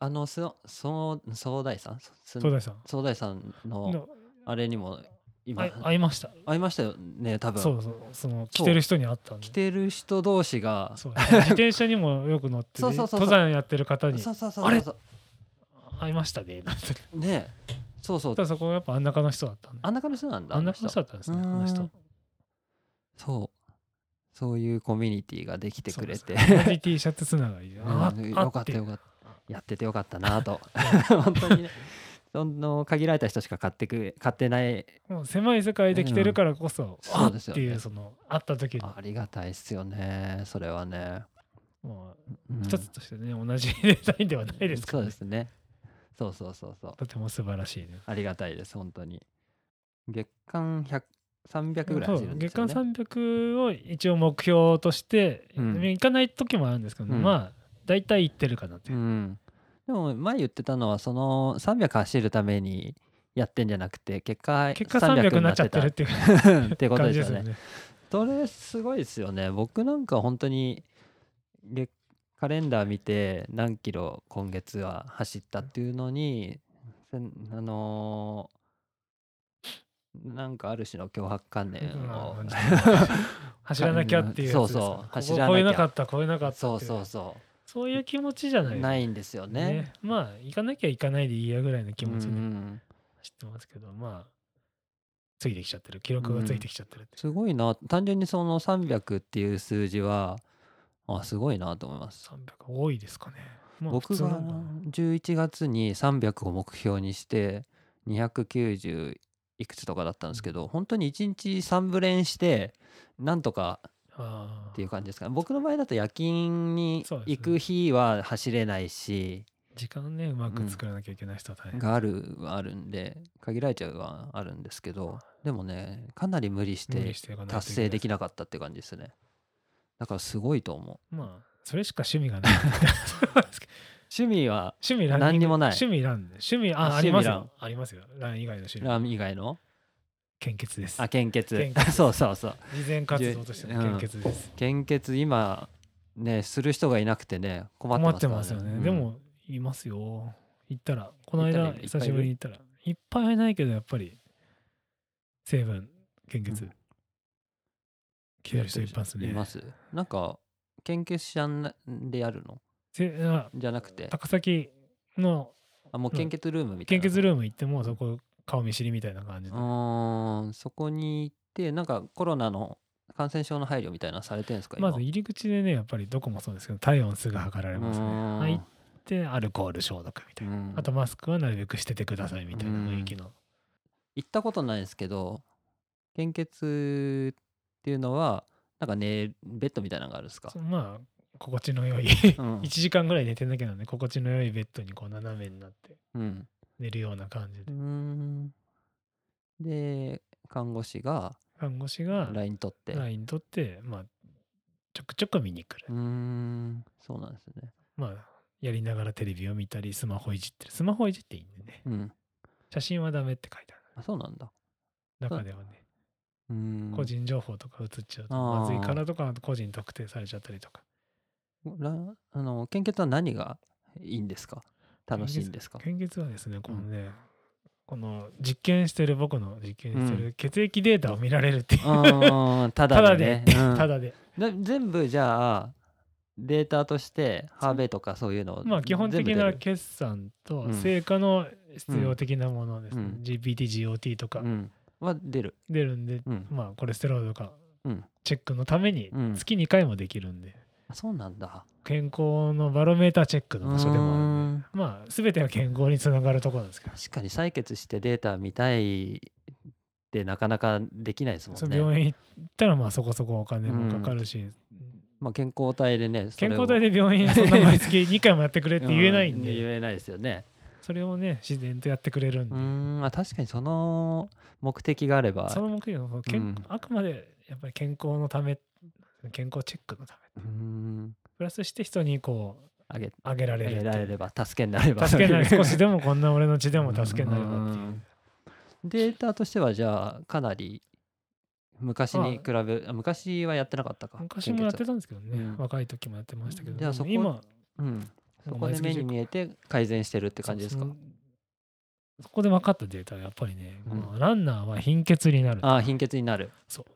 Speaker 1: あのすその総大さんそす
Speaker 2: あれ。東大さん
Speaker 1: 総大さんの
Speaker 2: の
Speaker 1: あれにも今
Speaker 2: あ会いました。
Speaker 1: 会いましたよね多分
Speaker 2: そうそう。その着てる人に会ったんで
Speaker 1: 来。てる人同士が
Speaker 2: そう自転車にもよく乗ってて
Speaker 1: そうそうそうそう
Speaker 2: 登山やってる方に
Speaker 1: そうそうそう
Speaker 2: あれ
Speaker 1: そう
Speaker 2: 会いましたねなんて
Speaker 1: ねそうそ
Speaker 2: た
Speaker 1: う
Speaker 2: だそこはやっぱあん中の人だったんで
Speaker 1: あんな感じの人なんだ
Speaker 2: あん中の人だったんですねあの
Speaker 1: うー
Speaker 2: 人
Speaker 1: んそうそういうコミュニティができてくれて
Speaker 2: そうです 同じ T シャツつながりであ
Speaker 1: うん
Speaker 2: あ
Speaker 1: よかったよ
Speaker 2: っ
Speaker 1: かったやっててよかったな と本当にねその限られた人しか買ってく買ってない
Speaker 2: てもう狭い世界で来てるからこそ
Speaker 1: そう
Speaker 2: あっ
Speaker 1: です
Speaker 2: っ
Speaker 1: よ
Speaker 2: て
Speaker 1: ね
Speaker 2: いうその会った時の
Speaker 1: ありがたいっすよねそれはね、
Speaker 2: もう
Speaker 1: うん
Speaker 2: 一つとしてね同じデザインではないですか
Speaker 1: そう
Speaker 2: ら
Speaker 1: で
Speaker 2: ね
Speaker 1: すねそうそうそうそう
Speaker 2: とても素晴らしいね
Speaker 1: ありがたいです本当に月間100 300ぐらい
Speaker 2: そう
Speaker 1: 走るんで
Speaker 2: 月
Speaker 1: すよね
Speaker 2: 間300を一応目標として
Speaker 1: うん
Speaker 2: 行かない時もあるんですけど
Speaker 1: うん
Speaker 2: まあ大体行ってるかなって
Speaker 1: うん、でも前言ってたのはその300走るためにやってんじゃなくて結果
Speaker 2: 結果300になっちゃってるっていう
Speaker 1: ってこと
Speaker 2: 感
Speaker 1: で
Speaker 2: じ
Speaker 1: す
Speaker 2: で
Speaker 1: よ
Speaker 2: すよ
Speaker 1: ね
Speaker 2: ね
Speaker 1: それすごいですよね僕なんか本当に月カレンダー見て何キロ今月は走ったっていうのにせんあのーなんかある種の脅迫観念を、
Speaker 2: うん 走らなきゃっていうやつですか
Speaker 1: そうそう
Speaker 2: ここ
Speaker 1: 走らなきゃ
Speaker 2: 越えなかった越えなかった
Speaker 1: そう
Speaker 2: ってい
Speaker 1: そうそ
Speaker 2: そういう気持ちじゃ
Speaker 1: う
Speaker 2: ない
Speaker 1: ないんですよね
Speaker 2: まあ行かなきゃ行かないでいいやぐらいの気持ち
Speaker 1: うんう
Speaker 2: で
Speaker 1: ん
Speaker 2: 走ってますけど、まあついてきちゃってる記録がついてきちゃってるって、
Speaker 1: すごいな単純にその300っていう数字はあすごいなと思います
Speaker 2: 300多いですかね、まあ
Speaker 1: 僕
Speaker 2: 普通な
Speaker 1: が
Speaker 2: のかな
Speaker 1: 11月に300を目標にして290いくつとかだったんですけど本当に1日3ブレンしてなんとか
Speaker 2: あ
Speaker 1: ってい
Speaker 2: ー
Speaker 1: う感じですかね僕の場合だと夜勤に
Speaker 2: そうですね
Speaker 1: 行く日は走れないし
Speaker 2: 時間ねうまく作らなきゃいけない人は大変、
Speaker 1: があるはあるんで限られちゃうはあるんですけどでもねかなり無理し
Speaker 2: 無
Speaker 1: て
Speaker 2: 理していかないといけない
Speaker 1: 達成できなかったって感じですねだからすごいと思う
Speaker 2: まあそれしか趣味 がない
Speaker 1: 趣味は
Speaker 2: 趣味ランニング
Speaker 1: 何にもない
Speaker 2: 趣味ランね趣味ああ
Speaker 1: 趣
Speaker 2: り
Speaker 1: 味
Speaker 2: ます
Speaker 1: ラン
Speaker 2: よありますよラン以外の趣味
Speaker 1: ラン以外の
Speaker 2: 献血です
Speaker 1: あ献血
Speaker 2: 献血で す
Speaker 1: そうそうそう
Speaker 2: 慈善活動としての献血です
Speaker 1: 献血今ねする人がいなくてね困って
Speaker 2: 困
Speaker 1: ま
Speaker 2: っ
Speaker 1: す
Speaker 2: て
Speaker 1: から
Speaker 2: ますよね、
Speaker 1: うん
Speaker 2: でもいますよ行ったらこの
Speaker 1: 行っ
Speaker 2: 間
Speaker 1: たらいっぱいいる
Speaker 2: 久しぶりに行ったらいっぱいはいないけどやっぱり成分献血、
Speaker 1: うん
Speaker 2: 来てる人いっぱいですね
Speaker 1: いますなんか献血者でやるの
Speaker 2: せあ
Speaker 1: じゃなくて
Speaker 2: 高崎の
Speaker 1: あもう献血ルームみたい
Speaker 2: 献
Speaker 1: な
Speaker 2: 血ルーム行ってもそこ顔見知りみたいな感じ
Speaker 1: う
Speaker 2: で、
Speaker 1: ーんそこに行ってなんかコロナの感染症の配慮みたいなのされてるんですか今
Speaker 2: まず入り口でねやっぱりどこもそうですけど体温すぐ測られますね
Speaker 1: うーん
Speaker 2: 入ってアルコール消毒みたい
Speaker 1: う
Speaker 2: な、
Speaker 1: ん
Speaker 2: あとマスクはなるべくしててくださいみたいな雰囲気の、
Speaker 1: 行ったことないですけど献血っていうのはなんかねベッドみたいなのがあるんですか
Speaker 2: そ、まあ心地の良い
Speaker 1: うん
Speaker 2: 1時間ぐらい寝てんだけどね心地の良いベッドにこう斜めになって
Speaker 1: うん、
Speaker 2: 寝るような感じ
Speaker 1: う
Speaker 2: で
Speaker 1: ーんで看護師が
Speaker 2: 看護師が
Speaker 1: LINE 取ってう
Speaker 2: LINE 取ってまあちょくちょく見に来
Speaker 1: ー
Speaker 2: る
Speaker 1: んそうなんですね
Speaker 2: まあやりながらテレビを見たりスマホいじってるスマホいじっていいんでね
Speaker 1: うん
Speaker 2: 写真はダメって書いてあ
Speaker 1: あそうなんだ
Speaker 2: る中ではね
Speaker 1: うーん
Speaker 2: 個人情報とか映っちゃうと
Speaker 1: あー
Speaker 2: まずいからとか個人特定されちゃったりとから
Speaker 1: あの献血は何がいいんですか楽しいんですか
Speaker 2: 献血はですねこのねこの実験してる僕の実験して
Speaker 1: う
Speaker 2: る血液データを見られるっていう
Speaker 1: うーんた
Speaker 2: た
Speaker 1: だ
Speaker 2: だ
Speaker 1: でね
Speaker 2: で た
Speaker 1: うん
Speaker 2: だで
Speaker 1: な全部じゃあデータとしてハーベイとかそういうの
Speaker 2: まあ基本
Speaker 1: 全
Speaker 2: 的
Speaker 1: 部出
Speaker 2: な
Speaker 1: る
Speaker 2: 決算
Speaker 1: う
Speaker 2: と
Speaker 1: ん
Speaker 2: 成果の必要的なものですね、
Speaker 1: うん
Speaker 2: GPT、GOT とか
Speaker 1: うんは出る。
Speaker 2: 出るんで、
Speaker 1: うん。
Speaker 2: まあコレステロールとか
Speaker 1: うん
Speaker 2: チェックのために
Speaker 1: うん
Speaker 2: 月2回もできるんで、
Speaker 1: あそうなんだ。
Speaker 2: 健康のバロメーターチェックの場所でもあるんで
Speaker 1: うーん
Speaker 2: まあ全てが健康につながるところなんですけど、
Speaker 1: 確かに採血してデータ見たいってなかなかできないですも
Speaker 2: そ
Speaker 1: ん
Speaker 2: う
Speaker 1: ね。
Speaker 2: 病院行ったらまあそこそこお金もかかるし、
Speaker 1: まあ、健康体でね。それ
Speaker 2: 健
Speaker 1: を
Speaker 2: 康体で病院そんな毎月2回もやってくれって言えないん
Speaker 1: う
Speaker 2: で、
Speaker 1: 言えないですよね。
Speaker 2: それをね自然とやってくれるん
Speaker 1: う
Speaker 2: で、
Speaker 1: ーん、まあ、確かにその目的があれば。
Speaker 2: その目標は健、
Speaker 1: うん
Speaker 2: あくまでやっぱり健康のため健康チェックのため
Speaker 1: うーん、
Speaker 2: プラスして人にこう
Speaker 1: あげ
Speaker 2: あげられ
Speaker 1: あ
Speaker 2: るってい
Speaker 1: げ
Speaker 2: う
Speaker 1: られれば、助けになれば。
Speaker 2: 助けになる
Speaker 1: それ
Speaker 2: 少しでもこんな俺の血でも助けになればっていううん
Speaker 1: データとしてはじゃあかなり昔に比べあ昔はやってなかったか
Speaker 2: 昔もやって
Speaker 1: た、
Speaker 2: たんですけどね、
Speaker 1: うん
Speaker 2: 若い時もやってましたけど
Speaker 1: じゃあ
Speaker 2: で
Speaker 1: そ
Speaker 2: も
Speaker 1: こ
Speaker 2: 今
Speaker 1: うん、そこで目に見えて改善してるって感じですか
Speaker 2: そうそのそこで分かったデータはやっぱりね、
Speaker 1: うん
Speaker 2: まあランナーは貧血になる
Speaker 1: ああ貧血になる
Speaker 2: そう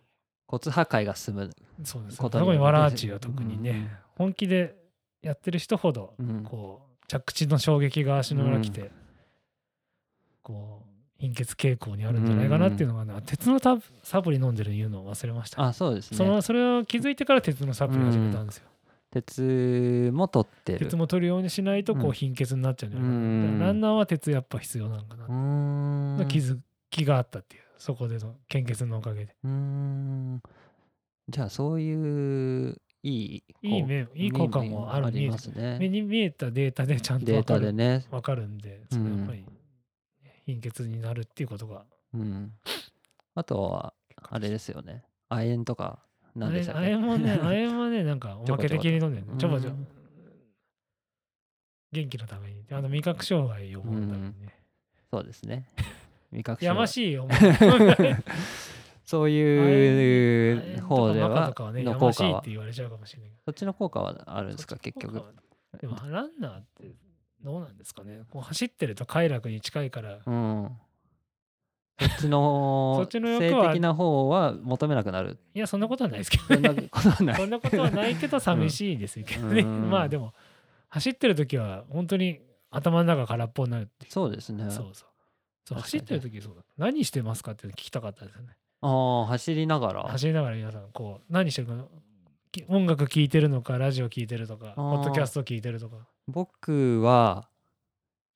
Speaker 1: 骨破壊が進む、
Speaker 2: そうです
Speaker 1: こ
Speaker 2: ね
Speaker 1: とによ
Speaker 2: 特
Speaker 1: る
Speaker 2: にワラーチは特にね、
Speaker 1: うん
Speaker 2: 本気でやってる人ほど
Speaker 1: うん、
Speaker 2: こう着地の衝撃が足の裏来て、こう貧血傾向にあるんじゃないかなっていうのがね、鉄のタブサプリ飲んでる言うのを忘れました、
Speaker 1: あそうです
Speaker 2: そ
Speaker 1: ね
Speaker 2: のそれを気づいてから鉄のサプリ始めたんですよ、
Speaker 1: 鉄も取ってる
Speaker 2: 鉄も取るようにしないとこ
Speaker 1: うん
Speaker 2: う貧血になっちゃうんじゃ
Speaker 1: う
Speaker 2: ないか
Speaker 1: ん
Speaker 2: な、ランナーは鉄やっぱ必要なんかな、
Speaker 1: うーん
Speaker 2: 気づきがあったっていうそこでの献血のおかげで
Speaker 1: うーんじゃあそういういい
Speaker 2: いい
Speaker 1: こう
Speaker 2: 面いい効果もある
Speaker 1: り
Speaker 2: 見え
Speaker 1: ます
Speaker 2: 目
Speaker 1: ね
Speaker 2: に見えたデータでちゃんと
Speaker 1: デー
Speaker 2: 分か
Speaker 1: タで
Speaker 2: る,、
Speaker 1: ね、
Speaker 2: わかるんでそれやっぱり貧血になるっていうことが
Speaker 1: うん、あとはあれですよね亜鉛とかなんでしたっ
Speaker 2: あ
Speaker 1: け
Speaker 2: れもね、あれもね、なんかおまけ的に飲んでるね
Speaker 1: ち
Speaker 2: ち
Speaker 1: ょ
Speaker 2: ょ
Speaker 1: こ
Speaker 2: こ
Speaker 1: ち
Speaker 2: ち
Speaker 1: ょ
Speaker 2: ょ
Speaker 1: こ
Speaker 2: こ。元気のために。あの味覚障害予防のためにね。
Speaker 1: そうです ね味覚
Speaker 2: やま
Speaker 1: い
Speaker 2: しいよ。もう
Speaker 1: そう
Speaker 2: あ
Speaker 1: い
Speaker 2: れ
Speaker 1: う方で
Speaker 2: とかマカ
Speaker 1: は
Speaker 2: とかね、
Speaker 1: の
Speaker 2: や
Speaker 1: 効
Speaker 2: まし
Speaker 1: 果
Speaker 2: いっ
Speaker 1: は
Speaker 2: て言われちゃうかもしれないけど。
Speaker 1: そっちの効果はあるんですか結
Speaker 2: そ
Speaker 1: 局
Speaker 2: っちの効果は。でもランナーってどうなんですかね。こう走ってると快楽に近いから、
Speaker 1: うんそっち
Speaker 2: そ
Speaker 1: の
Speaker 2: っちの
Speaker 1: 性
Speaker 2: 欲は
Speaker 1: 的な方は求めなくなる
Speaker 2: いや、そんなことはないですけ
Speaker 1: そ
Speaker 2: ど
Speaker 1: んな
Speaker 2: ね。
Speaker 1: ことはな
Speaker 2: そ
Speaker 1: い
Speaker 2: んなことはないけど寂しいですけどね。
Speaker 1: うん
Speaker 2: まあでも、走ってる時は本当に頭の中空っぽになるっていう。
Speaker 1: そうですね
Speaker 2: そうそう。
Speaker 1: 確か
Speaker 2: そう
Speaker 1: に
Speaker 2: 走ってる時そうだ。何してますかっていうの聞きたかったですよね。
Speaker 1: ああ走りながら
Speaker 2: 走りながら皆さん、こう、何してるかなき音楽聴いてるのか、ラジオ聴いてるとか、
Speaker 1: あ
Speaker 2: ポ
Speaker 1: ー
Speaker 2: ッドキャスト聴いてるとか。
Speaker 1: 僕は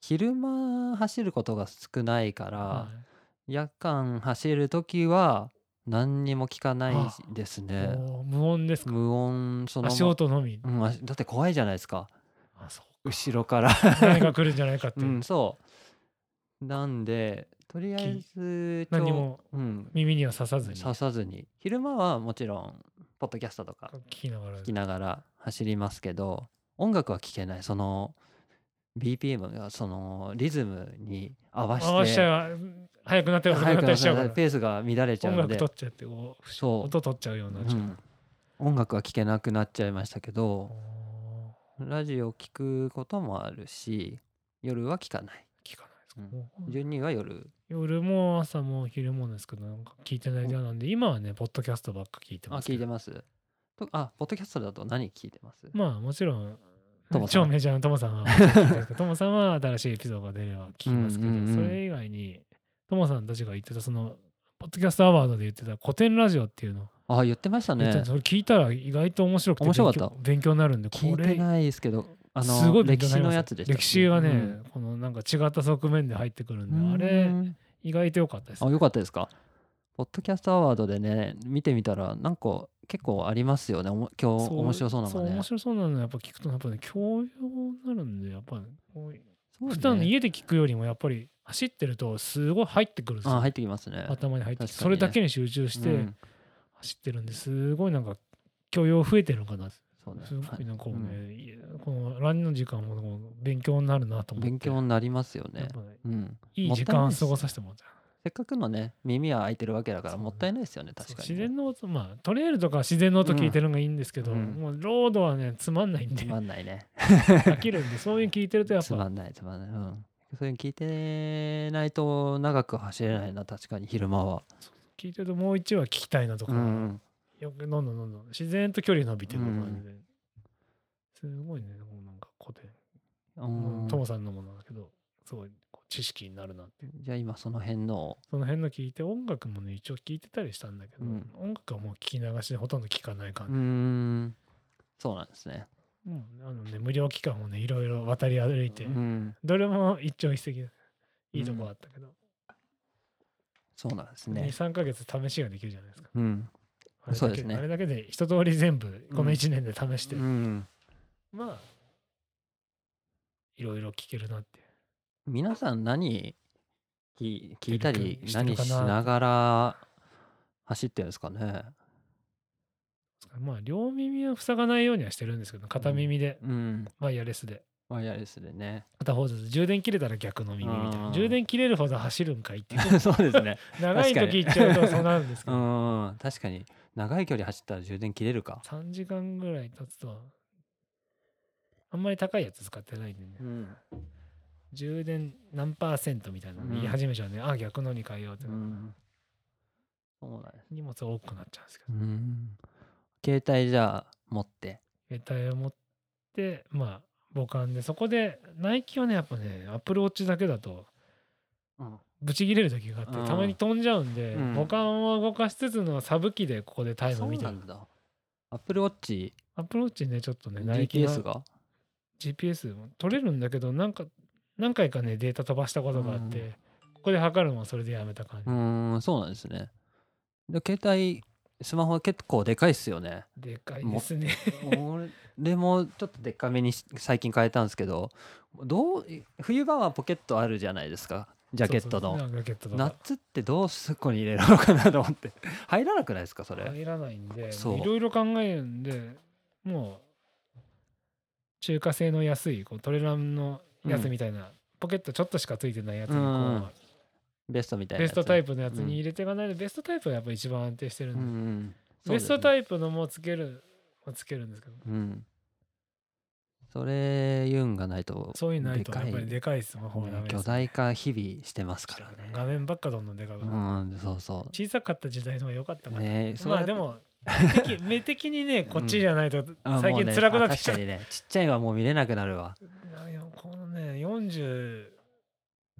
Speaker 1: 昼間走ることが少ないから、
Speaker 2: はい
Speaker 1: 夜間走るときは何にも聞かない
Speaker 2: あ
Speaker 1: ですね。
Speaker 2: もう無音ですか
Speaker 1: 無音そのま
Speaker 2: 足音のみ。
Speaker 1: うん、足だって怖いじゃないですか
Speaker 2: あ、そう。
Speaker 1: 後ろから。
Speaker 2: 何が来るんじゃないかって
Speaker 1: う
Speaker 2: いう。
Speaker 1: んそうなんでとりあえず
Speaker 2: 何
Speaker 1: 今
Speaker 2: も
Speaker 1: 日うん、
Speaker 2: 耳には刺さずに
Speaker 1: 刺さずに昼間はもちろんポッドキャストとか
Speaker 2: 聞きながら
Speaker 1: 聞き。ながら走りますけど音楽は聞けないその BPM がそのリズムに合わせて
Speaker 2: 回しちゃう。早くなったり遅くな
Speaker 1: 早
Speaker 2: っ
Speaker 1: く
Speaker 2: た
Speaker 1: な
Speaker 2: りしちゃうか
Speaker 1: る
Speaker 2: ら。
Speaker 1: ペースが乱れちゃ
Speaker 2: 音
Speaker 1: うん
Speaker 2: 楽
Speaker 1: で
Speaker 2: 取っちゃって、こう
Speaker 1: そう
Speaker 2: 音取っちゃうようになっ
Speaker 1: う
Speaker 2: ちゃ
Speaker 1: ん、音楽は聴けなくなっちゃいましたけ
Speaker 2: う
Speaker 1: ど
Speaker 2: おー
Speaker 1: ラジオ聴くこともあるし夜は聴かない
Speaker 2: 聞かな
Speaker 1: う
Speaker 2: いですか
Speaker 1: ん
Speaker 2: もう
Speaker 1: 12は夜
Speaker 2: 夜も朝も昼もですけどなんか聞いてない間なんで今はねポッドキャストばっか聞いて
Speaker 1: あ
Speaker 2: ます
Speaker 1: 聞
Speaker 2: け
Speaker 1: い
Speaker 2: ど
Speaker 1: てますとあポッドキャストだと何聞いてます
Speaker 2: まあもちろん
Speaker 1: トモさん
Speaker 2: 超メジャーのトモさんはもちろん聞いてるんですけどトモさんは新しいエピソードが出れば聞きますけど
Speaker 1: うんうんうん
Speaker 2: それ以外にトモさんたちが言ってたそのポッドキャストアワードで言ってた古典ラジオっていうの
Speaker 1: あ言ってました
Speaker 2: 言って
Speaker 1: ね
Speaker 2: たそれ聞いたら意外と面白くて勉強
Speaker 1: 面白かっ
Speaker 2: 勉強になるんで
Speaker 1: 聞
Speaker 2: こ
Speaker 1: いて
Speaker 2: れ
Speaker 1: ないですけどあの
Speaker 2: すごい勉
Speaker 1: 歴
Speaker 2: 強に
Speaker 1: 史
Speaker 2: なりま
Speaker 1: の
Speaker 2: す
Speaker 1: やつでしたっけ
Speaker 2: 歴史はね、
Speaker 1: うん
Speaker 2: このなんか違った側面で入ってくるんで、あ
Speaker 1: う
Speaker 2: れ
Speaker 1: ん
Speaker 2: 意外と良かったです
Speaker 1: あよかったですかポッドキャストアワードでね見てみたらなんか結構ありますよねおも今日
Speaker 2: そう
Speaker 1: 面白そうなの
Speaker 2: そ
Speaker 1: が
Speaker 2: う
Speaker 1: ね
Speaker 2: 面白そうなのやっぱ聞くとやっぱね教養になるんでやっぱ、ね、こう
Speaker 1: そうね
Speaker 2: 普段の家で聞くよりもやっぱり走ってるとすごい入ってくるんです
Speaker 1: あ
Speaker 2: よ
Speaker 1: 入ってきますね
Speaker 2: 頭に入ってきて
Speaker 1: 確かにね
Speaker 2: それだけに集中し
Speaker 1: う
Speaker 2: て
Speaker 1: ん
Speaker 2: 走ってるんですごいなんか教養増えてるのかなす
Speaker 1: そうね
Speaker 2: ごいなんかこう
Speaker 1: う
Speaker 2: ね、いやこのランの時間もこう勉強になるなと思って
Speaker 1: 勉強になりますよ
Speaker 2: や
Speaker 1: ね
Speaker 2: っぱね
Speaker 1: うん
Speaker 2: いい時
Speaker 1: もったいない
Speaker 2: 間
Speaker 1: です
Speaker 2: 過ごさせてもらった
Speaker 1: せっかくのね耳は開いてるわけだから
Speaker 2: そう
Speaker 1: もったいないですよね確
Speaker 2: そう
Speaker 1: かにね、
Speaker 2: 自然の音まあトレイルとか自然の音聞いてるのがいいんですけど、
Speaker 1: うん
Speaker 2: もうロードはねつまんないんで
Speaker 1: つまんないね
Speaker 2: 飽きるんでそういうの聞いてるとやっ
Speaker 1: つま
Speaker 2: ぱ
Speaker 1: んないつまんないうんそういうの聞いてないと長く走れないな確かに昼間は
Speaker 2: 聞いてるともう一話聞きたいなとか、
Speaker 1: うん
Speaker 2: よくどんどんどんどん自然と距離伸びてる感じで、すごいねもうなんか古典
Speaker 1: うん
Speaker 2: トモさんのものだけどすごいこ知識になるなって。
Speaker 1: じゃあ今その辺のを
Speaker 2: その辺の聞いて、音楽もね、一応聞いてたりしたんだけど、
Speaker 1: うん
Speaker 2: 音楽はもう聞き流しでほとんど聞かない感
Speaker 1: う
Speaker 2: じ。
Speaker 1: ーんそうなんですね。
Speaker 2: もうあのね、無料期間をね、いろいろ渡り歩いて、
Speaker 1: うん、
Speaker 2: どれも一朝一夕だいいとこあったけど、
Speaker 1: そうなんです
Speaker 2: 2、
Speaker 1: ね。
Speaker 2: 3ヶ月試しができるじゃないですか。
Speaker 1: うん、
Speaker 2: あれだけ
Speaker 1: そうですね
Speaker 2: あれだけで一通り全部、この
Speaker 1: うん
Speaker 2: 1年で試して、
Speaker 1: うん、
Speaker 2: まあ、いろいろ聞けるなって。
Speaker 1: 皆さん何き聞いたり
Speaker 2: してる
Speaker 1: 何
Speaker 2: か
Speaker 1: し
Speaker 2: な
Speaker 1: ながら走ってるんですかね。
Speaker 2: まあ、両耳は塞がないようにはしてるんですけど、片耳で、
Speaker 1: うん、
Speaker 2: ワイヤレスで。
Speaker 1: ワイヤレスでね。
Speaker 2: 片方ずつ充電切れたら逆の耳みたい
Speaker 1: あ
Speaker 2: な
Speaker 1: ー
Speaker 2: 充電切れるほど走るんかいってい う
Speaker 1: そうですね。
Speaker 2: 長い
Speaker 1: 確か
Speaker 2: 時
Speaker 1: に
Speaker 2: 行っちゃうとそうなるんですけ
Speaker 1: う
Speaker 2: ど、
Speaker 1: ん、確かに長い距離走ったら充電切れるか。
Speaker 2: 3時間ぐらい経つとあんまり高いやつ使ってないんでね
Speaker 1: うん、
Speaker 2: 充電何パーセントみたいなの
Speaker 1: うん
Speaker 2: 言い始めちゃうね、あ逆のに変えようって、
Speaker 1: うん、そうなんです。
Speaker 2: 荷物多くなっちゃうんですけ
Speaker 1: う
Speaker 2: ど
Speaker 1: ん、携帯じゃあ持って。
Speaker 2: 携帯を持ってまあ母艦でそこでナイキはねやっぱねアップルウォッチだけだと
Speaker 1: うん、
Speaker 2: ブチ切れる時があって
Speaker 1: うん
Speaker 2: たまに飛んじゃうんで、
Speaker 1: うん
Speaker 2: 母艦を動かしつつのサブ機でここでタイム
Speaker 1: そ
Speaker 2: を
Speaker 1: う
Speaker 2: 見て
Speaker 1: な
Speaker 2: る
Speaker 1: んだ。アップルウォッチ
Speaker 2: アプローチねちょっとねナイキの
Speaker 1: GPS が
Speaker 2: GPS も取れるんだけどなんか何回かねデータ飛ばしたことがあって、
Speaker 1: うん
Speaker 2: ここで測るのはそれでやめた感
Speaker 1: う
Speaker 2: じ、
Speaker 1: ーん、そうなんですね。で携帯、スマホは結構でかいっすよね。
Speaker 2: でかいですね
Speaker 1: 俺でもちょっとでっかめにし最近変えたんですけど、どう冬場はポケットあるじゃないですか、ジャケット
Speaker 2: そう
Speaker 1: の。
Speaker 2: そうジャケットの
Speaker 1: 夏ってどうそこに入れるのかなと思って入らなくないですかそれ
Speaker 2: 入らないんで
Speaker 1: そう
Speaker 2: いろいろ考えるんでもう中華製の安いこうトレランのやつみたいな、ポケットちょっとしかついてないやつにこう、
Speaker 1: うんベストみたいな
Speaker 2: ベ
Speaker 1: や
Speaker 2: ス
Speaker 1: つ
Speaker 2: トタイプのやつに入れていかないで、ベストタイプがやっぱ一番安定してるん
Speaker 1: う
Speaker 2: で、
Speaker 1: ん
Speaker 2: ベストタ
Speaker 1: イ
Speaker 2: イプのもつけるはつけるんですけど
Speaker 1: プうんそれユンがないと
Speaker 2: そういうのないと
Speaker 1: で
Speaker 2: や
Speaker 1: か
Speaker 2: っ
Speaker 1: い
Speaker 2: ぱりでかいスマホはダメです
Speaker 1: 巨大化日々してますからね
Speaker 2: 画面ばっかどんどんでかくなる
Speaker 1: うんそうそ
Speaker 2: 小さかった時代の方が良かったか
Speaker 1: う
Speaker 2: な、
Speaker 1: ねそれ
Speaker 2: ま
Speaker 1: は
Speaker 2: あ でも目的目的にねこっちじゃないと
Speaker 1: あ
Speaker 2: 最
Speaker 1: もう
Speaker 2: 近
Speaker 1: ね
Speaker 2: 辛くな
Speaker 1: あ
Speaker 2: ってきちゃう
Speaker 1: 確かにねちっちゃいはもう見れなくなるわ
Speaker 2: いやこのね40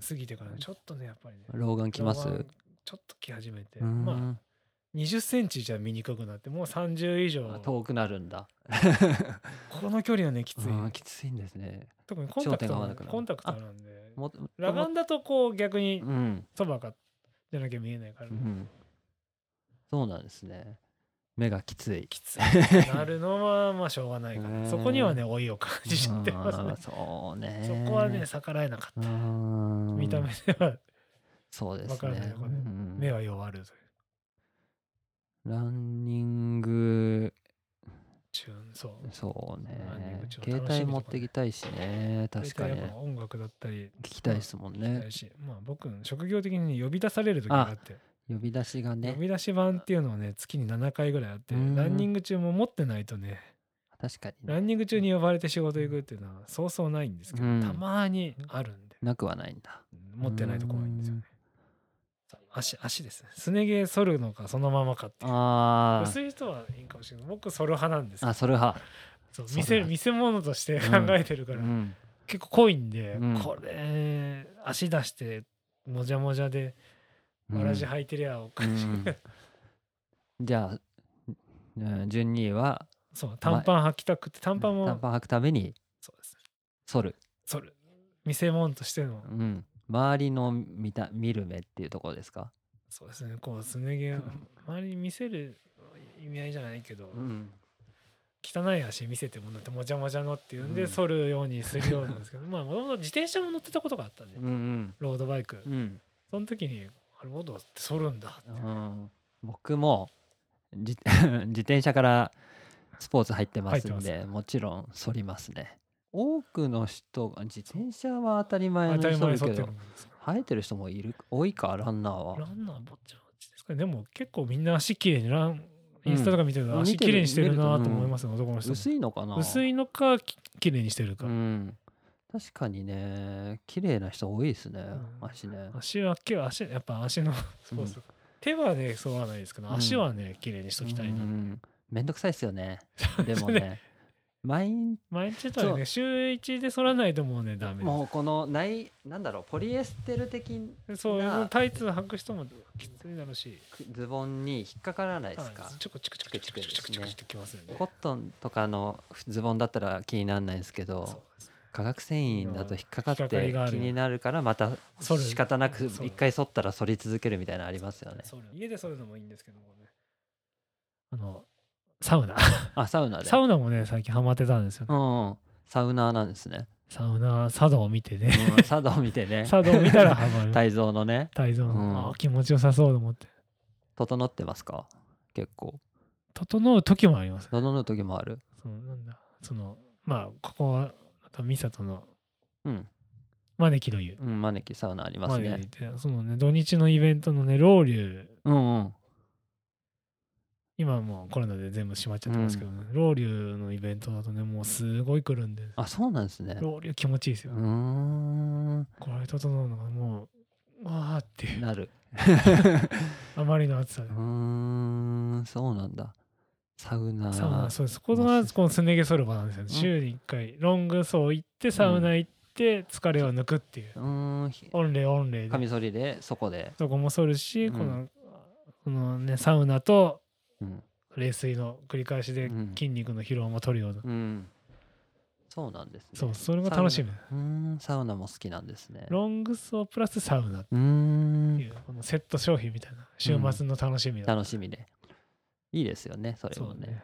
Speaker 2: 過ぎてからねちょっとねやっぱりね
Speaker 1: 老眼きます
Speaker 2: 老眼ちょっと来始めて
Speaker 1: うーん
Speaker 2: まあ20センチじゃ見にくくなってもう30以上
Speaker 1: あ遠くなるんだ
Speaker 2: この距離はねきつい
Speaker 1: うんきついんですね
Speaker 2: 特にコンタク
Speaker 1: 焦点が合わ
Speaker 2: ト
Speaker 1: な
Speaker 2: な
Speaker 1: くなる
Speaker 2: コンタクトなんで
Speaker 1: も
Speaker 2: 裸眼だとこう逆に
Speaker 1: うん
Speaker 2: そばかじゃなきゃ見えないから、
Speaker 1: うんそうなんですね目がきつい
Speaker 2: きついなるのはまあしょうがない か
Speaker 1: う
Speaker 2: ら
Speaker 1: ん
Speaker 2: そこにはね老いを感じちゃってますね
Speaker 1: うんそうね
Speaker 2: そこはね逆らえなか
Speaker 1: う
Speaker 2: っ
Speaker 1: ー
Speaker 2: た。
Speaker 1: ん
Speaker 2: 見た目では
Speaker 1: そうですね
Speaker 2: わからないとこね
Speaker 1: うん
Speaker 2: 目は弱るという。
Speaker 1: ランニング
Speaker 2: チューンそう。
Speaker 1: そう
Speaker 2: ランニン
Speaker 1: ね
Speaker 2: グちょっと
Speaker 1: 携
Speaker 2: 楽し
Speaker 1: 帯
Speaker 2: みとかね
Speaker 1: 持ってきたいしね確かに
Speaker 2: 大体やっ
Speaker 1: ね
Speaker 2: ぱ音楽だったり、
Speaker 1: 聞きたいですもん
Speaker 2: だ
Speaker 1: ね
Speaker 2: しまあ僕職業的に呼び出される時があって
Speaker 1: 呼び出しが
Speaker 2: 呼
Speaker 1: ね
Speaker 2: び出し版っていうのをね月に7回ぐらいあって
Speaker 1: うん
Speaker 2: ランニング中も持ってないとね
Speaker 1: 確かにね
Speaker 2: ランニング中に呼ばれて仕事行くっていうのはそうそうないんですけど、
Speaker 1: うん
Speaker 2: たまにあるんで
Speaker 1: なくはないんだ
Speaker 2: 持ってないと怖いんですよね。足足ですね。すね毛剃るのかそのままかっていう。
Speaker 1: あー
Speaker 2: 薄い人はいいかもしれない。僕剃る派なんですけど
Speaker 1: あそれは、
Speaker 2: そう
Speaker 1: そう
Speaker 2: 見
Speaker 1: だ
Speaker 2: せ見せ物として考えてる
Speaker 1: う
Speaker 2: から、
Speaker 1: ん、
Speaker 2: 結構濃いんで、
Speaker 1: うん
Speaker 2: これ足出してもじゃもじゃでわらじ履いてりゃおかしい、
Speaker 1: うんじゃあ、うん、順位は
Speaker 2: そう短パン履きたくて短パンも
Speaker 1: 短パン履くために
Speaker 2: そうです
Speaker 1: 反る、
Speaker 2: それ見せ物としての
Speaker 1: うん、周りの見た見る目っていうところですか、
Speaker 2: そうですねこうすね毛を周りに見せる意味合いじゃないけど、
Speaker 1: ん、
Speaker 2: 汚い足見せてもらってもじゃもじゃのっていうんで、
Speaker 1: うん
Speaker 2: 剃るようにするようなんですけどまあもともと自転車も乗ってたことがあったんで、
Speaker 1: うん
Speaker 2: ロードバイク、
Speaker 1: うんうん
Speaker 2: その時にあれロードって剃るんだって、
Speaker 1: うん僕もじ 自転車からスポーツ入ってますん
Speaker 2: 入って
Speaker 1: でもちろん反りますね多くの人が自転車は当たり前
Speaker 2: 当た
Speaker 1: の
Speaker 2: り
Speaker 1: 人だけ
Speaker 2: 前に剃って
Speaker 1: ど
Speaker 2: るんです
Speaker 1: 生えてる人もいる多いかランナーは
Speaker 2: ランナーぼっちぼっちですかね。でも結構みんな足きれいにラン、インスタとか見てる
Speaker 1: う
Speaker 2: と
Speaker 1: ん
Speaker 2: 足きれいにしてる
Speaker 1: 見て
Speaker 2: な
Speaker 1: る
Speaker 2: と思いますね、男の人も。
Speaker 1: 薄いのかな
Speaker 2: 薄いのかききれいにしてるか
Speaker 1: う。ん、確かにね綺麗な人多いですね、
Speaker 2: うん
Speaker 1: 足ね
Speaker 2: 足は今日足やっぱ足のそうそう手はねそうはないですけど、
Speaker 1: うん
Speaker 2: 足はね綺麗にしときたいな。
Speaker 1: うんめんどくさいですよねでもね毎日
Speaker 2: 毎日とは
Speaker 1: そ
Speaker 2: ね、週一で剃らないともうね、ダメ
Speaker 1: もうこのないなんだろうポリエステル的
Speaker 2: です。そう、
Speaker 1: な
Speaker 2: もうタイツ履く人もきついだろうし、
Speaker 1: ズボンに引っかからないですか、
Speaker 2: はいちょこちょこちょこちょこちょこちょこちょこちょこちょこってきますよね。
Speaker 1: コットンとかのズボンだったら気にならないですけ
Speaker 2: そう
Speaker 1: ど
Speaker 2: です
Speaker 1: 化学繊維だと引っかかっ
Speaker 2: 引っかか
Speaker 1: て
Speaker 2: りがある
Speaker 1: 気になるからまた
Speaker 2: 剃る
Speaker 1: 仕方なく
Speaker 2: そう
Speaker 1: 一回剃ったら剃り続けるみたいなのありますよね
Speaker 2: そうね家で剃るのもいいんですけどもね。あの、サウナ。
Speaker 1: あサウナで
Speaker 2: サウナもね、最近ハマってたんですよね。
Speaker 1: うんうんサウナーなんですね、
Speaker 2: サウナ、茶道を見てね。
Speaker 1: うん、茶道見てね
Speaker 2: 茶道見たらハマる。
Speaker 1: 泰造のね
Speaker 2: 体操
Speaker 1: うん
Speaker 2: の。あ気持ちよさそうと思って。
Speaker 1: 整ってますか結構
Speaker 2: 整う時もあります。
Speaker 1: 整う時もある
Speaker 2: そのなんだそのまあここはあとミサトの
Speaker 1: うん、
Speaker 2: 招きの湯
Speaker 1: うん、招きサウナあります
Speaker 2: 招き
Speaker 1: ね
Speaker 2: の湯ってそのね土日のイベントのねロウリュ
Speaker 1: うんうん
Speaker 2: 今はもうコロナで全部閉まっちゃってますけどね、ロウリュのイベントだとねもうすごい来るんで
Speaker 1: あそうなんですね
Speaker 2: ロウリュ気持ちいいです
Speaker 1: う
Speaker 2: よ、
Speaker 1: ーん
Speaker 2: これ整うのがもうわーっていう
Speaker 1: なる
Speaker 2: あまりの暑さで
Speaker 1: うーんそうなんだサウナ
Speaker 2: サウナそうですここがこのすね毛剃る場なんですよね、
Speaker 1: うん
Speaker 2: 週に1回ロングソー行ってサウナ行って疲れを抜くっていう、
Speaker 1: うーんひ
Speaker 2: オンレイオンレイで
Speaker 1: カミソリでそこで、
Speaker 2: そこも剃るし、
Speaker 1: うん
Speaker 2: このこのねサウナと
Speaker 1: うん
Speaker 2: 冷水の繰り返しで
Speaker 1: うん
Speaker 2: 筋肉の疲労も取るような、
Speaker 1: うん、そうなんですね
Speaker 2: そうそれが楽しみ
Speaker 1: サウナうーんサウナも好きなんですね
Speaker 2: ロングソープラスサウナっ
Speaker 1: うー
Speaker 2: てい
Speaker 1: ん
Speaker 2: うこのセット商品みたいな週末の楽しみだ、
Speaker 1: 楽しみでいいですよねそれ
Speaker 2: そ
Speaker 1: も
Speaker 2: う
Speaker 1: ね
Speaker 2: ね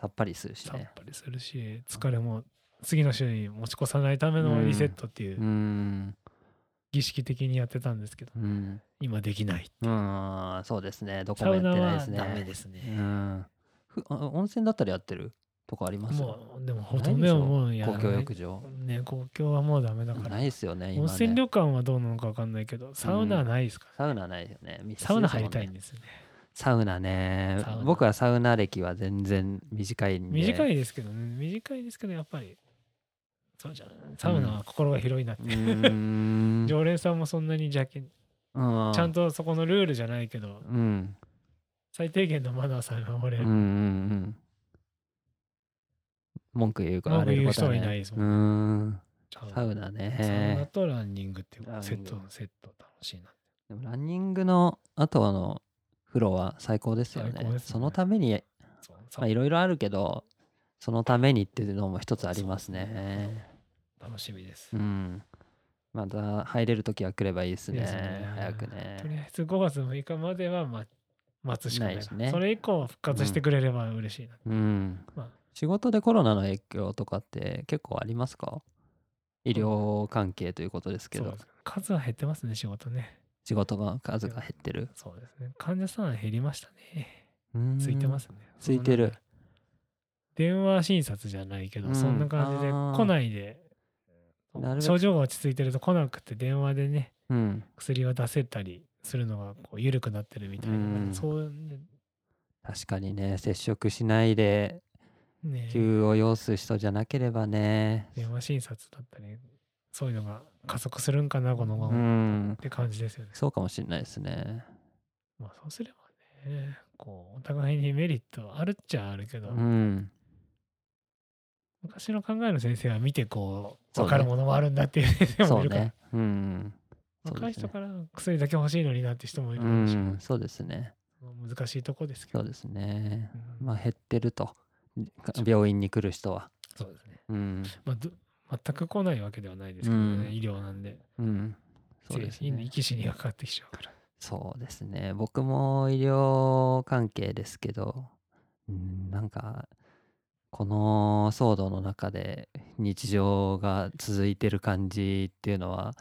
Speaker 1: さっぱりするし
Speaker 2: さっ
Speaker 1: ね
Speaker 2: ぱりするし疲れも次の週に持ち越さないためのリセットっていう
Speaker 1: ー
Speaker 2: うん儀式的にやってたんですけど、
Speaker 1: うん
Speaker 2: 今できない
Speaker 1: うんそうですねどこ
Speaker 2: サ
Speaker 1: もや
Speaker 2: ウ
Speaker 1: っ
Speaker 2: ナ
Speaker 1: てないで
Speaker 2: は
Speaker 1: すね
Speaker 2: ダメですね
Speaker 1: うんふあ温泉だったらやってるとこあります
Speaker 2: もうでもほとんどもうやら
Speaker 1: 公
Speaker 2: ない
Speaker 1: 共浴場
Speaker 2: ね公共はもうダメだから
Speaker 1: ないですよね
Speaker 2: 温
Speaker 1: 今
Speaker 2: 泉
Speaker 1: ね
Speaker 2: 旅館はどうなのか分かんないけどサウナはないですから、
Speaker 1: サウナないよね密室
Speaker 2: サウナ入り
Speaker 1: ですも
Speaker 2: た
Speaker 1: ん
Speaker 2: い
Speaker 1: ね
Speaker 2: んですよね
Speaker 1: サウナね
Speaker 2: サウナ
Speaker 1: 僕はサウナ歴は全然短いんで
Speaker 2: 短
Speaker 1: い
Speaker 2: いですけどね短いですけどやっぱりそうじゃないサウナは心が広いなって、
Speaker 1: うー ん
Speaker 2: 常連さんもそんなに邪気
Speaker 1: ち
Speaker 2: ちゃんとそこのルールじゃないけど
Speaker 1: うん
Speaker 2: 最低限のマナーさえ守
Speaker 1: う
Speaker 2: れ
Speaker 1: んうん
Speaker 2: る、
Speaker 1: うん文句言うから
Speaker 2: 文句言う
Speaker 1: ことはね
Speaker 2: 人はいないです
Speaker 1: う
Speaker 2: も
Speaker 1: ーんサウ
Speaker 2: ナ
Speaker 1: ナ
Speaker 2: サウナ
Speaker 1: ね
Speaker 2: とランニングっていう
Speaker 1: ランニ
Speaker 2: セ
Speaker 1: ン
Speaker 2: ッ
Speaker 1: グ
Speaker 2: トセット楽しいな
Speaker 1: でもランニングの後あの風呂は最高ですよね
Speaker 2: 最高ですね
Speaker 1: そのために
Speaker 2: そう
Speaker 1: まあいろいろあるけどそのためにっていうのも一つありますね
Speaker 2: 楽しみです、
Speaker 1: うんまた入れる時は来ればいいですね
Speaker 2: ですね
Speaker 1: 早く
Speaker 2: とり
Speaker 1: ね
Speaker 2: あえず5月6日までは、ま、待つしかない
Speaker 1: ない
Speaker 2: か
Speaker 1: し
Speaker 2: ら
Speaker 1: ね
Speaker 2: それ以降復活してくれれば嬉しいな、
Speaker 1: うん
Speaker 2: まあ
Speaker 1: 仕事でコロナの影響とかって結構ありますか医療関係ということですけ
Speaker 2: そう
Speaker 1: ど
Speaker 2: です数は減ってますね仕事ね
Speaker 1: 仕事が数が減ってる
Speaker 2: そうですね患者さん減りましたねつ
Speaker 1: つ
Speaker 2: いてますね。
Speaker 1: ついてる
Speaker 2: そのなんか。電話診察じゃないけど、
Speaker 1: うん
Speaker 2: そんな感じで
Speaker 1: あー
Speaker 2: 来ないで
Speaker 1: なるべく
Speaker 2: 症状が落ち着いてると来なくて電話でね
Speaker 1: うん
Speaker 2: 薬を出せたりするのがこう緩くなってるみたいな、
Speaker 1: うん
Speaker 2: そう
Speaker 1: 確かにね接触しないで
Speaker 2: ね
Speaker 1: 急を要す人じゃなければね
Speaker 2: 電話診察だったりそういうのが加速するんかなこのま
Speaker 1: う
Speaker 2: ま、
Speaker 1: ん
Speaker 2: って感じですよね。
Speaker 1: そうかもしれないですね
Speaker 2: まあそうすればねこうお互いにメリットはあるっちゃあるけど、
Speaker 1: うん
Speaker 2: 昔の考えの先生は見てこう
Speaker 1: そうね
Speaker 2: 分かるものもあるんだっていう先生 も
Speaker 1: そ
Speaker 2: いうるから
Speaker 1: ねうんそう
Speaker 2: 若い
Speaker 1: です
Speaker 2: 人
Speaker 1: ね
Speaker 2: から薬だけ欲しいのになって人もいうるだろうし、
Speaker 1: んそうですね
Speaker 2: 難しいとこですけ
Speaker 1: そ
Speaker 2: ど
Speaker 1: うですね
Speaker 2: うん
Speaker 1: まあ減ってると病院に来る人は
Speaker 2: そうですね、
Speaker 1: うん
Speaker 2: まあど全く来ないわけではないですけどね、
Speaker 1: うん
Speaker 2: 医療なんで
Speaker 1: うんそうです
Speaker 2: つい
Speaker 1: ね
Speaker 2: 生き死にがかかってきちゃうから
Speaker 1: そうですね僕も医療関係ですけど、うん、なんかこの騒動の中で日常が続いてる感じっていうのは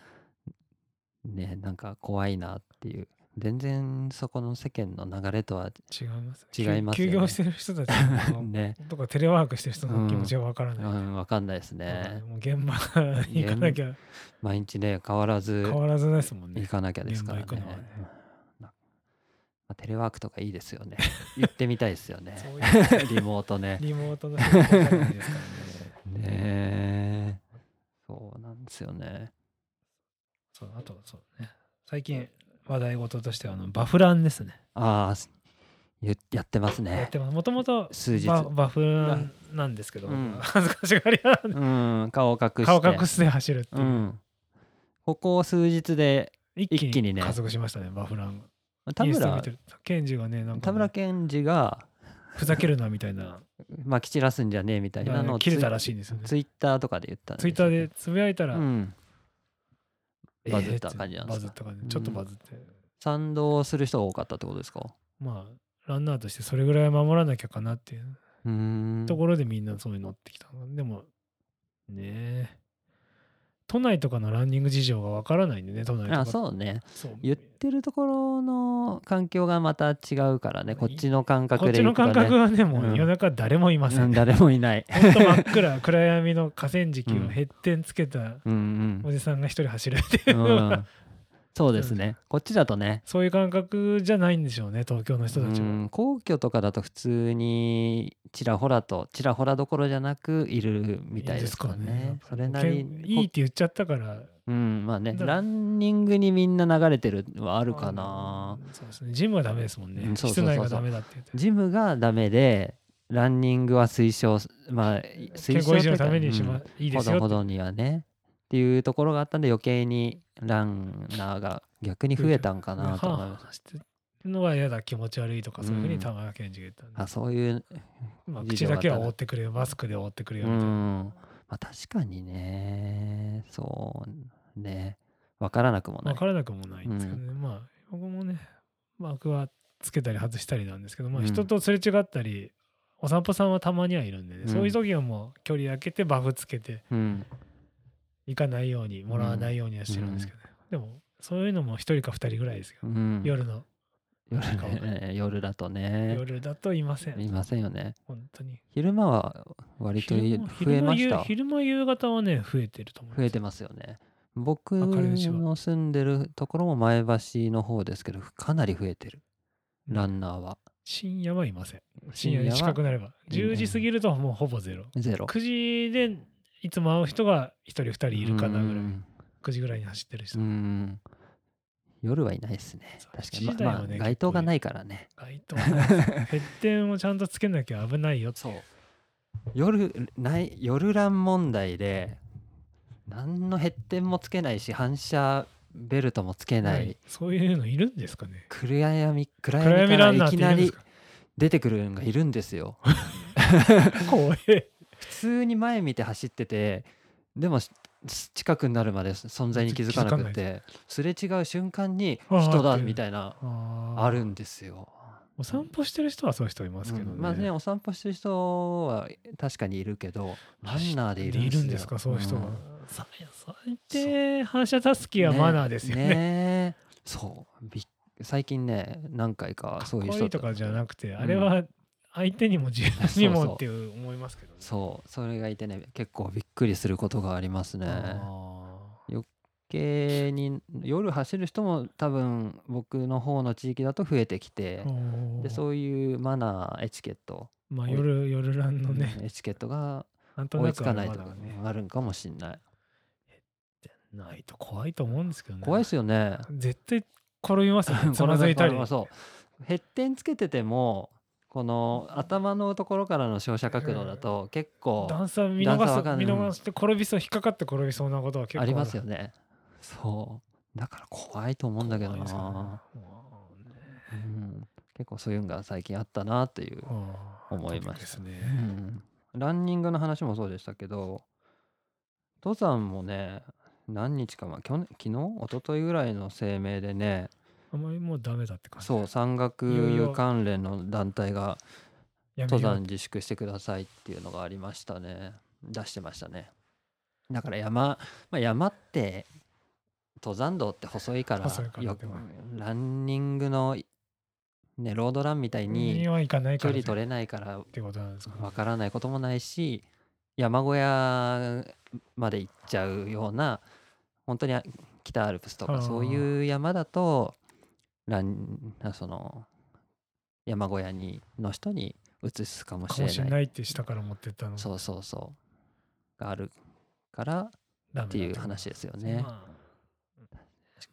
Speaker 1: ねなんか怖いなっていう全然そこの世間の流れと は
Speaker 2: 違います
Speaker 1: 違いますよね
Speaker 2: 休休業してる人たち の
Speaker 1: ね、
Speaker 2: とかテレワークしてる人の気持ちはわから
Speaker 1: う
Speaker 2: ない、
Speaker 1: ん、分かんないです
Speaker 2: わからない
Speaker 1: ね
Speaker 2: もう現場に行かなきゃ
Speaker 1: 毎日ね変わらず
Speaker 2: 変わらずですもんね
Speaker 1: 行かなきゃですからね
Speaker 2: 現場行くのはね
Speaker 1: うんまあテレワークとかいいですよね行ってみたいですよね
Speaker 2: そういう
Speaker 1: リモートね
Speaker 2: リモートの仕事じゃないですから
Speaker 1: ね
Speaker 2: ね
Speaker 1: えそうなんですよね
Speaker 2: そうあとそうね最近話題事としてはあのバフランですね
Speaker 1: ああすゆやってます
Speaker 2: や
Speaker 1: ね
Speaker 2: ってますもともと
Speaker 1: 数日
Speaker 2: ババフなんですけど、
Speaker 1: うん
Speaker 2: 恥ずかしがり屋なんで
Speaker 1: うん顔隠して
Speaker 2: 顔隠して走るっていうう、
Speaker 1: んここ数日で
Speaker 2: 一
Speaker 1: 一気
Speaker 2: 気
Speaker 1: に
Speaker 2: に
Speaker 1: ね
Speaker 2: 加速しましたねバフラン
Speaker 1: 田
Speaker 2: インスタ
Speaker 1: 村
Speaker 2: 見てるケンジがねなん
Speaker 1: 田
Speaker 2: かね、
Speaker 1: 村健二が
Speaker 2: ふざけるなみたいな
Speaker 1: まき散らすんじゃねえみたいなのを
Speaker 2: 切れたらしいんですよね
Speaker 1: ツイッターとかで言ったん
Speaker 2: ツ
Speaker 1: す
Speaker 2: イ
Speaker 1: よ
Speaker 2: ッターでつぶやいたら、
Speaker 1: うん
Speaker 2: えー
Speaker 1: バズった感じなんで
Speaker 2: バ
Speaker 1: す
Speaker 2: ズっ
Speaker 1: か
Speaker 2: た感じちょっとバズって、
Speaker 1: 賛同する人が多かったってことですか
Speaker 2: まあランナーとしてそれぐらい守らなきゃかなっていう
Speaker 1: うーん
Speaker 2: ところでみんなそういうの乗ってきたの、でもねえ都内とかのランニング事情がわからないんでね都内とか
Speaker 1: あそうね
Speaker 2: そう
Speaker 1: 言ってるところの環境がまた違うからねこっちの感
Speaker 2: こっ
Speaker 1: 覚で
Speaker 2: ちの
Speaker 1: 行くと
Speaker 2: 感
Speaker 1: ね
Speaker 2: 覚はねも
Speaker 1: うん
Speaker 2: う夜中誰もいませ、
Speaker 1: うんん
Speaker 2: ん、
Speaker 1: 誰もい ない
Speaker 2: ほんと真っ暗暗闇の河川敷
Speaker 1: うん
Speaker 2: をへってんつけた
Speaker 1: うん
Speaker 2: おじさんが一人走るって
Speaker 1: う
Speaker 2: いうの
Speaker 1: ん、う
Speaker 2: は、
Speaker 1: ん、そうですねこっちだとね
Speaker 2: そういう感覚じゃないんでしょうね東京の人たち
Speaker 1: う
Speaker 2: は、
Speaker 1: ん皇居とかだと普通にちらほらとちらほらどころじゃなくいるみたいですからね
Speaker 2: やっぱ
Speaker 1: それなりに
Speaker 2: けんいいって言っちゃったから
Speaker 1: うんまあね
Speaker 2: だ
Speaker 1: ランニングにみんな流れてるのはあるかな
Speaker 2: あのそうですねジムはダメですもんね、
Speaker 1: うんそうそうそう
Speaker 2: 室内
Speaker 1: そう
Speaker 2: がダメだって言って
Speaker 1: ジムがダメでランニングは推奨すまあ
Speaker 2: 健
Speaker 1: 推
Speaker 2: 康
Speaker 1: 奨
Speaker 2: 維持のためにし
Speaker 1: う
Speaker 2: ま、
Speaker 1: ん
Speaker 2: いいで
Speaker 1: ほ
Speaker 2: す
Speaker 1: ど
Speaker 2: よ
Speaker 1: ほどにはねっていうところがあったんで余計にランナーが逆に増えたんかなと思います
Speaker 2: すのは嫌だ気持ち悪いとかそういうふう
Speaker 1: うん
Speaker 2: に玉川健二が言ったんで
Speaker 1: あそういう
Speaker 2: まあ、
Speaker 1: 事情
Speaker 2: 口
Speaker 1: があ
Speaker 2: だ
Speaker 1: った
Speaker 2: け
Speaker 1: ら
Speaker 2: は覆ってくれよマスクで覆ってくれよ
Speaker 1: う
Speaker 2: みたいな、
Speaker 1: ん、まあ、確かにねそうねわからなくもな
Speaker 2: 分
Speaker 1: い
Speaker 2: からなくもないんですけどね、まあ僕もね僕はつけたり外したりなんですけど、まあ、
Speaker 1: うん
Speaker 2: 人とすれ違ったり、お散歩さんはたまにはいるんでね、
Speaker 1: うん
Speaker 2: そういう時はもう距離空けてバフつけて
Speaker 1: うん
Speaker 2: 行かないようにもらわないようにはしてるんですけどね、でもそういうのも一人か二人ぐらいですけど、
Speaker 1: うん、
Speaker 2: 夜の
Speaker 1: 夜
Speaker 2: なんかわかる
Speaker 1: ね夜だとね
Speaker 2: 夜だといません
Speaker 1: いませんよね
Speaker 2: 本当に
Speaker 1: 昼間は割とい
Speaker 2: 昼
Speaker 1: 増
Speaker 2: も
Speaker 1: えました
Speaker 2: 昼も夕昼も夕方はね増えてると思います
Speaker 1: 増えてますよね僕
Speaker 2: 明るいうちは
Speaker 1: の住んでるところも前橋の方ですけどかなり増えてる
Speaker 2: うん
Speaker 1: ランナーは
Speaker 2: 深夜はいません深夜
Speaker 1: 深
Speaker 2: に
Speaker 1: 夜は
Speaker 2: 近くなれば
Speaker 1: いいね
Speaker 2: 10時過ぎるともうほぼゼロ
Speaker 1: ゼロ
Speaker 2: 9時でいつも会う人が1人2人いるかなぐら
Speaker 1: う
Speaker 2: い
Speaker 1: ん
Speaker 2: 9時ぐらいに走ってる人
Speaker 1: うん夜はいないですね
Speaker 2: そう
Speaker 1: 確か
Speaker 2: 7
Speaker 1: に
Speaker 2: 時台
Speaker 1: まあ、
Speaker 2: はね
Speaker 1: まあ街灯がないからね
Speaker 2: 街灯ないで すねヘッテンをちゃんとつけなきゃ危ないよって
Speaker 1: そう夜ない夜ラン問題で何の減点もつけないし反射ベルトもつけない、
Speaker 2: はいそういうのいるんですかね
Speaker 1: 暗闇暗
Speaker 2: 暗
Speaker 1: 闇
Speaker 2: 闇
Speaker 1: か
Speaker 2: ラ
Speaker 1: ら
Speaker 2: ンナ
Speaker 1: い
Speaker 2: ーっ
Speaker 1: き
Speaker 2: ている
Speaker 1: なん
Speaker 2: です
Speaker 1: り
Speaker 2: か
Speaker 1: 出てくるのがいるんですよ
Speaker 2: 怖え
Speaker 1: 普通に前見て走っててでもし近くになるまで存在に気づかなく
Speaker 2: 気づか
Speaker 1: てすれ違う瞬間に
Speaker 2: あー
Speaker 1: 人だ
Speaker 2: って
Speaker 1: みたいな
Speaker 2: あー
Speaker 1: あるんですよ。
Speaker 2: お散歩してる人はそういう人いますけどね,、
Speaker 1: うんまあねお散歩してる人は確かにいるけどランナーでいるん
Speaker 2: い
Speaker 1: ですよ
Speaker 2: るんですかそういう人は、
Speaker 1: ん
Speaker 2: さ最低反射たすきはマナーですよね
Speaker 1: ねえそうびっ最近ね何回かそういう
Speaker 2: かっこ
Speaker 1: 人
Speaker 2: いいとかじゃなくて、
Speaker 1: ん
Speaker 2: あれは相手にも自分に
Speaker 1: そうそう
Speaker 2: もっていう思いますけどね。
Speaker 1: そうそれがいてね結構びっくりすることがありますね。系に夜走る人も多分僕の方の地域だと増えてきて、で
Speaker 2: う
Speaker 1: そういうマナーエチケット、
Speaker 2: まあ夜夜ランのね、
Speaker 1: うんエチケットが
Speaker 2: なんと
Speaker 1: 追
Speaker 2: ない
Speaker 1: つ
Speaker 2: く
Speaker 1: か
Speaker 2: あ
Speaker 1: な
Speaker 2: れ
Speaker 1: い
Speaker 2: ま
Speaker 1: と
Speaker 2: だ
Speaker 1: か
Speaker 2: ね、
Speaker 1: あるんかもしんない
Speaker 2: ないと怖いと思うんですけどね。
Speaker 1: 怖いですよね
Speaker 2: 絶対転びますよ ね。つまずいたり。
Speaker 1: このそうヘッテンつけててもこの頭のところからの照射角度だと結構
Speaker 2: 段差見
Speaker 1: 段差
Speaker 2: 逃
Speaker 1: わか
Speaker 2: す
Speaker 1: んない
Speaker 2: 見逃して転びそう引っかかって転びそうなことは結構
Speaker 1: ありますよ
Speaker 2: ね。
Speaker 1: ねそうだから怖いと思うんだけど
Speaker 2: 怖いですよね
Speaker 1: な、
Speaker 2: もうね
Speaker 1: うん、結構そういうのが最近あったなっていう
Speaker 2: あー
Speaker 1: 思いました
Speaker 2: トピックです
Speaker 1: う
Speaker 2: ね。
Speaker 1: んランニングの話もそうでしたけど登山もね何日か前去年昨日一昨日ぐらいの声明でね
Speaker 2: あんまりもうダメだって感じ。
Speaker 1: そう山岳
Speaker 2: いよいよ
Speaker 1: 関連の団体が
Speaker 2: やめよう
Speaker 1: 登山自粛してくださいっていうのがありましたね出してましたねだから山、まあ、山って登山道って細いから
Speaker 2: 細いから
Speaker 1: よ
Speaker 2: でも
Speaker 1: ランニングのねロードランみたい
Speaker 2: に
Speaker 1: に
Speaker 2: はいかないか
Speaker 1: 距
Speaker 2: ら
Speaker 1: 離
Speaker 2: っ
Speaker 1: 取れないから
Speaker 2: てことなんですかね。
Speaker 1: わからないこともないし山小屋まで行っちゃうような本当にあ北アルプスと
Speaker 2: あ
Speaker 1: か
Speaker 2: ー
Speaker 1: そういう山だとランあその山小屋にの人に移すかもし
Speaker 2: か
Speaker 1: れ
Speaker 2: も
Speaker 1: ない
Speaker 2: しれないって下から持ってったの
Speaker 1: そうそうそうがあるからっ
Speaker 2: ダメだって
Speaker 1: いう話ですよね
Speaker 2: まあ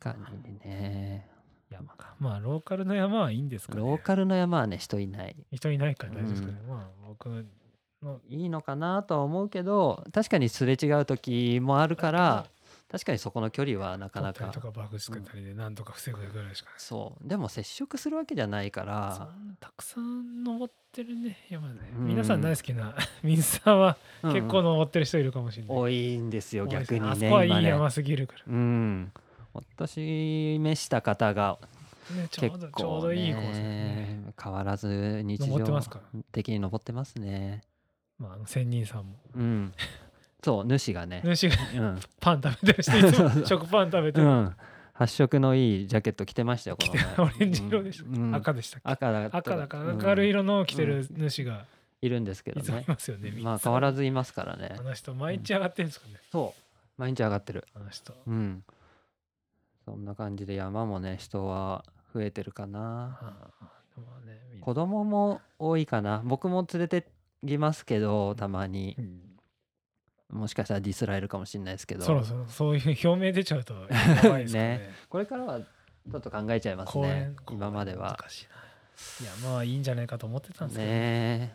Speaker 1: 確かにね山が。
Speaker 2: まあローカルの山はいいんですかね
Speaker 1: ローカルの山はね、人いない。
Speaker 2: 人いないから大丈夫ですかね、まあ僕の
Speaker 1: いいのかなとは思うけど、確かにすれ違う時もあるから、確かにそこの距離はなかな
Speaker 2: 撮った
Speaker 1: か
Speaker 2: りと。かバグ作ったりでなんとか防ぐぐらいしかない
Speaker 1: そう。でも接触するわけじゃないか
Speaker 2: そ
Speaker 1: ら、
Speaker 2: んなたくさん登ってるね山ね、
Speaker 1: うん
Speaker 2: 皆さん大好きな 水沢は
Speaker 1: うん
Speaker 2: 結構登ってる人いるかもしれない、
Speaker 1: 多いんですよ、
Speaker 2: 多いです
Speaker 1: 逆にね。
Speaker 2: あそこはい
Speaker 1: 今
Speaker 2: い
Speaker 1: ね
Speaker 2: 山すぎるか
Speaker 1: うん。私、召した方が
Speaker 2: ら、ね、ちょ
Speaker 1: 結
Speaker 2: うどちょ
Speaker 1: 構
Speaker 2: うどいいコースですね
Speaker 1: ね、変わらず日
Speaker 2: 登って
Speaker 1: 常
Speaker 2: ますか
Speaker 1: 的に登ってますね。
Speaker 2: まああの仙人さんも
Speaker 1: うん。そう、主がね。
Speaker 2: 主が
Speaker 1: うん。
Speaker 2: パン食べてる人い つ
Speaker 1: そう
Speaker 2: も
Speaker 1: そう
Speaker 2: 食パン食べて
Speaker 1: う
Speaker 2: る、
Speaker 1: ん、発色のいいジャケット着てましたよ、この前
Speaker 2: オレンジ色でした、
Speaker 1: うん
Speaker 2: 赤でしたっけ
Speaker 1: 赤だ
Speaker 2: 赤だから明る
Speaker 1: う
Speaker 2: い
Speaker 1: ん
Speaker 2: 色のを着てる主が
Speaker 1: いるんですけ
Speaker 2: い
Speaker 1: ど
Speaker 2: つもい
Speaker 1: ね。
Speaker 2: ますよね、みんな
Speaker 1: まあ変わらずいますからね
Speaker 2: あ。の人毎日上がってるんですかね、
Speaker 1: そう、毎日上がってる。
Speaker 2: あの人
Speaker 1: うん。そんな感じで山もね、人は増えてるかな。
Speaker 2: ああでもねみんな
Speaker 1: 子供も多いかな。僕も連れてきますけど、たまに
Speaker 2: う。ん
Speaker 1: もしかしたらディスられるかもしれないですけど。
Speaker 2: そろそろそういう表明出ちゃうとやばいですか ね
Speaker 1: ねこれからはちょっと考えちゃいます
Speaker 2: 公
Speaker 1: ね
Speaker 2: 園。
Speaker 1: 今までは。
Speaker 2: 難しいないやまあいいんじゃないかと思ってたんですけど、
Speaker 1: ねえ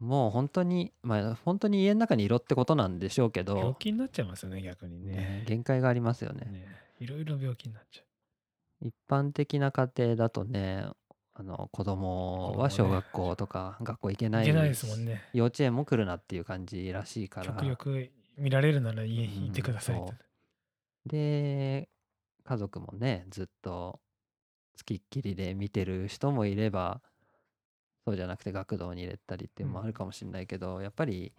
Speaker 1: もう本当にまあ本当に家の中にいろってことなんでしょうけ
Speaker 2: 病
Speaker 1: ど、
Speaker 2: 気になっちゃいますよね逆にね
Speaker 1: ね限界がありますよね
Speaker 2: ねいろいろ病気になっちゃ
Speaker 1: 一般的な家庭だとねあの子
Speaker 2: 子
Speaker 1: 供
Speaker 2: 供ね
Speaker 1: は小学校とか学校行け
Speaker 2: う
Speaker 1: ないい
Speaker 2: けないですもんね
Speaker 1: 幼稚園も来るなっていう感じらしいから
Speaker 2: 極力見られるなら家にいてください
Speaker 1: うんそ
Speaker 2: と
Speaker 1: うで家族もねずっと付きっきりで見てる人もいればそうじゃなくて学童に入れたりっていうのもあるかもしれないけど、やっぱり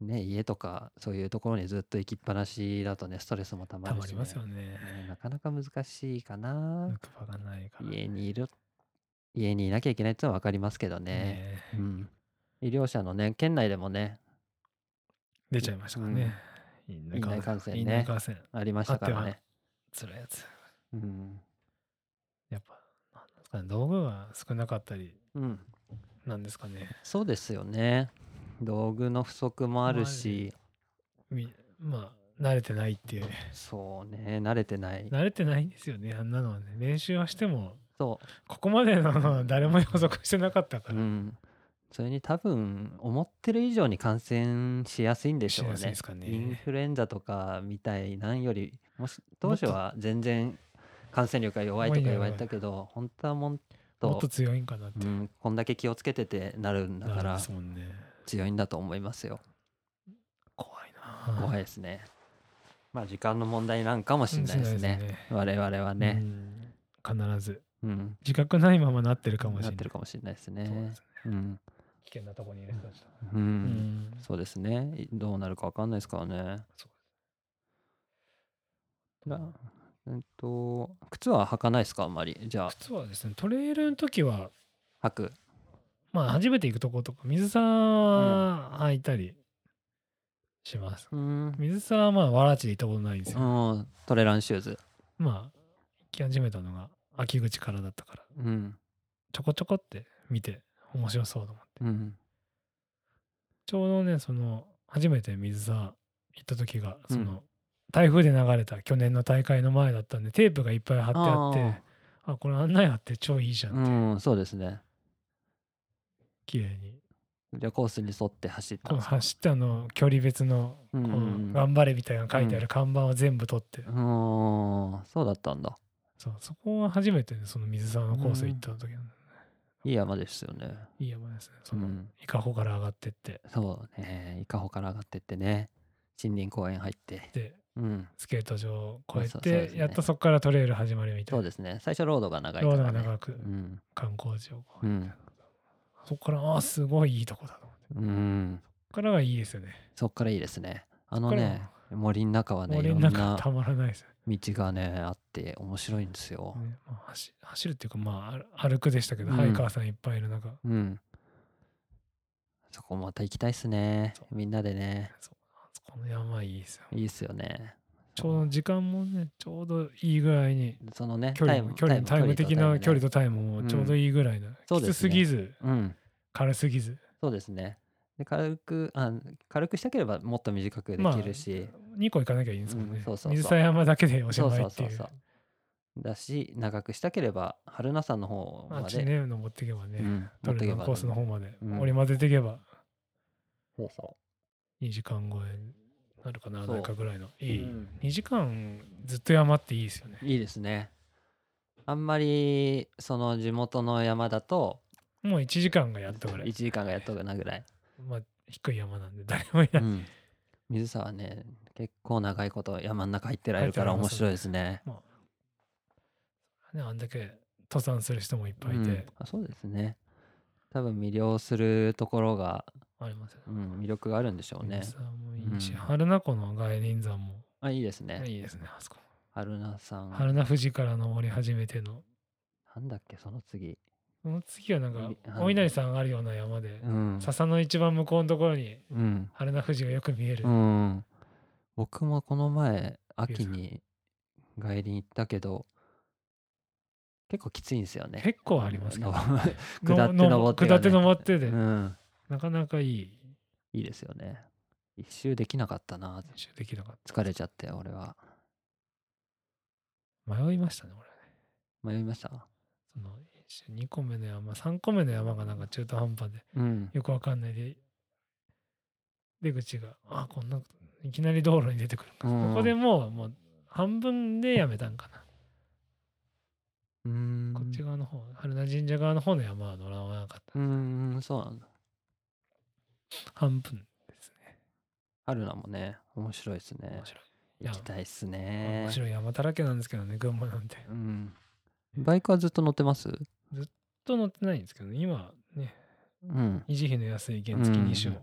Speaker 1: ね家とかそういうところにずっと行きっぱなしだとねストレスもたま
Speaker 2: た
Speaker 1: るし、ね、
Speaker 2: まりますよね
Speaker 1: ねなかなか難しいかな
Speaker 2: 抜く場がないから
Speaker 1: 家にいる家にいなきゃいけないっていうのは分かりますけどね
Speaker 2: ね
Speaker 1: うん、医療者のね県内でもね
Speaker 2: 出ちゃいましたからね院
Speaker 1: 院内感染ね
Speaker 2: 院内感染
Speaker 1: ありましたから
Speaker 2: あっては
Speaker 1: ね、
Speaker 2: 辛いやつ
Speaker 1: うん
Speaker 2: やっぱなんですかね道具が少なかったり
Speaker 1: うん、
Speaker 2: なんですかね
Speaker 1: そうですよね道具の不足もあるし、
Speaker 2: みまあ慣れてないっていう
Speaker 1: そうね慣れてない
Speaker 2: 慣れてないんですよねあんなのはね練習はしても
Speaker 1: そ
Speaker 2: ここまでののは誰も予測してなかったか
Speaker 1: う、う
Speaker 2: ら、
Speaker 1: ん、それに多分思ってる以上に感染しやすいんでしょう
Speaker 2: しやすい
Speaker 1: ね
Speaker 2: ですかね
Speaker 1: インフルエンザとかみたいなんよりもし当初は全然感染力が弱いとか言われたけど本当はもっ
Speaker 2: もっ
Speaker 1: と
Speaker 2: と強いんかなっ
Speaker 1: う
Speaker 2: て、
Speaker 1: ん、こんだけ気をつけててなるんだ
Speaker 2: な
Speaker 1: か
Speaker 2: るん
Speaker 1: ら
Speaker 2: ですもんね
Speaker 1: 強いんだと思いますよ
Speaker 2: 怖いなぁ
Speaker 1: 怖いですねまあ時間の問題なんかもしれないですね我々はね
Speaker 2: うん必ず
Speaker 1: うん
Speaker 2: 自覚ないままなってるかもし
Speaker 1: な
Speaker 2: れ
Speaker 1: っ
Speaker 2: ない
Speaker 1: てるかもしれないですね
Speaker 2: そうですね
Speaker 1: うん
Speaker 2: 危険なとこにいる人たちだ
Speaker 1: うん、
Speaker 2: うん
Speaker 1: そうですねいどうなるかわかんないですからね
Speaker 2: そう
Speaker 1: なうんと靴は履かないですかあんまりじゃ
Speaker 2: 靴はですねトレイルの時は
Speaker 1: あ履く
Speaker 2: まあ初めて行くとことか水沢履いたりします、
Speaker 1: うん
Speaker 2: 水沢はまあわらちで行ったことないんですよ、
Speaker 1: うんトレランシューズ
Speaker 2: まあ行き始めたのが秋口からだったから
Speaker 1: うん
Speaker 2: ちょこちょこって見て面白そうと思って
Speaker 1: うん
Speaker 2: ちょうどねその初めて水沢行った時がその、
Speaker 1: うん
Speaker 2: 台風で流れた去年の大会の前だったんでテープがいっぱい貼ってあってあこれ案内貼って超いいじゃんって、
Speaker 1: うんそうですね
Speaker 2: 綺麗に
Speaker 1: じゃあコースに沿って走った
Speaker 2: こ
Speaker 1: ん
Speaker 2: う
Speaker 1: ですか
Speaker 2: 走ったの距離別のこう、
Speaker 1: うんうんうん
Speaker 2: 頑張れみたいなの書いてある看板を全部取って、
Speaker 1: うんそうだったんだ
Speaker 2: そうそこは初めてねその水沢のコース行った時の、
Speaker 1: いい山ですよね。
Speaker 2: いい山ですねその、
Speaker 1: うん
Speaker 2: 伊香保から上がってって
Speaker 1: そうね。伊香保から上がってってね。森林公園入って。
Speaker 2: で
Speaker 1: うん。
Speaker 2: スケート場を越
Speaker 1: そうそう
Speaker 2: え
Speaker 1: で
Speaker 2: て、
Speaker 1: すね
Speaker 2: やっとそこからトレイル始まるみた
Speaker 1: そ
Speaker 2: いうな
Speaker 1: ですね。最初ロードが長いか
Speaker 2: ロード
Speaker 1: ら、
Speaker 2: が
Speaker 1: ね。
Speaker 2: 長
Speaker 1: う
Speaker 2: く
Speaker 1: ん。
Speaker 2: 観光地をこう
Speaker 1: う
Speaker 2: 入って
Speaker 1: ん。
Speaker 2: そこから、ああ、すごいいいとこだと思って。
Speaker 1: うん。
Speaker 2: そこからがいいですよね。
Speaker 1: そっからいいですね。あのね、森の中はね、い
Speaker 2: 俺
Speaker 1: ろ
Speaker 2: の
Speaker 1: ん
Speaker 2: 中
Speaker 1: な
Speaker 2: たまらないですよ
Speaker 1: 道がね、あって面白いんですよ。
Speaker 2: ね。まあ、走走るっていうか、まあ、歩くでしたけ
Speaker 1: う
Speaker 2: ど、
Speaker 1: ん
Speaker 2: ハイカーさんいっぱいいる中、
Speaker 1: うん。そこまた行きたいっすね
Speaker 2: そう。
Speaker 1: みんなでね。
Speaker 2: そうあそこの山いいですよ。
Speaker 1: いいっすよね。
Speaker 2: ちょうど時間もね、ちょうどいいぐらいに、
Speaker 1: そのね、
Speaker 2: 距離も距離もタイム的な距離とタイムも
Speaker 1: うん
Speaker 2: ちょうどいいぐらいな、
Speaker 1: そう
Speaker 2: き
Speaker 1: です
Speaker 2: つ
Speaker 1: ね
Speaker 2: すぎず、
Speaker 1: タイムね。うん。
Speaker 2: 軽すぎず。
Speaker 1: そうですね。で軽くあ軽くしたければもっと短くできるし、
Speaker 2: 2個行かなきゃいいんですもんね。
Speaker 1: うんそうそうそう
Speaker 2: 水沢山だけでおし
Speaker 1: そう
Speaker 2: まい
Speaker 1: そう
Speaker 2: って
Speaker 1: そ
Speaker 2: いう
Speaker 1: うそうだし長くしたければ春菜さんの方
Speaker 2: あ
Speaker 1: ま
Speaker 2: っち
Speaker 1: で、
Speaker 2: にね、登っていけば
Speaker 1: う
Speaker 2: ね、
Speaker 1: ん、
Speaker 2: ト
Speaker 1: 持って
Speaker 2: レ
Speaker 1: い
Speaker 2: ー
Speaker 1: け
Speaker 2: の
Speaker 1: ば
Speaker 2: コースの方まで
Speaker 1: うん
Speaker 2: 折り混ぜていけば、
Speaker 1: そうそ
Speaker 2: 2時間超えになるかなら
Speaker 1: そう
Speaker 2: ないかぐらいの。
Speaker 1: う
Speaker 2: いい。
Speaker 1: うん
Speaker 2: 2時間ずっと山っていいですよね。
Speaker 1: いいですねあんまりその地元の山だと
Speaker 2: もう1時間がやっとぐら
Speaker 1: 1
Speaker 2: い。
Speaker 1: 時間がやっとかなぐらい、
Speaker 2: まあ、低い山なんで誰もいうない。
Speaker 1: ん、水沢ね結構長いこと山の中入ってられるから
Speaker 2: 入ってられ
Speaker 1: 面
Speaker 2: ます
Speaker 1: 白いですね
Speaker 2: ね、あんだけ登山する人もいっぱいいて、
Speaker 1: うんあそうですね多分魅了するところが、
Speaker 2: ありますよね
Speaker 1: うん、魅力があるんでしょうね
Speaker 2: 水沢もいいし、
Speaker 1: うん
Speaker 2: 春名湖の外輪山も
Speaker 1: あいいですね
Speaker 2: いいですね、あそこ。
Speaker 1: 春菜さん
Speaker 2: 春名富士から登り始めての、
Speaker 1: なんだっけその次
Speaker 2: その次はなん
Speaker 1: う
Speaker 2: か
Speaker 1: んあの
Speaker 2: お稲荷さんがあるような山で、
Speaker 1: うん
Speaker 2: 笹の一番向こうのところに
Speaker 1: うん
Speaker 2: 春名富士がよく見える。
Speaker 1: うん、僕もこの前秋
Speaker 2: さん
Speaker 1: に外輪行ったけど結構きついんですよね
Speaker 2: 結構ありますけど、
Speaker 1: うん登 下って登って、
Speaker 2: 下って登ってで、
Speaker 1: うん、
Speaker 2: なかなかいい
Speaker 1: いいですよね一周できなかったな
Speaker 2: 練習できなかっ
Speaker 1: 疲れちゃって俺は
Speaker 2: た。迷いましたね、俺。
Speaker 1: 迷いました
Speaker 2: その2個目の山3個目の山がなんか中途半端で
Speaker 1: うん
Speaker 2: よくわかんないで出口があこんないきなり道路に出てくるのか、
Speaker 1: うん
Speaker 2: ここでもうもう半分でやめたんかな、
Speaker 1: うーん
Speaker 2: こっち側の方春名神社側の方の山は乗らなかっ
Speaker 1: う
Speaker 2: た、
Speaker 1: ーんそうなんだ
Speaker 2: 半分ですね
Speaker 1: 春菜もね面白いですね
Speaker 2: 面白い、い
Speaker 1: 行
Speaker 2: や
Speaker 1: きたいっすね
Speaker 2: 面白い山だらけなんですけどね群馬なんてずっ
Speaker 1: うんバイクはずっと乗ってます
Speaker 2: と乗ってないんですけど、ね、今ね
Speaker 1: うん、
Speaker 2: 維持費の安い原付2種を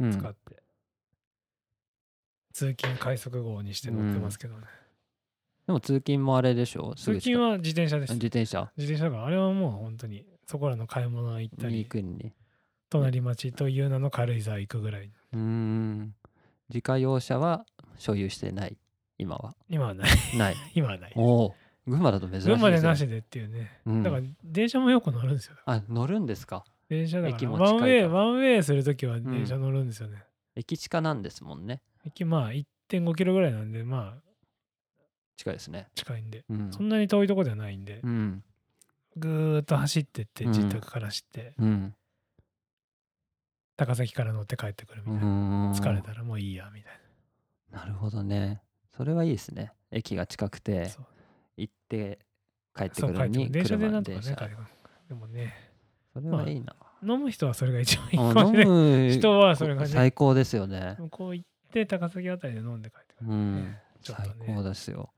Speaker 1: うん
Speaker 2: 使って、通勤快速号にして乗ってますけどね、
Speaker 1: でも通勤もあれでしょすぐ
Speaker 2: 通
Speaker 1: 近
Speaker 2: 勤
Speaker 1: く
Speaker 2: は自転車です。
Speaker 1: あ自
Speaker 2: 自
Speaker 1: 転車
Speaker 2: 転車があれはもう本当にそこらの買い物行った
Speaker 1: に行
Speaker 2: り、
Speaker 1: くのに
Speaker 2: 隣町という名の軽井沢行くぐらい。
Speaker 1: うーん自家用車は所有してない今は
Speaker 2: 今はない。
Speaker 1: ない
Speaker 2: 今はない。
Speaker 1: おお群馬だと珍しい
Speaker 2: 群馬
Speaker 1: で
Speaker 2: です
Speaker 1: ね
Speaker 2: なしでっていうね。
Speaker 1: うん
Speaker 2: だから電車もよく乗るんですよ。
Speaker 1: あ乗るんですか
Speaker 2: 電車だか
Speaker 1: 駅
Speaker 2: ら
Speaker 1: も
Speaker 2: ワンウ
Speaker 1: 近い
Speaker 2: ェイ、
Speaker 1: から
Speaker 2: ワンウェイするときは電車乗るんですよね。
Speaker 1: 駅近なんですもんね
Speaker 2: 駅まあ1.5キロぐらいなんで、まあ
Speaker 1: 近いですね
Speaker 2: 近いんで、
Speaker 1: うん
Speaker 2: そんなに遠いとこではないんで
Speaker 1: う、ん
Speaker 2: ぐーっと走ってって、
Speaker 1: うん
Speaker 2: 自宅から走って、
Speaker 1: うん
Speaker 2: 高崎から乗って帰ってくる
Speaker 1: う
Speaker 2: みたいな。
Speaker 1: ーん
Speaker 2: 疲れたらもういいや、みたい
Speaker 1: なるほどねそれはいいですね駅が近く
Speaker 2: な。
Speaker 1: て
Speaker 2: そう
Speaker 1: 行って帰って
Speaker 2: そ
Speaker 1: く
Speaker 2: う、
Speaker 1: る
Speaker 2: 帰
Speaker 1: のに
Speaker 2: ってくる。電車で
Speaker 1: 車
Speaker 2: なんとかね、
Speaker 1: 電
Speaker 2: 帰
Speaker 1: 車
Speaker 2: ってくる。でもね、
Speaker 1: それはいいな、
Speaker 2: 飲む人はそれが一番いい
Speaker 1: あ
Speaker 2: かもしれない。
Speaker 1: 飲む
Speaker 2: 人はそれがね、
Speaker 1: 最高ですよね
Speaker 2: 向 こう行って高崎あたりで飲んで帰ってくる。
Speaker 1: うん
Speaker 2: ちょっと
Speaker 1: 最
Speaker 2: ね
Speaker 1: 高ですよ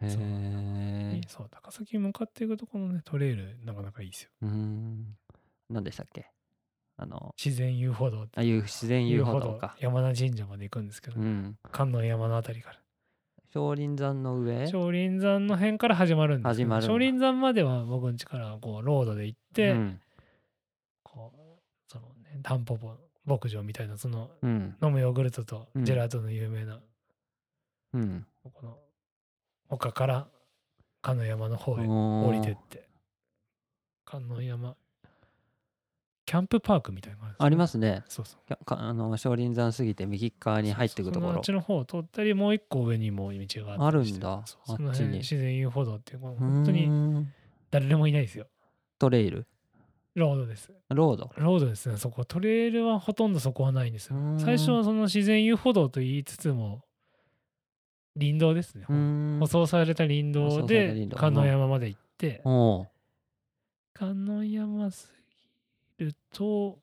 Speaker 1: へ
Speaker 2: そう
Speaker 1: え
Speaker 2: そう、高崎向かっていくとこのね、トレイルなかなかいいですよ。
Speaker 1: うーん。何でしたっけあの、
Speaker 2: 自然遊歩道って。
Speaker 1: ああいう自然遊歩道か。
Speaker 2: 山名神社まで行くんですけど、
Speaker 1: うん。
Speaker 2: 観音山のあたりから。
Speaker 1: 少林山の上
Speaker 2: 少林山の辺から始まるんですけ
Speaker 1: 始ま
Speaker 2: ど、
Speaker 1: るんだ
Speaker 2: 少林山までは僕ん家からこうロードで行って、
Speaker 1: うん。
Speaker 2: こう、そのね、タンポポ牧場みたいな、その、
Speaker 1: うん。
Speaker 2: 飲むヨーグルトと
Speaker 1: うん
Speaker 2: ジェラートの有名な、
Speaker 1: うん。
Speaker 2: この丘から観音山の方へ
Speaker 1: 降
Speaker 2: 降りてって観音山キャンプパークみたいなのが
Speaker 1: ありますすね。
Speaker 2: そうそう
Speaker 1: きゃかあの少林山過ぎて右側に入っていくとこ
Speaker 2: その
Speaker 1: ろ
Speaker 2: あっ。ちの方を通ったりもう一個上にもう道があったり
Speaker 1: あるんだ
Speaker 2: して
Speaker 1: あ
Speaker 2: そう
Speaker 1: っちに
Speaker 2: その辺自然遊歩道っていうこの
Speaker 1: うーん
Speaker 2: 本当に誰もいないですよ
Speaker 1: トレイル。
Speaker 2: ロードです
Speaker 1: ロード。
Speaker 2: ロードですねそこトレイルはほとんどそこはないんですよ
Speaker 1: うーん
Speaker 2: 最初はその自然遊歩道と言いつつも林道ですね
Speaker 1: うーん
Speaker 2: 舗。装された
Speaker 1: 舗
Speaker 2: 林道
Speaker 1: 装された
Speaker 2: で
Speaker 1: 林道
Speaker 2: 観音山まで行って
Speaker 1: おう
Speaker 2: 観音山過ぎると、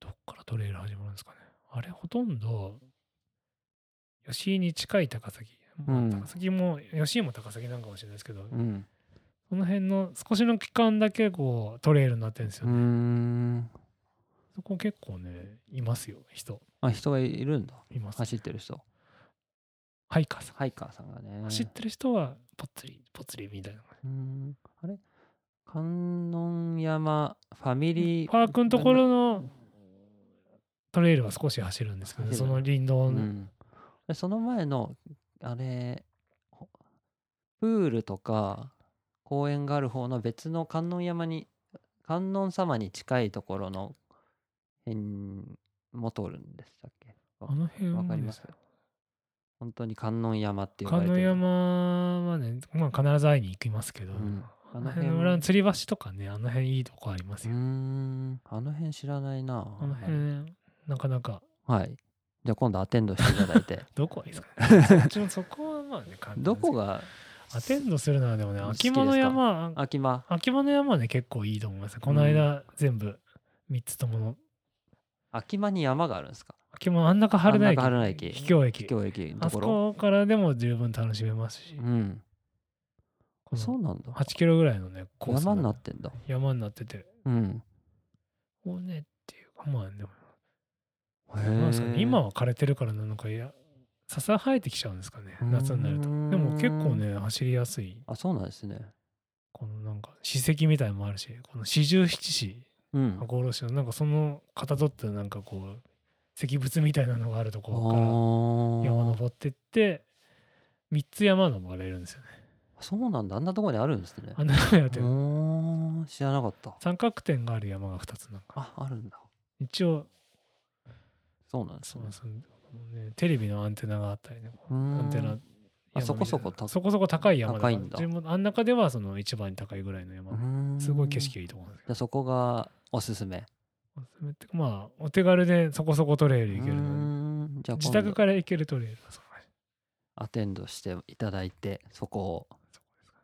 Speaker 2: どっからトレイル始まるんですかね。あれ、ほとんど、吉井に近い高崎。まあ
Speaker 1: うん
Speaker 2: 高崎も、吉井も高崎なんかもしれないですけど、
Speaker 1: うん。
Speaker 2: その辺の少しの期間だけこうトレイルになってるんです
Speaker 1: う
Speaker 2: よ
Speaker 1: ー
Speaker 2: ね。
Speaker 1: ん。
Speaker 2: そこ結構ね、いますよ、人。
Speaker 1: あ、人がいるんだ。
Speaker 2: います。
Speaker 1: 走ってる人。
Speaker 2: ハイカーさん。
Speaker 1: ハイカーさんがね。
Speaker 2: 走ってる人は、ぽつり、ぽつりみたいな。
Speaker 1: うーん。あれ観音山ファミリー。
Speaker 2: パークのところのトレイルは少し走るんですけど、
Speaker 1: 走
Speaker 2: そ
Speaker 1: る
Speaker 2: の林道の
Speaker 1: でその前のあれほプールとか公園がある方の別の観音山に観音様に近いところの辺も通るんでしたっけわ
Speaker 2: あの辺
Speaker 1: わ
Speaker 2: も
Speaker 1: かり
Speaker 2: で
Speaker 1: ますす本当に観音山って呼ばれ
Speaker 2: 観
Speaker 1: て
Speaker 2: 音
Speaker 1: る
Speaker 2: 山はね、まあ、必ず会いに行きますけど、
Speaker 1: うん
Speaker 2: あ
Speaker 1: あ
Speaker 2: の
Speaker 1: の
Speaker 2: 辺
Speaker 1: 辺
Speaker 2: の裏の吊り橋とかねあの辺いいとこあります
Speaker 1: うー
Speaker 2: よ、
Speaker 1: んあの辺知らないな
Speaker 2: あの辺、なかなか
Speaker 1: はいじゃあ今度アテンドしていた だいて
Speaker 2: どこがいいですか ねそっちのそこはまあね簡単です
Speaker 1: ど
Speaker 2: け
Speaker 1: こが
Speaker 2: アテンドするならでもね
Speaker 1: 好き
Speaker 2: 秋物山
Speaker 1: 秋間
Speaker 2: 秋物山はね結構いいと思いますこの間全部3つともの
Speaker 1: 秋間に山があるんですか
Speaker 2: 秋物あん中春名駅
Speaker 1: 真ん中春名駅
Speaker 2: 秘境駅
Speaker 1: 秘境駅の
Speaker 2: あ
Speaker 1: とこ
Speaker 2: そ
Speaker 1: ろ
Speaker 2: こからでも十分楽しめますし、
Speaker 1: うん
Speaker 2: こ
Speaker 1: そ
Speaker 2: の
Speaker 1: うなんだ
Speaker 2: 8キロぐらいのねコースが
Speaker 1: 山になってんだ
Speaker 2: 山になってて
Speaker 1: うん
Speaker 2: こうねっていうかまあでも
Speaker 1: へ
Speaker 2: なん
Speaker 1: ー
Speaker 2: ですかね今は枯れてるからなのかいや笹生えてきちゃうんですかね夏になると
Speaker 1: うーん
Speaker 2: でも結構ね走りやすい
Speaker 1: あそうなんですね
Speaker 2: このなんか史跡みたいのもあるしこの四十七士
Speaker 1: うん
Speaker 2: 赤穂浪士のなんかそのかたどったなんかこう石仏みたいなのがあるところか
Speaker 1: あ
Speaker 2: ら
Speaker 1: ー
Speaker 2: 山登ってって3つ山登れるんですよね。
Speaker 1: そうなんだあんなとこにあるんですね
Speaker 2: あんなのやってる
Speaker 1: おー知らなかった
Speaker 2: 三角点がある山が2つなんか
Speaker 1: ああるんだ
Speaker 2: 一応
Speaker 1: そうなんです
Speaker 2: そ
Speaker 1: ね
Speaker 2: うそうねテレビのアンテナがあったりね
Speaker 1: うーん
Speaker 2: アンテナ山みたいな
Speaker 1: そこそこ高い
Speaker 2: そこそこ高い山だから
Speaker 1: 高いんだ
Speaker 2: 自分もあん中ではその一番高いぐらいの山
Speaker 1: うーん
Speaker 2: すごい景色がいいと思うんです
Speaker 1: じゃあそこがおすすめ
Speaker 2: けどおすすめってまあお手軽でそこそこトレイル行ける
Speaker 1: う
Speaker 2: ので
Speaker 1: ーんじゃあ
Speaker 2: 自
Speaker 1: 今
Speaker 2: 宅
Speaker 1: 度
Speaker 2: から行けるトレイルはそこ
Speaker 1: アテンドしていただいてそこを、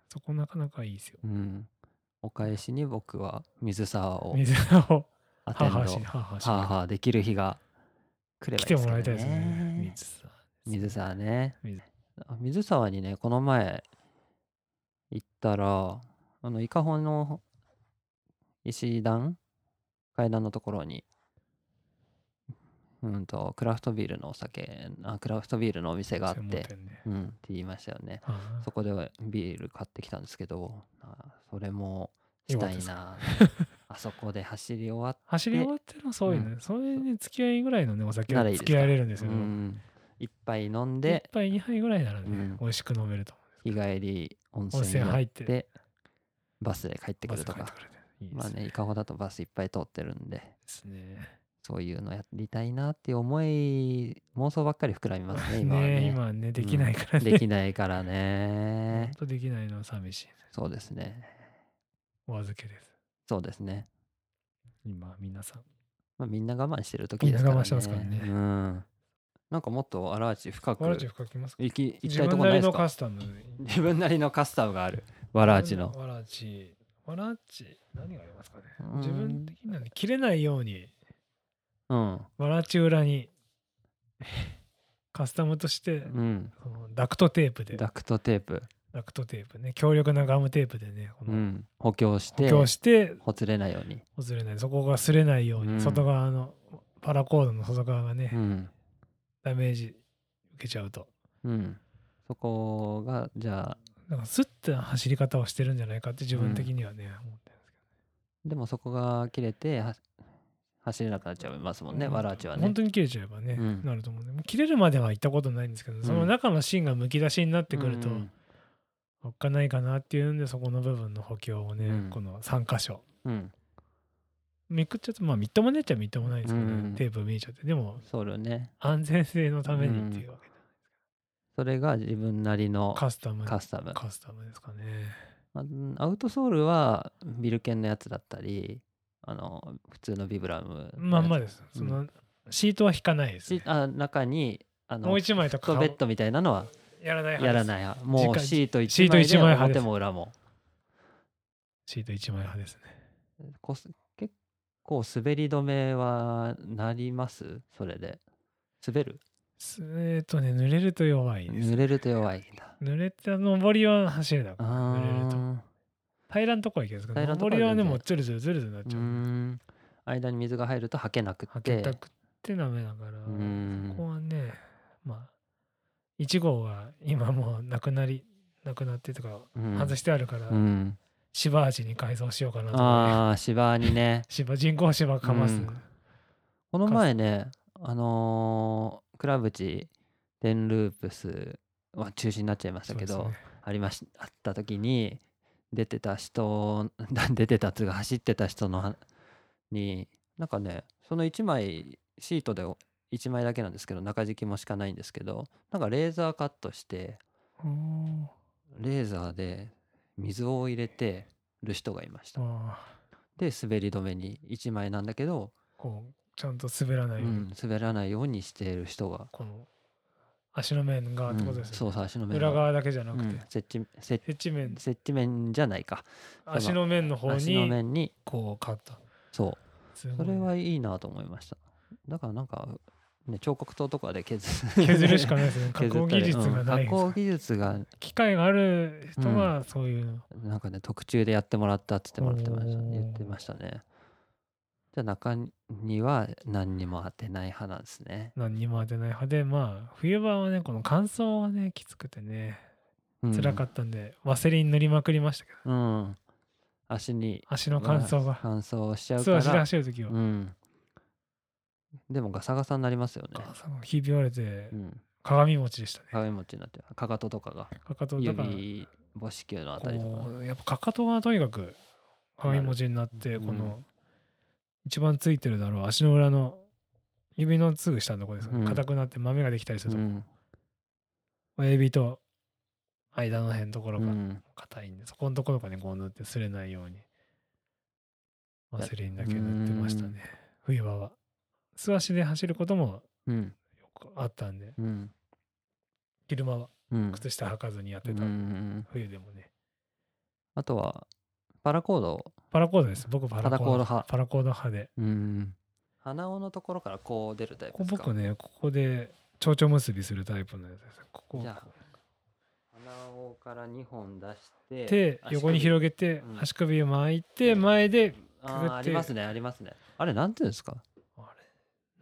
Speaker 2: そこなかなかいいですよ
Speaker 1: うん、お返しに僕は水沢を
Speaker 2: 水 を
Speaker 1: アテンド
Speaker 2: 母
Speaker 1: は
Speaker 2: し母し
Speaker 1: あはあできる日が来れば
Speaker 2: 来
Speaker 1: いい
Speaker 2: て
Speaker 1: です
Speaker 2: も
Speaker 1: けど
Speaker 2: らい
Speaker 1: ね
Speaker 2: たいですね水さん
Speaker 1: 水沢ね
Speaker 2: 水
Speaker 1: あ水沢にねこの前行ったらあの伊香保の石段階段のところにうんとクラフトビールのお酒あクラフトビールのお店があっ
Speaker 2: 専門
Speaker 1: て、
Speaker 2: 店ね
Speaker 1: うん、って言いましたよね
Speaker 2: あ
Speaker 1: そこではビール買ってきたんですけどあそれもし
Speaker 2: よかったた
Speaker 1: い
Speaker 2: です
Speaker 1: なあそこで走り終わっ
Speaker 2: 走り終わってのそういうねそういうね付き合いぐらいのねお酒
Speaker 1: な
Speaker 2: は
Speaker 1: らいい
Speaker 2: 付
Speaker 1: ですか
Speaker 2: き合えれるんです
Speaker 1: て、う
Speaker 2: よ
Speaker 1: ん、一杯飲ん
Speaker 2: 一
Speaker 1: で
Speaker 2: 杯二杯ぐらいなら
Speaker 1: う
Speaker 2: ね
Speaker 1: ん
Speaker 2: 美味しく飲めると思
Speaker 1: 日帰り温
Speaker 2: 温
Speaker 1: 泉
Speaker 2: 泉
Speaker 1: に
Speaker 2: 入
Speaker 1: 入
Speaker 2: っ
Speaker 1: っててバスで帰ってく
Speaker 2: うバス
Speaker 1: ると
Speaker 2: 帰って
Speaker 1: か
Speaker 2: くれていいで
Speaker 1: ますあ
Speaker 2: ね
Speaker 1: ね伊香保だとバスいっぱい通ってるんで
Speaker 2: ですね
Speaker 1: そういうのやりたいなっていう思い妄想ばっかり膨らみます ね今は
Speaker 2: ね
Speaker 1: ね
Speaker 2: 今はねできないから
Speaker 1: で
Speaker 2: ね
Speaker 1: きないからね
Speaker 2: 本当できないのは寂しい
Speaker 1: そうですね
Speaker 2: お預けです
Speaker 1: そうですね、
Speaker 2: 今皆さん
Speaker 1: まあ、みんな我慢してる時ですからね
Speaker 2: みんな我慢してますからね
Speaker 1: うんなんかもっと荒地深く
Speaker 2: わらじ深きますか
Speaker 1: 行き行き
Speaker 2: 自
Speaker 1: たいと
Speaker 2: 分
Speaker 1: こ
Speaker 2: な
Speaker 1: ないで
Speaker 2: り
Speaker 1: す
Speaker 2: の
Speaker 1: か
Speaker 2: カスタ ム
Speaker 1: 自分なりのカスタムがあるわら地の
Speaker 2: わらじわらじ何がありますかね
Speaker 1: うん
Speaker 2: 自分的にはね切れないように
Speaker 1: うん
Speaker 2: わらじ裏にカスタムとして
Speaker 1: うん
Speaker 2: そのダクトテープで
Speaker 1: ダクトテープ
Speaker 2: ダクトテープね強力なガムテープでねこ
Speaker 1: う
Speaker 2: の
Speaker 1: ん補強して
Speaker 2: 補強して
Speaker 1: ほつれないように
Speaker 2: ずれないそこが擦れないよう
Speaker 1: う
Speaker 2: に
Speaker 1: ん
Speaker 2: 外側のパラコードの外側がね
Speaker 1: うん
Speaker 2: ダメージ受けちゃうと
Speaker 1: うん、そこがじゃあ
Speaker 2: なんかスッて走り方をしてるんじゃないかって自分的にはね、思ってるんです
Speaker 1: でもそこが切れては走れなくなっちゃいます
Speaker 2: け
Speaker 1: も
Speaker 2: ど
Speaker 1: んね、わらちはね
Speaker 2: 本。当に切れちゃえばね、
Speaker 1: うん
Speaker 2: なると思うんでもう切れるまでは行ったことないんですけど、その中の芯がむき出しになってくると、
Speaker 1: う
Speaker 2: お
Speaker 1: ん
Speaker 2: っかないかなっていうんでそこの部分の補強をね、
Speaker 1: うん
Speaker 2: この3箇所
Speaker 1: うん、
Speaker 2: めくっちゃうとまあみっともねっちゃみっともないですけどね、
Speaker 1: うん
Speaker 2: テープ見えちゃってでも
Speaker 1: そうだよね。
Speaker 2: 安全性のためにっていうわけで、
Speaker 1: それが自分なりの
Speaker 2: カスタム
Speaker 1: カスタム。
Speaker 2: カスタムですかね
Speaker 1: まあうんアウトソールはビルケンのやつだったり、あの普通のビブラムのやつ。
Speaker 2: まんまです、
Speaker 1: うん
Speaker 2: そのシートは引かないです、ね
Speaker 1: し、あ中にあの
Speaker 2: もう一枚と
Speaker 1: フットベッドみたいなのは
Speaker 2: やらない派
Speaker 1: やら
Speaker 2: です
Speaker 1: ないや。もう
Speaker 2: 直
Speaker 1: シート
Speaker 2: シー
Speaker 1: 1
Speaker 2: ト
Speaker 1: 枚
Speaker 2: 一
Speaker 1: で
Speaker 2: 枚派です
Speaker 1: 表も裏も。
Speaker 2: シート一枚派ですね
Speaker 1: こす結構滑り止めはなりますそれで。滑る
Speaker 2: すえーっとね濡れると弱いです
Speaker 1: 濡れると弱いんだ。
Speaker 2: 濡れた上りは走れなくなる濡れると
Speaker 1: あ
Speaker 2: 平らんとこは行けるんですけ
Speaker 1: 平
Speaker 2: ど
Speaker 1: らんとこ
Speaker 2: 上
Speaker 1: は
Speaker 2: りはね
Speaker 1: 全然
Speaker 2: もうツルツルツルツルになっ
Speaker 1: ー
Speaker 2: ち
Speaker 1: う
Speaker 2: ゃ
Speaker 1: ー
Speaker 2: うん
Speaker 1: 間に水が入るとはけなく
Speaker 2: 履
Speaker 1: て
Speaker 2: けたくって舐めながら
Speaker 1: ん
Speaker 2: そこはねまあ1号は今もうなくなりなくなってとか
Speaker 1: うん
Speaker 2: 外してあるから
Speaker 1: うん、
Speaker 2: 芝味に改造しようかなとかね
Speaker 1: ああ芝にね
Speaker 2: 芝人工芝かます
Speaker 1: うんこの前ねあのー、クラブチテンループスは中止になっちゃいましたけ
Speaker 2: そう
Speaker 1: ど、
Speaker 2: ですね
Speaker 1: ありましあった時に出てた人 出てたっつうか走ってた人のはになんかねその1枚シートで1枚だけなんですけど中敷きもしかないんですけどなんかレーザーカットして
Speaker 2: うん
Speaker 1: レーザーで水を入れてる人がいました
Speaker 2: ああ
Speaker 1: で滑り止めに1枚なんだけど、
Speaker 2: こうちゃんと滑らな
Speaker 1: う
Speaker 2: いように、
Speaker 1: ん、滑らないようにしている人が、
Speaker 2: この足の面がってこと
Speaker 1: うん
Speaker 2: ですよ
Speaker 1: そうそう足の
Speaker 2: ね、
Speaker 1: 面
Speaker 2: 裏
Speaker 1: が
Speaker 2: 側だけじゃな
Speaker 1: う
Speaker 2: くて、
Speaker 1: ん、接地接
Speaker 2: 接地面
Speaker 1: 接地面じゃないか
Speaker 2: 足の面の方
Speaker 1: 足の
Speaker 2: に
Speaker 1: 面に
Speaker 2: こうカット
Speaker 1: そう
Speaker 2: すごい
Speaker 1: それはいいなと思いました。だからなんか、ね、彫刻刀とかで削
Speaker 2: 削るし かないですね加
Speaker 1: 削
Speaker 2: 工
Speaker 1: ったり
Speaker 2: 技術がない、
Speaker 1: うん加工技術が
Speaker 2: 機械がある人はそういうの、
Speaker 1: なんかね特注でやってもらったって言ってもらってました
Speaker 2: おー
Speaker 1: 言ってましたね。じゃあ中には何にも当てない派なんですね。
Speaker 2: 何にも当てない派でまあ冬場はねこの乾燥がねきつくてね
Speaker 1: うん、
Speaker 2: 辛かったんで、ワセリン塗りまくりましたけど
Speaker 1: た。うん。足に
Speaker 2: 足の乾燥が
Speaker 1: 乾燥しちゃう
Speaker 2: 素
Speaker 1: か
Speaker 2: 足で
Speaker 1: ら。
Speaker 2: 走る時は、
Speaker 1: うん。でもガサガサになりますよね。
Speaker 2: あそのひび割れて
Speaker 1: うん。
Speaker 2: 鏡餅でしたね、
Speaker 1: 鏡餅になってかかととかが
Speaker 2: かかとだから
Speaker 1: 指母子球のあたりとか
Speaker 2: こ。うやっぱかかとがとにかく鏡文字になって
Speaker 1: うん
Speaker 2: この一番ついてるだろう足の裏の指のすぐ下のとこですよ
Speaker 1: う
Speaker 2: ね
Speaker 1: ん
Speaker 2: 硬くなって豆ができたりする
Speaker 1: う
Speaker 2: と
Speaker 1: ん
Speaker 2: 親指と間の辺のところ
Speaker 1: う
Speaker 2: が
Speaker 1: ん
Speaker 2: 硬いんでそこのところがねこう塗って擦れないようにワセリンだ
Speaker 1: う
Speaker 2: け塗
Speaker 1: ん
Speaker 2: ってましたね冬場は素足で走ることも
Speaker 1: うん
Speaker 2: よくあったんで
Speaker 1: うん
Speaker 2: 昼間は
Speaker 1: うん
Speaker 2: 靴下履かずにやって
Speaker 1: うんう
Speaker 2: た
Speaker 1: ん
Speaker 2: 冬でもね
Speaker 1: あとはパラコード、
Speaker 2: パラコードです僕パラコー
Speaker 1: パラコード
Speaker 2: ド
Speaker 1: 派
Speaker 2: パラコード派で
Speaker 1: うん、鼻緒のところからこう出るタイプ
Speaker 2: こ
Speaker 1: です
Speaker 2: こ
Speaker 1: か
Speaker 2: 僕ねここで蝶々結びするタイプのやつですここ
Speaker 1: じゃあ鼻緒から2本出して
Speaker 2: 手
Speaker 1: 足首
Speaker 2: 横に広げて
Speaker 1: うん
Speaker 2: 足首を巻いて前で
Speaker 1: あ
Speaker 2: くぐ
Speaker 1: ー
Speaker 2: って
Speaker 1: ありますねありますねあれなんていうんですか
Speaker 2: あれ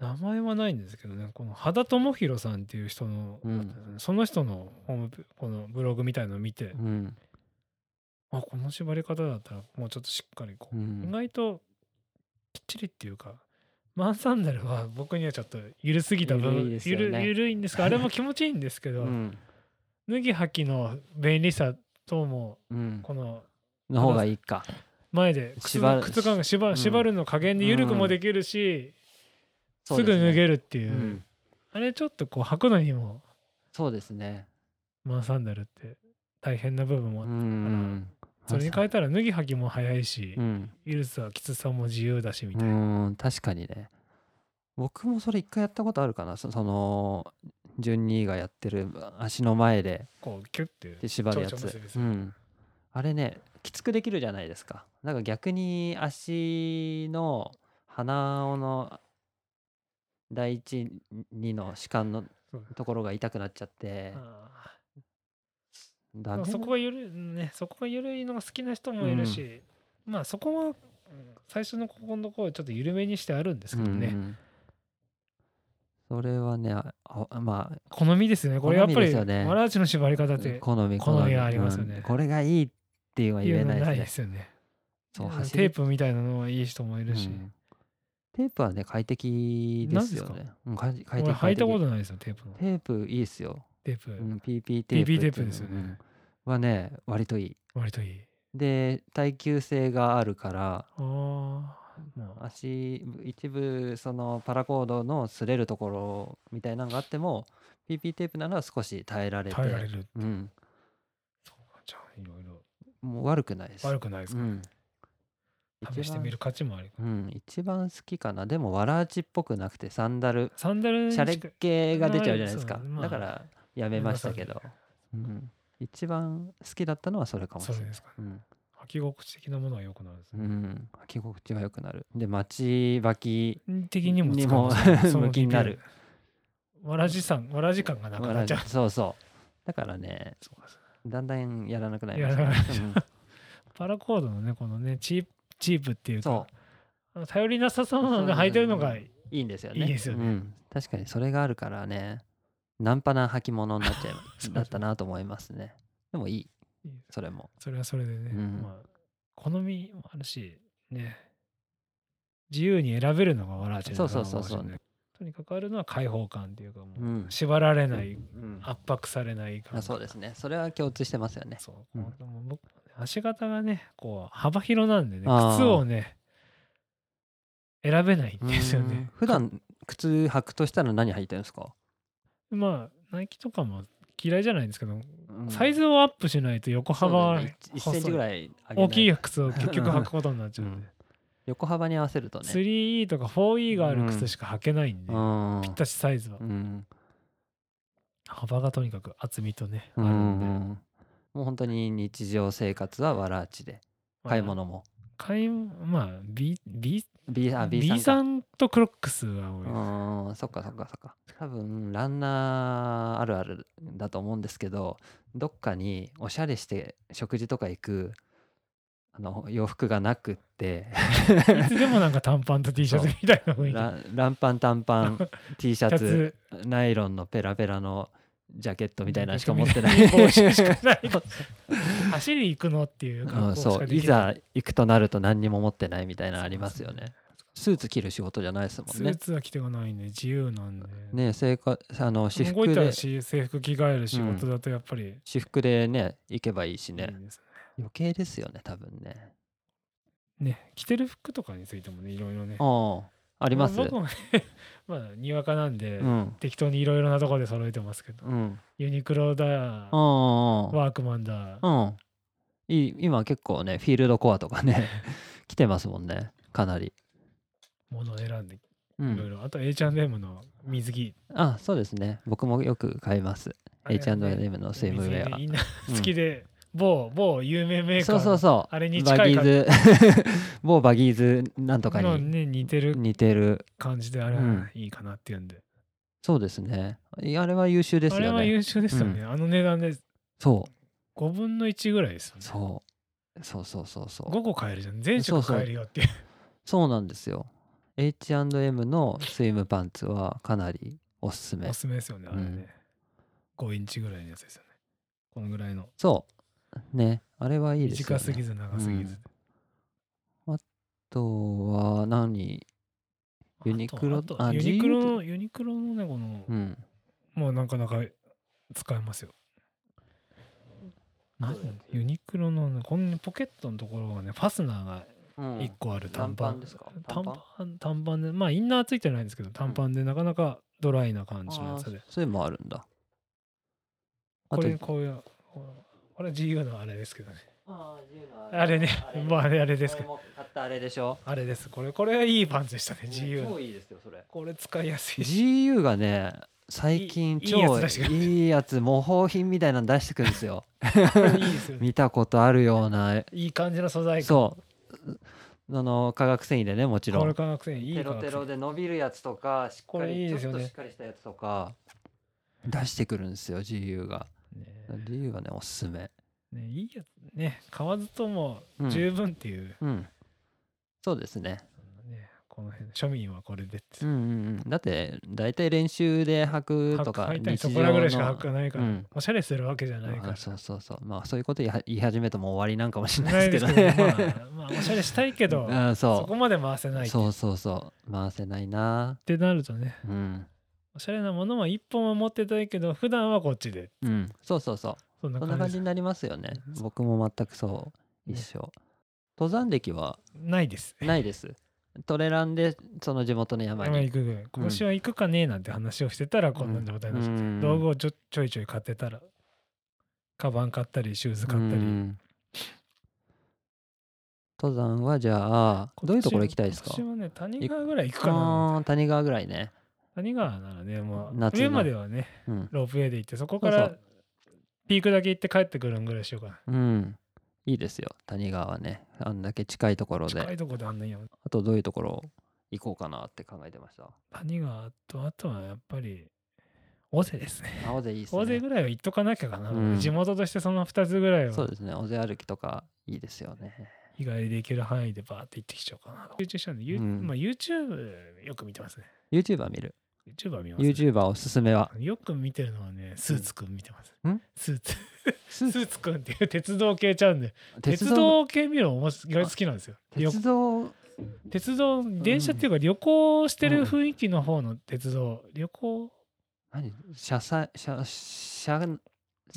Speaker 2: 名前はないんですけどねこの羽田智弘さんっていう人の、
Speaker 1: うん
Speaker 2: だったんですよねその人のホームペこのブログみたいのを見て
Speaker 1: う、ん
Speaker 2: あこの縛り方だったらもうちょっとしっかりこ
Speaker 1: う
Speaker 2: う、意
Speaker 1: ん
Speaker 2: 外ときっちりっていうかマンサンダルは僕にはちょっと緩すぎた分
Speaker 1: 緩いですよね
Speaker 2: 緩緩いんですがあれも気持ちいいんです け
Speaker 1: う
Speaker 2: ど、
Speaker 1: ん
Speaker 2: 脱ぎ履きの便利さ等も
Speaker 1: うん
Speaker 2: この
Speaker 1: の方がいいか
Speaker 2: 前で靴
Speaker 1: 縛
Speaker 2: の
Speaker 1: る
Speaker 2: 靴感が
Speaker 1: う
Speaker 2: 縛
Speaker 1: ん
Speaker 2: 縛るの加減で緩くもできるし、
Speaker 1: そう
Speaker 2: すぐ
Speaker 1: ですね
Speaker 2: 脱げるっていう、
Speaker 1: うん
Speaker 2: あれちょっとこう履くのにも
Speaker 1: そうですね
Speaker 2: マンサンダルって大変な部分も、
Speaker 1: うん
Speaker 2: それに変えたら脱ぎ履きも早いし、
Speaker 1: うん
Speaker 2: 緩さきつさも自由だしみたいな、
Speaker 1: うん確かにね僕もそれ一回やったことあるかなそそのジュンニーがやってる足の前で
Speaker 2: こうキュッて
Speaker 1: で縛るや
Speaker 2: 蝶々結
Speaker 1: つ
Speaker 2: び、す
Speaker 1: う
Speaker 2: る
Speaker 1: ん、あれねきつくできるじゃないですかなんか逆に足の鼻緒の第一二の歯間の
Speaker 2: そう
Speaker 1: ところが痛くなっちゃって
Speaker 2: あ
Speaker 1: ダメ
Speaker 2: ーそこが緩いねそこが緩いのが好きな人もいるし、まあそこはうん最初のここのところちょっと緩めにしてあるんですけどね、
Speaker 1: うんうんそれはねああまあ
Speaker 2: 好みですよねこれやっぱ
Speaker 1: 好みで
Speaker 2: り
Speaker 1: すよね
Speaker 2: わらちの縛り方って
Speaker 1: 好み
Speaker 2: 好みがありますよね
Speaker 1: うんこれがいいっていうのは言えないですね
Speaker 2: すよね。
Speaker 1: そう
Speaker 2: うん
Speaker 1: 走り
Speaker 2: テープみたいなのはいい人もいるし
Speaker 1: う、んテープはね快適ですよねうん快適快
Speaker 2: 俺
Speaker 1: 適
Speaker 2: 履いたこと
Speaker 1: 快
Speaker 2: ないですよテープの
Speaker 1: 適。テープいいですよ、
Speaker 2: テープ、
Speaker 1: うん、PP テープ
Speaker 2: PP
Speaker 1: っていうの
Speaker 2: テープですよね
Speaker 1: うんはね割といい
Speaker 2: 割といい。
Speaker 1: で耐久性があるから
Speaker 2: ああ、まあ、
Speaker 1: 足一部そのパラコードの擦れるところみたいなのがあっても PP テープなら少し耐えられて
Speaker 2: 耐えられる。
Speaker 1: うん、
Speaker 2: そうかじゃあいろいろ
Speaker 1: もう悪くないです
Speaker 2: 悪くないです
Speaker 1: う
Speaker 2: か、
Speaker 1: ん、
Speaker 2: 試してみる価値もある。
Speaker 1: うん、一番好きかなでもわらあちっぽくなくてサンダル
Speaker 2: サンダルに
Speaker 1: シャレ
Speaker 2: 近い
Speaker 1: っ気が出ちゃうじゃないですか、
Speaker 2: まあそうまあ
Speaker 1: だからやめましたけど、うん、一番好きだったのはそれかもし
Speaker 2: そ
Speaker 1: れ
Speaker 2: れ
Speaker 1: ない
Speaker 2: ですか、
Speaker 1: う
Speaker 2: ね。
Speaker 1: ん
Speaker 2: 履き心地的なものは良くなるんです
Speaker 1: う
Speaker 2: ね。
Speaker 1: ん、履き心地が良くなるで待ち履き
Speaker 2: 的にも使え
Speaker 1: にも
Speaker 2: ますね
Speaker 1: 向きになる。
Speaker 2: そのわらじさん、わらじ感がなくなっちゃう
Speaker 1: わ。らそうそうだからね
Speaker 2: そうです
Speaker 1: だんだんやらなくなりまし
Speaker 2: やらな
Speaker 1: た、ね、
Speaker 2: パラコードのね、このね、チープ、チープっていううん
Speaker 1: そ
Speaker 2: か、あの頼りなさそうなので履いてるのがいい。
Speaker 1: ういいんですよね
Speaker 2: いいですよね
Speaker 1: うん、確かにそれがあるからねナンパな履き物になっちゃいま
Speaker 2: そう
Speaker 1: だったなと思いますねでもいい
Speaker 2: いいです
Speaker 1: それも
Speaker 2: それはそれでね、
Speaker 1: うん
Speaker 2: まあ好みもあるしね自由に選べるのがわらじなのか
Speaker 1: そう
Speaker 2: も
Speaker 1: そうそうそう
Speaker 2: しれないとにかくあるのは開放感っていうかもう、
Speaker 1: うん
Speaker 2: 縛られない、
Speaker 1: うん
Speaker 2: 圧迫されない感
Speaker 1: あそうですねそれは共通してますよね
Speaker 2: そう
Speaker 1: うん
Speaker 2: こうでも僕足型がねこう幅広なんでね
Speaker 1: あー
Speaker 2: 靴をね選べないんですよね
Speaker 1: 普段靴履くとしたら何履いてるんですか、
Speaker 2: まあ、ナイキとかも嫌いじゃないんですけど、
Speaker 1: うん
Speaker 2: サイズをアップしないと横
Speaker 1: そうだ
Speaker 2: 幅
Speaker 1: よ
Speaker 2: は
Speaker 1: ね一1センチぐらい上げない
Speaker 2: 大きい靴を結局履くことになっちゃうんで、
Speaker 1: 横幅に合わせるとね
Speaker 2: 3E とか 4E がある靴しか履けないんで、
Speaker 1: うん
Speaker 2: ぴったしサイズは、
Speaker 1: うん
Speaker 2: 幅がとにかく厚みとね、
Speaker 1: う
Speaker 2: ある
Speaker 1: ん
Speaker 2: んで、
Speaker 1: もう本当に日常生活はわらあちで
Speaker 2: まあ
Speaker 1: 買い物も
Speaker 2: 買いまあ B, B,
Speaker 1: B あ B さん
Speaker 2: B さんとクロックスが多いです、
Speaker 1: うんそっかそっかそっか多分ランナーあるあるだと思うんですけどどっかにおしゃれして食事とか行くあの洋服がなくって
Speaker 2: いつでもなんか短パンと T シャツみたいな雰囲気
Speaker 1: ランランパン短パ ン T シ
Speaker 2: シ
Speaker 1: ャ
Speaker 2: ャ
Speaker 1: ツ
Speaker 2: ツ
Speaker 1: ナイロンのペラペラのジャケットみたいなのしか持
Speaker 2: み
Speaker 1: って
Speaker 2: た
Speaker 1: ないい
Speaker 2: 帽子しかない走り行くのっていう
Speaker 1: う
Speaker 2: 格
Speaker 1: ん、
Speaker 2: 好し
Speaker 1: そ
Speaker 2: か
Speaker 1: う
Speaker 2: で
Speaker 1: い
Speaker 2: きな
Speaker 1: ざ
Speaker 2: い、
Speaker 1: 行くとなると何にも持ってないみたいなのありますよ
Speaker 2: そう
Speaker 1: ねスーツ着る仕事じゃないですも
Speaker 2: ス
Speaker 1: ん
Speaker 2: ー
Speaker 1: ね
Speaker 2: ツは着てがないんで自由なんで、
Speaker 1: ね生活あの私
Speaker 2: 動
Speaker 1: 服
Speaker 2: いた
Speaker 1: で
Speaker 2: らし制服着替える仕事だとやっぱり
Speaker 1: 私服でね行けばいいし
Speaker 2: いいで
Speaker 1: ね
Speaker 2: すね
Speaker 1: 余計ですよね多分ね
Speaker 2: ね着てる服とかについてもねいろいろね
Speaker 1: あああ
Speaker 2: あ
Speaker 1: ります
Speaker 2: 僕もね まあにわかなんで、
Speaker 1: うん
Speaker 2: 適当にいろいろなところで揃えてますけど
Speaker 1: うん
Speaker 2: ユニクロだ
Speaker 1: あ
Speaker 2: ワークマンだ
Speaker 1: あうんい今結構ねフィールドコアとかね 来てますもんねかなり
Speaker 2: ものを選んで
Speaker 1: う
Speaker 2: いろい
Speaker 1: ん
Speaker 2: ろあと H&M の水着
Speaker 1: あそうですね僕もよく買います
Speaker 2: あれはね
Speaker 1: H&M のスイムウェア
Speaker 2: みんな
Speaker 1: うん
Speaker 2: 好きで、某某有名メーカ
Speaker 1: そう
Speaker 2: ーの
Speaker 1: そうそう
Speaker 2: あれに
Speaker 1: バ
Speaker 2: 近い
Speaker 1: ギ
Speaker 2: か
Speaker 1: ーズ 某バギーズなんとか
Speaker 2: の
Speaker 1: に
Speaker 2: ね似てる
Speaker 1: 似てる
Speaker 2: 感じであれ
Speaker 1: うん
Speaker 2: はいいかなっていうんで、
Speaker 1: そうですねいやあれは優秀です
Speaker 2: あれ
Speaker 1: よ
Speaker 2: は
Speaker 1: ね
Speaker 2: 優秀ですよね、あの値段で
Speaker 1: そう
Speaker 2: 5分の1ぐらいですよね
Speaker 1: そうそうそうそうそう
Speaker 2: 5個買えるじゃん全
Speaker 1: そう
Speaker 2: 色
Speaker 1: そう
Speaker 2: 買えるよっていう
Speaker 1: そうなんですよ H&M のスイムパンツはかなりおすすめ
Speaker 2: おすすめですよねあれね、5インチぐらいのやつですよねこのぐらいの
Speaker 1: そうねあれはいいですよ、
Speaker 2: 短
Speaker 1: ね、
Speaker 2: すぎず長すぎず、
Speaker 1: うんあとは何ユニクロ
Speaker 2: あと
Speaker 1: あ
Speaker 2: あユニクロ
Speaker 1: GU
Speaker 2: のユニクロのねこの、
Speaker 1: うん
Speaker 2: まあなかなか使えますよ
Speaker 1: なん
Speaker 2: ユニクロのねこのポケットのところがねファスナーが
Speaker 1: うん
Speaker 2: 1個ある
Speaker 1: 短
Speaker 2: 短パ
Speaker 1: パ
Speaker 2: ン
Speaker 1: ンですか
Speaker 2: 短パン短パンでまあインナーついてないんですけど短パンでなかなかドライな感じのや
Speaker 1: あ
Speaker 2: つで
Speaker 1: ーそういうのもあるんだあ
Speaker 2: ことれこういうこれ自由のあれですけどね
Speaker 1: あー自由の
Speaker 2: あれねまああれあれです
Speaker 1: こ
Speaker 2: け
Speaker 1: れ
Speaker 2: ど
Speaker 1: も買ったあれでしょ
Speaker 2: あれですこれこれはいいパンツでしたね自由
Speaker 1: も
Speaker 2: の
Speaker 1: ういいですよそれ
Speaker 2: これ使いやすいし
Speaker 1: GU がね最近
Speaker 2: いいいいや
Speaker 1: 超
Speaker 2: つ出してくる
Speaker 1: いいやつ模倣品みたいなの出してくるんです よ
Speaker 2: これいいですよね
Speaker 1: 見たことあるようない
Speaker 2: い感じの素材感
Speaker 1: そうあの化学繊維でねもちろ
Speaker 2: これ
Speaker 1: ん
Speaker 2: 化学繊維いい
Speaker 1: テ
Speaker 2: 化
Speaker 1: ロ
Speaker 2: 学
Speaker 1: テ
Speaker 2: 繊
Speaker 1: ロ
Speaker 2: 維
Speaker 1: で伸びるやつとかしっ
Speaker 2: こ
Speaker 1: か
Speaker 2: れいい
Speaker 1: り
Speaker 2: です
Speaker 1: ち
Speaker 2: よ
Speaker 1: ょっ
Speaker 2: ね
Speaker 1: としっかりしたやつとか出してくるんですよ GU が
Speaker 2: ね
Speaker 1: GU がねおすすめ
Speaker 2: ねいいやつね買わずとも
Speaker 1: うん
Speaker 2: 十分っていう、
Speaker 1: うんそうですね
Speaker 2: ねこの辺庶民はこれでって
Speaker 1: うんうんうんだって大体練習で履くとか
Speaker 2: 履いたり
Speaker 1: 日
Speaker 2: そ
Speaker 1: 常
Speaker 2: こらぐらいしか履
Speaker 1: の
Speaker 2: かないから、
Speaker 1: うん
Speaker 2: おしゃれするわけじゃないか
Speaker 1: あ
Speaker 2: ら
Speaker 1: そうそうそうまあそういうことや言い始めてもう終わりなんかもしれな
Speaker 2: ないい
Speaker 1: で
Speaker 2: ですす
Speaker 1: け
Speaker 2: け
Speaker 1: ど
Speaker 2: ど、
Speaker 1: ね
Speaker 2: まあ、まあおしゃれしたいけど
Speaker 1: うん
Speaker 2: そ
Speaker 1: そ
Speaker 2: こまで回せな
Speaker 1: う
Speaker 2: いっ
Speaker 1: そうそうそう回せないな
Speaker 2: てなるとね
Speaker 1: うん
Speaker 2: おしゃれなものは一本は持ってたいけど普段はこっちで
Speaker 1: うんそうそうそう
Speaker 2: そんな
Speaker 1: そんな
Speaker 2: 感
Speaker 1: 感
Speaker 2: じ
Speaker 1: じになりますよね
Speaker 2: うん。
Speaker 1: 僕も全くそう、
Speaker 2: ね
Speaker 1: 一緒。登山歴は
Speaker 2: ないです
Speaker 1: ないです。トレランでその地元の山
Speaker 2: 山
Speaker 1: に。
Speaker 2: 行くぐらい今年は行くかねなんて話をしてたらこんな状態になっちゃって、
Speaker 1: うん
Speaker 2: 道具をちょちょいちょい買ってたらカバン買ったりシューズ買ったり、
Speaker 1: うん登山はじゃあ、どういうところ行きたいですか
Speaker 2: 今年はね谷川ぐらい行くかな
Speaker 1: あー谷川ぐらいね。
Speaker 2: 谷川ならねもう
Speaker 1: 夏の
Speaker 2: 上まではね
Speaker 1: うん。
Speaker 2: ロープウェイで行ってそこか
Speaker 1: そう
Speaker 2: ら
Speaker 1: そう
Speaker 2: ピークだけ行って帰ってくるんぐらいしようか
Speaker 1: う
Speaker 2: な
Speaker 1: ん。いいですよ。谷川はね。あんだけ近いところ
Speaker 2: 近い
Speaker 1: で。
Speaker 2: とこであんなに山
Speaker 1: あとどういうところ行こうかなって考えてました。
Speaker 2: 谷川とあとはやっぱり尾瀬ですね
Speaker 1: あ、尾瀬いいです
Speaker 2: 尾瀬
Speaker 1: ね。
Speaker 2: ぐらいは行っとかなきゃかな、
Speaker 1: うん
Speaker 2: 地元としてその2つぐらい
Speaker 1: そう
Speaker 2: は
Speaker 1: ですね。尾瀬歩きとかいいですよね。
Speaker 2: 日帰りで行ける範囲でバーって行ってきちゃおうかな集中したんで、ゆ
Speaker 1: うん
Speaker 2: まあ、YouTube よく見てますね
Speaker 1: YouTuber 見る。
Speaker 2: YouTube は見ます、ね、
Speaker 1: YouTuber おすすめは。
Speaker 2: よく見てるのはねスーツくん見てます、
Speaker 1: うん
Speaker 2: スーツ
Speaker 1: スー
Speaker 2: スーツくんっていう鉄道系チャンネル
Speaker 1: 鉄
Speaker 2: 鉄
Speaker 1: 道
Speaker 2: 道系見るのも意外と好きなんですよよ
Speaker 1: 鉄道
Speaker 2: 鉄道電車っていうか旅行してる雰囲気の方の鉄道、旅行
Speaker 1: 何車載車車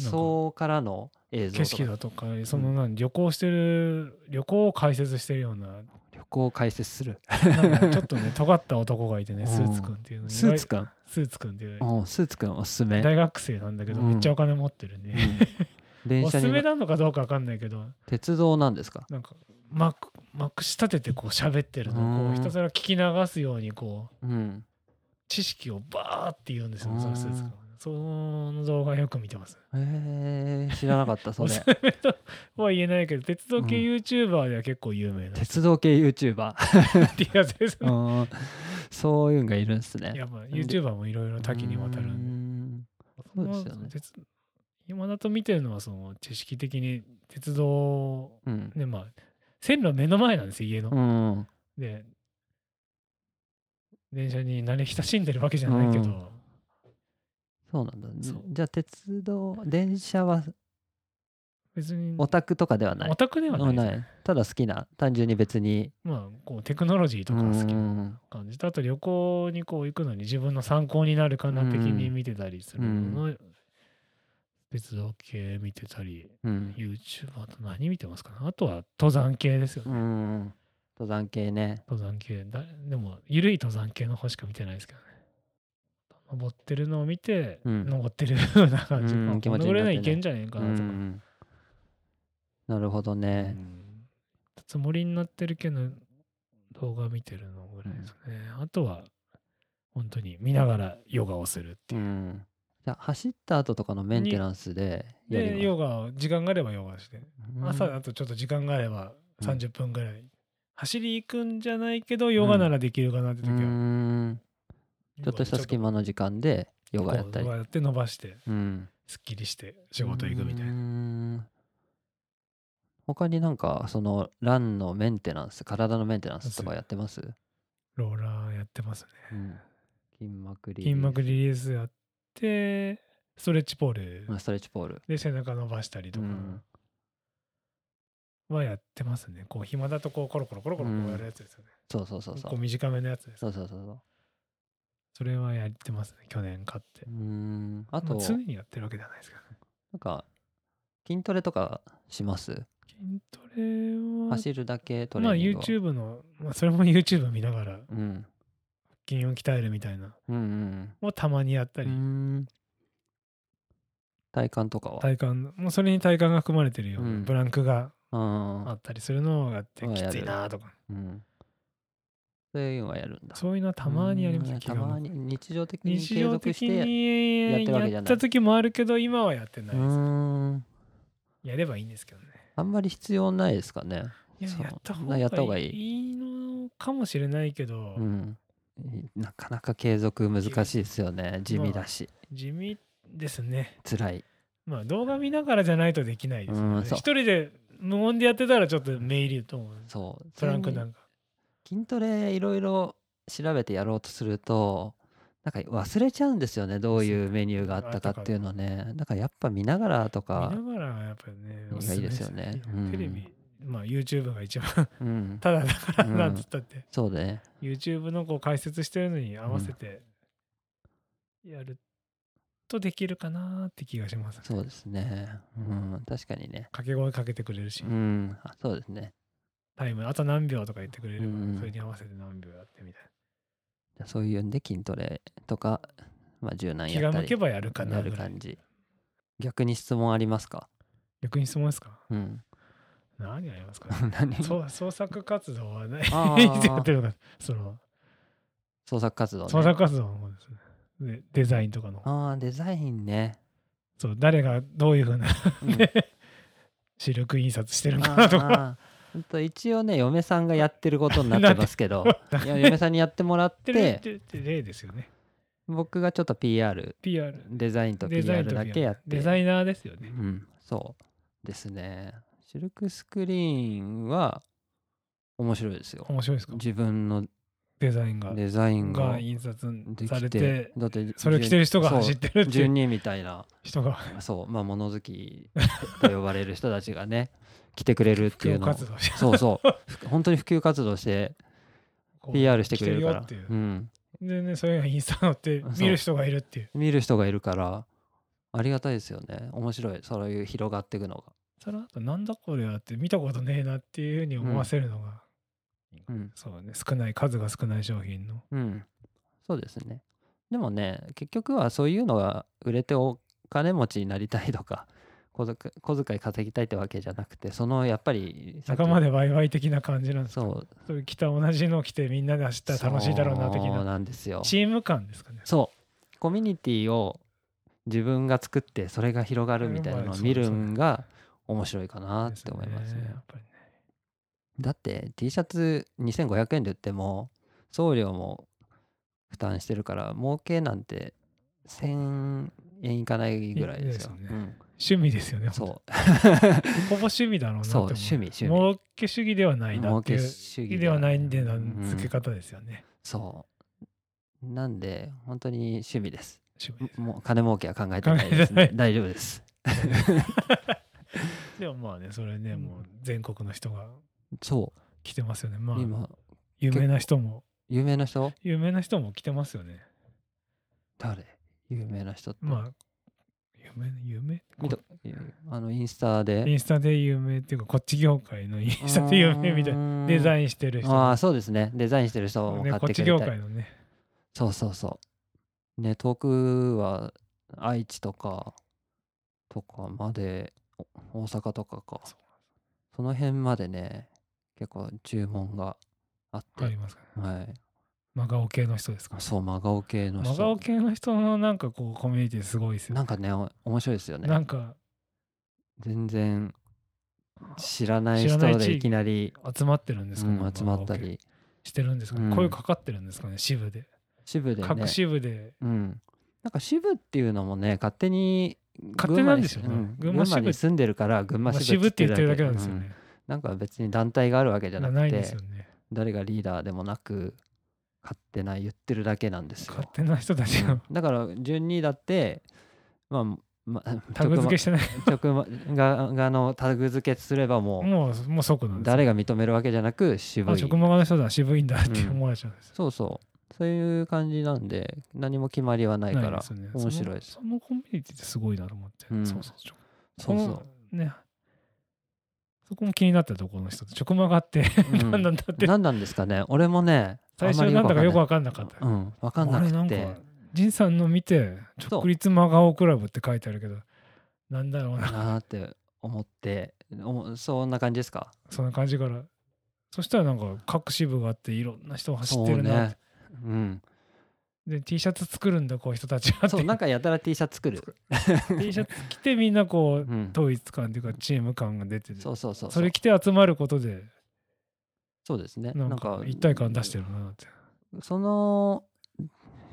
Speaker 1: 窓からの映像
Speaker 2: 景
Speaker 1: とか
Speaker 2: 色だとかその何旅行してる旅行を解説してるような
Speaker 1: 旅校を開設する。
Speaker 2: なんかちょっとね、尖った男がいてね、スーツくんっていうのに
Speaker 1: スーツくん、
Speaker 2: スーツくんっていう
Speaker 1: うんスーツくんおすすめ。
Speaker 2: 大学生なんだけど、
Speaker 1: うん
Speaker 2: めっちゃお金持ってる
Speaker 1: う
Speaker 2: ね。
Speaker 1: ん電
Speaker 2: お
Speaker 1: 車
Speaker 2: すす
Speaker 1: に
Speaker 2: め
Speaker 1: 乗
Speaker 2: なのかどうかわかんないけど、
Speaker 1: 鉄道なんですか。
Speaker 2: なんか、まく、まくし立ててこう喋ってるのを
Speaker 1: う
Speaker 2: こ
Speaker 1: ん
Speaker 2: う、ひたすら聞き流すように、こう、
Speaker 1: うん。
Speaker 2: 知識をバーって言うんですよ、そのスーツくん
Speaker 1: う。
Speaker 2: その動画よく見てます。
Speaker 1: えー、知らなかったそ
Speaker 2: お
Speaker 1: れ
Speaker 2: す。すめとは言えないけど、鉄道系
Speaker 1: うん
Speaker 2: YouTuber では結構有名な。
Speaker 1: 鉄道系ユーチューバ
Speaker 2: って いうやつ ですね。
Speaker 1: ー。そういうのがいるんですね。
Speaker 2: やっぱ YouTuber もいろいろ多岐にわたる
Speaker 1: うん
Speaker 2: で。
Speaker 1: ん
Speaker 2: そ
Speaker 1: そう
Speaker 2: の
Speaker 1: ですよね
Speaker 2: 鉄今だと見てるのはその知識的に鉄道
Speaker 1: うん。
Speaker 2: ねまあ線路目の前なんですよ家の。
Speaker 1: うん。
Speaker 2: で電車に慣れ親しんでるわけじゃないけど、
Speaker 1: うんそうなんだ。じ
Speaker 2: そう
Speaker 1: じゃあ鉄道電車は
Speaker 2: 別に
Speaker 1: オタクとかではない
Speaker 2: オ。タクではない,、
Speaker 1: うんない。ただ好きな単純に別に。
Speaker 2: まあこうテクノロジーとか好き
Speaker 1: う
Speaker 2: なん感じとあと旅行にこう行くのに自分の参考になるかな的に見てたりするの、鉄道系見てたり。
Speaker 1: うん。
Speaker 2: YouTuber と何見てますかねあとは登山系ですよ
Speaker 1: う
Speaker 2: ね。
Speaker 1: ん。登山系ね。
Speaker 2: 登山系だ。でも、ゆるい登山系の方しか見てないですけどね。登ってるのを見て、
Speaker 1: うん
Speaker 2: 登ってるような感じ。
Speaker 1: うん
Speaker 2: まあ
Speaker 1: 気持ちに
Speaker 2: 登
Speaker 1: なってね
Speaker 2: れないいけんじゃねえか
Speaker 1: う
Speaker 2: なとか。
Speaker 1: ん。なるほど
Speaker 2: う
Speaker 1: ね。
Speaker 2: んつもりになってるけど、動画見てるのぐらいですね。あとは、本当に見ながらヨガをするって
Speaker 1: う
Speaker 2: いう。
Speaker 1: ん。じゃあ走った後とかのメンテナンスでや
Speaker 2: で、
Speaker 1: り
Speaker 2: ヨガを、時間があればヨガして。
Speaker 1: ます。
Speaker 2: 朝だとちょっと時間があれば
Speaker 1: うん
Speaker 2: 30分ぐらい、走り行くんじゃないけどヨガならできるかなって時
Speaker 1: う
Speaker 2: は、
Speaker 1: ん。ちょっとした隙間の時間でヨ
Speaker 2: ヨ
Speaker 1: ガ
Speaker 2: ガ
Speaker 1: やったり
Speaker 2: こう。やって伸ばして
Speaker 1: うん。
Speaker 2: すっきりして仕事行くみたいな、
Speaker 1: な。他になんかそのランのメンテナンス体のメンテナンスとかやってます、
Speaker 2: ローラーやってますね
Speaker 1: うん、筋膜リリー
Speaker 2: 筋
Speaker 1: ス
Speaker 2: 膜リリースやってストレッチポール
Speaker 1: うんストレッチポール
Speaker 2: で背中伸ばしたりとか
Speaker 1: うん
Speaker 2: はやってますねこう暇だとこうコロコロコロコロこうやるやつですよね、
Speaker 1: そうそうそうそう
Speaker 2: こう短めのやつです
Speaker 1: そうそうそうそう
Speaker 2: それはやってますね去年買って
Speaker 1: うーんあ
Speaker 2: あ
Speaker 1: と
Speaker 2: 常にやってるわけじゃないですけどね
Speaker 1: なんか筋トレとかします
Speaker 2: 筋トレは
Speaker 1: 走るだけトレ
Speaker 2: まあ
Speaker 1: ーニングを、
Speaker 2: YouTube の、まあ、それも YouTube 見ながら
Speaker 1: うん、
Speaker 2: 筋を鍛えるみたいな
Speaker 1: うんうん
Speaker 2: をたまにやった
Speaker 1: うんう
Speaker 2: り、
Speaker 1: ん体幹とかは、
Speaker 2: 体幹もうそれに体幹が含まれてるよう
Speaker 1: う
Speaker 2: なんブランクがあ
Speaker 1: あ
Speaker 2: ったりするのをやって
Speaker 1: うん
Speaker 2: きつ
Speaker 1: や
Speaker 2: い
Speaker 1: る
Speaker 2: なとか
Speaker 1: ーうんそういうのはやるんだ
Speaker 2: そういうのはたまにやります
Speaker 1: う
Speaker 2: ね
Speaker 1: ん
Speaker 2: 気が
Speaker 1: た
Speaker 2: 向く
Speaker 1: まに日常的に
Speaker 2: 日
Speaker 1: 継
Speaker 2: 常
Speaker 1: 続
Speaker 2: 的
Speaker 1: してやっ
Speaker 2: に
Speaker 1: てるわけじ
Speaker 2: や
Speaker 1: ゃ
Speaker 2: っ
Speaker 1: ない
Speaker 2: た時もあるけど今はやってな
Speaker 1: う
Speaker 2: い
Speaker 1: ー
Speaker 2: です
Speaker 1: ん
Speaker 2: やればいいんですけどね
Speaker 1: あんまり必要ないですかね
Speaker 2: いや
Speaker 1: そう
Speaker 2: やった
Speaker 1: なやった
Speaker 2: 方
Speaker 1: 方
Speaker 2: が
Speaker 1: が
Speaker 2: い
Speaker 1: い
Speaker 2: い
Speaker 1: い
Speaker 2: のかもしれないけど、
Speaker 1: うんなかなか継続難しいですよね地味だし
Speaker 2: 地味ですね
Speaker 1: 辛い
Speaker 2: まあ動画見ながらじゃないとできないですよ
Speaker 1: う
Speaker 2: ね
Speaker 1: ん
Speaker 2: 一
Speaker 1: そう
Speaker 2: 人で無音でやってたらちょっと目入りと思う
Speaker 1: そう
Speaker 2: トランク
Speaker 1: それ
Speaker 2: な
Speaker 1: に
Speaker 2: んか
Speaker 1: 筋トレいろいろ調べてやろうとするとなんか忘れちゃうんですよねどういうメニューがあったかっていうのねだからやっぱ見ながらとか
Speaker 2: 見ながらやっぱりね
Speaker 1: いい
Speaker 2: おすすめ
Speaker 1: いいですよねうん
Speaker 2: テレビまあ YouTube が一番
Speaker 1: うん
Speaker 2: ただだから
Speaker 1: うん
Speaker 2: なんつったって、
Speaker 1: そうだね
Speaker 2: YouTube のこう解説してるのに合わせてやるとできるかなって気がします、
Speaker 1: そうですねうん確かにね
Speaker 2: 掛け声かけてくれるし、
Speaker 1: うんあそうですね
Speaker 2: タイムあと何秒とか言ってくれれば、
Speaker 1: うん
Speaker 2: それに合わせて何秒やってみたい
Speaker 1: じゃあそういうんで筋トレとか、まあ、柔
Speaker 2: な
Speaker 1: 軟
Speaker 2: 気
Speaker 1: や
Speaker 2: が
Speaker 1: った
Speaker 2: 向
Speaker 1: り
Speaker 2: けばやるかな
Speaker 1: や
Speaker 2: ぐ
Speaker 1: る
Speaker 2: らい
Speaker 1: 感じ逆に質問ありますか
Speaker 2: 逆に質問ですか
Speaker 1: うん
Speaker 2: 何あ りますか
Speaker 1: 何
Speaker 2: そう創作活動はね
Speaker 1: あ
Speaker 2: いつやっ
Speaker 1: ー
Speaker 2: てるのかその
Speaker 1: 創作活動ね
Speaker 2: 創作活動の方ですねでデザインとかの方
Speaker 1: ああデザインね
Speaker 2: そう誰がどういうふうな
Speaker 1: うん
Speaker 2: 視力印刷してるのかなとか
Speaker 1: あーほんと一応ね嫁さんがやってることになってますけ どいや嫁さんにやってもらっ
Speaker 2: ってる
Speaker 1: て
Speaker 2: って例ですよね
Speaker 1: 僕がちょっと PR
Speaker 2: PR
Speaker 1: デザインと
Speaker 2: デザイン
Speaker 1: PR
Speaker 2: と
Speaker 1: だ
Speaker 2: PR
Speaker 1: けやって
Speaker 2: デザイナーですよ
Speaker 1: う
Speaker 2: ね
Speaker 1: んそうですねシルクスクリーンは面白いですよ
Speaker 2: 面白いですか
Speaker 1: 自分の
Speaker 2: デザインが
Speaker 1: デザインが
Speaker 2: が印刷
Speaker 1: で
Speaker 2: さ
Speaker 1: き
Speaker 2: れ
Speaker 1: て
Speaker 2: て
Speaker 1: だって
Speaker 2: それを着てる人が
Speaker 1: そう
Speaker 2: 走ってるっていう
Speaker 1: 12みたいな
Speaker 2: 人が
Speaker 1: そうまあ物好きと呼ばれる人たちがね 来てくれるってい
Speaker 2: 今
Speaker 1: う
Speaker 2: 日
Speaker 1: のを
Speaker 2: 活 動して
Speaker 1: そうそうふ 本当に普及活動して PR してくれるから
Speaker 2: 来てるよっ
Speaker 1: う、
Speaker 2: ていうんでねそれがインスタ載って
Speaker 1: そう
Speaker 2: 見る人がいるっていう
Speaker 1: 見る人がいるからありがたいですよね面白いそういう広がっていくのが
Speaker 2: その後なんだこれはって見たことねえなっていうふうに思わせるのが
Speaker 1: うん
Speaker 2: そうだね、少ない、数が少ない商品の。
Speaker 1: うん、そうですね。でもね、結局はそういうのが売れてお金持ちになりたいとか、 小遣い小遣い稼ぎたいってわけじゃなくて、そのやっぱり、さっき
Speaker 2: 仲間でワイワイ的な感じなんですか
Speaker 1: そう、
Speaker 2: そういう着た同じのを着てみんなで走ったら楽しいだろうな的
Speaker 1: そう
Speaker 2: な。
Speaker 1: なんですよ。
Speaker 2: チーム感ですかね。
Speaker 1: そう、コミュニティを自分が作って、それが広がるみたいなのを見るんが面白いかなって思います
Speaker 2: です
Speaker 1: ね
Speaker 2: や。っぱりね。
Speaker 1: だって T シャツ2500円で売っても送料も負担してるから儲けなんて1000円いかないぐらいですよ。
Speaker 2: いいですよ趣味ですよね。
Speaker 1: うん、そ
Speaker 2: ほぼ趣味だろうなって
Speaker 1: そう
Speaker 2: 思う。
Speaker 1: 趣味趣味
Speaker 2: 儲け主義ではないな
Speaker 1: 儲
Speaker 2: ってい
Speaker 1: け
Speaker 2: う。
Speaker 1: 主義
Speaker 2: ではないんでな
Speaker 1: うん
Speaker 2: 付け方ですよね。
Speaker 1: そう。なんで本当に趣味です。
Speaker 2: 趣味です
Speaker 1: もう金儲けは考えてないです
Speaker 2: 考え
Speaker 1: ね
Speaker 2: て。
Speaker 1: 大丈夫です。
Speaker 2: でもまあね、それね、
Speaker 1: うん
Speaker 2: もう全国の人が
Speaker 1: そ
Speaker 2: 来てますよね。ま
Speaker 1: う。
Speaker 2: あ、
Speaker 1: 今
Speaker 2: 有名な人も、
Speaker 1: 有名な人
Speaker 2: 有名な人も来てますよね。
Speaker 1: 誰有名な人って。
Speaker 2: まあ、有名、有名
Speaker 1: 見たあのインスタ
Speaker 2: イ
Speaker 1: で。
Speaker 2: ンスタで有名っていうか、こっち業界のインスタで有名みたいな。
Speaker 1: な
Speaker 2: デザインしてる人も。
Speaker 1: ああそうですねデザインしてる人も買
Speaker 2: ね、
Speaker 1: っ
Speaker 2: こってち
Speaker 1: くれ
Speaker 2: 業
Speaker 1: たり、
Speaker 2: 界のね。
Speaker 1: そうそうそうね遠くは愛知とかとかまでお大阪とかか
Speaker 2: そう
Speaker 1: その辺までね結構注文があって
Speaker 2: あ
Speaker 1: は
Speaker 2: り
Speaker 1: い、
Speaker 2: ますかね。真顔系の人ですか。
Speaker 1: そう真顔系の
Speaker 2: 真顔
Speaker 1: 人
Speaker 2: 系の人のなんかこうコミュニティすごいですよ
Speaker 1: な
Speaker 2: ね。
Speaker 1: んかねお面白いですよ
Speaker 2: な
Speaker 1: ね
Speaker 2: んか
Speaker 1: 全然知らない
Speaker 2: 知ら
Speaker 1: 人
Speaker 2: ない地
Speaker 1: で
Speaker 2: 域
Speaker 1: いきなり
Speaker 2: 集まってるんですかね。
Speaker 1: うん集まった
Speaker 2: 真顔系
Speaker 1: り
Speaker 2: してるんですかね。
Speaker 1: うん
Speaker 2: 声かかってるんですかね、支部で。
Speaker 1: 支部でね
Speaker 2: 各支部で。
Speaker 1: うん、なんか支部っていうのもね勝手に
Speaker 2: 勝手なんですよね
Speaker 1: 群
Speaker 2: 群
Speaker 1: 馬
Speaker 2: 馬
Speaker 1: に
Speaker 2: 支
Speaker 1: う
Speaker 2: 部
Speaker 1: ん群馬に住んでるから群
Speaker 2: ま
Speaker 1: 馬
Speaker 2: あ、
Speaker 1: 支
Speaker 2: 支
Speaker 1: 部
Speaker 2: 部
Speaker 1: っ
Speaker 2: ってて
Speaker 1: 言
Speaker 2: 言
Speaker 1: っ
Speaker 2: ってて
Speaker 1: るだ
Speaker 2: るだ
Speaker 1: けで
Speaker 2: けなんですよ
Speaker 1: うん
Speaker 2: ね。
Speaker 1: なんか別に団体があるわけじゃな
Speaker 2: な
Speaker 1: く
Speaker 2: いん
Speaker 1: て
Speaker 2: ですよね。
Speaker 1: 誰がリーダーでもなく勝手な言ってるだけなんですよ
Speaker 2: 勝手な人たち
Speaker 1: う
Speaker 2: が
Speaker 1: んだから順にだってまあまあ
Speaker 2: タグ付けしてない。
Speaker 1: 直ま直まががのタグ付けすればもう
Speaker 2: もう、もう即なんですよ。
Speaker 1: 誰が認めるわけじゃなく渋
Speaker 2: あ、
Speaker 1: い
Speaker 2: 職場の人だ、渋いんだって
Speaker 1: うん
Speaker 2: 思われちゃうんですよ。
Speaker 1: そうそうそういう感じなんで何も決まりはないか
Speaker 2: ない
Speaker 1: ら
Speaker 2: ですよね
Speaker 1: 面白いです
Speaker 2: そのコミュニティってすごいなと思って。
Speaker 1: うん
Speaker 2: そうそうそう。。
Speaker 1: そうそう
Speaker 2: ね。そこも気になったところの人と直間があって、
Speaker 1: う
Speaker 2: 何 なんだって、
Speaker 1: 何なんですかね俺もね
Speaker 2: 最初なんだかよく
Speaker 1: わ
Speaker 2: 分かんなかった。
Speaker 1: かんないうん分かんな
Speaker 2: あれな
Speaker 1: く
Speaker 2: ん
Speaker 1: て
Speaker 2: か、仁さんの見て、
Speaker 1: そう
Speaker 2: 直立真顔クラブって書いてあるけど、なんだろうな、
Speaker 1: なーって思っておもそんな感じですか
Speaker 2: そんな感じから。そしたらなんか各支部があっていろんな人が走ってるなって、
Speaker 1: そうね
Speaker 2: で T シャツ作るんだこういう人たち
Speaker 1: う
Speaker 2: は
Speaker 1: ん
Speaker 2: って
Speaker 1: そうなんかやたら T シャツ作る
Speaker 2: T シャツ着てみんなこう
Speaker 1: うん
Speaker 2: 統一感というかチーム感が出てて
Speaker 1: そうそうそう
Speaker 2: そ
Speaker 1: そう
Speaker 2: れ着て集まることで
Speaker 1: そうですね
Speaker 2: な
Speaker 1: なんんか
Speaker 2: か一体感出してるなって
Speaker 1: その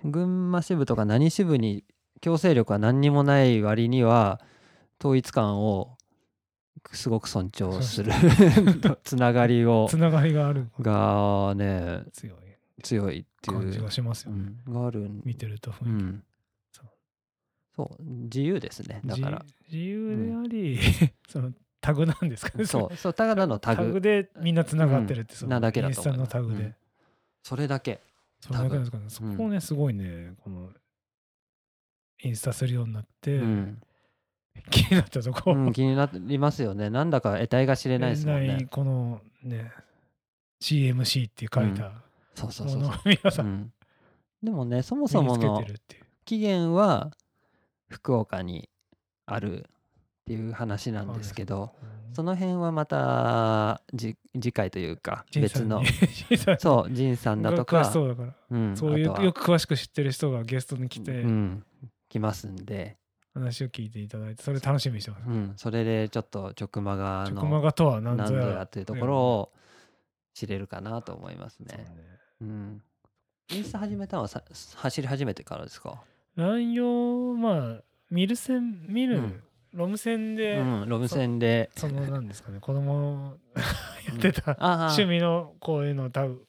Speaker 1: 群馬支部とか何支部に強制力は何にもない割には統一感をすごく尊重する つながりを
Speaker 2: つながりがある
Speaker 1: がね
Speaker 2: 強い
Speaker 1: 強いってい
Speaker 2: 感じ
Speaker 1: う
Speaker 2: がしますよね、
Speaker 1: うんがあるん
Speaker 2: 見てると
Speaker 1: う
Speaker 2: 雰囲
Speaker 1: ん
Speaker 2: そう、
Speaker 1: そう自由ですね
Speaker 2: 気、
Speaker 1: だから
Speaker 2: 自自由であり、 そのタグなんですか ね
Speaker 1: そうそうただのタ
Speaker 2: タ
Speaker 1: グ
Speaker 2: グでみんなつながってるって、
Speaker 1: うん
Speaker 2: その
Speaker 1: なだけだ
Speaker 2: イン
Speaker 1: と
Speaker 2: ス
Speaker 1: 思
Speaker 2: タ
Speaker 1: います
Speaker 2: のタグで、
Speaker 1: うんそれだけ
Speaker 2: それだけなんですかねそこをね、すごいねこのインスタするようになって、
Speaker 1: うん、
Speaker 2: 気になったとこ、
Speaker 1: うん気になりますよねなんだか得体が知れないですもん
Speaker 2: 年内
Speaker 1: ね
Speaker 2: このね CMC って書いた
Speaker 1: そうそう
Speaker 2: も
Speaker 1: そう
Speaker 2: のを
Speaker 1: そ
Speaker 2: 皆
Speaker 1: う、
Speaker 2: さ
Speaker 1: うんん、でもねそも
Speaker 2: 身
Speaker 1: そ
Speaker 2: に
Speaker 1: も
Speaker 2: つけ
Speaker 1: の
Speaker 2: てるっていう
Speaker 1: 起源は福岡にあるっていう話なんですけど
Speaker 2: うん
Speaker 1: その辺はまたじ次回というか
Speaker 2: 仁さ
Speaker 1: 別
Speaker 2: ん
Speaker 1: の
Speaker 2: に仁さんに
Speaker 1: そう仁さんだと か
Speaker 2: 詳しそうだから
Speaker 1: うん
Speaker 2: そういう
Speaker 1: あとは
Speaker 2: よく詳しく知ってる人がゲストに来て
Speaker 1: うん、来ますんで、
Speaker 2: 話を聞いていただいてそれ楽しみにしてます
Speaker 1: うん、それでちょっと直マガ
Speaker 2: 直マ
Speaker 1: の
Speaker 2: ガとは何
Speaker 1: 何
Speaker 2: ぞ
Speaker 1: ぞ
Speaker 2: や
Speaker 1: やというところを知れるかなと思います
Speaker 2: そうね
Speaker 1: ね。うん、インスタ始めたのはさ走り始めてからですか、
Speaker 2: 乱用まあ見る線見る、
Speaker 1: うん
Speaker 2: ロム線で、
Speaker 1: うん、ロム線で。
Speaker 2: そのなんですかね子 供やってた、
Speaker 1: あ
Speaker 2: 趣味のこういうのを多分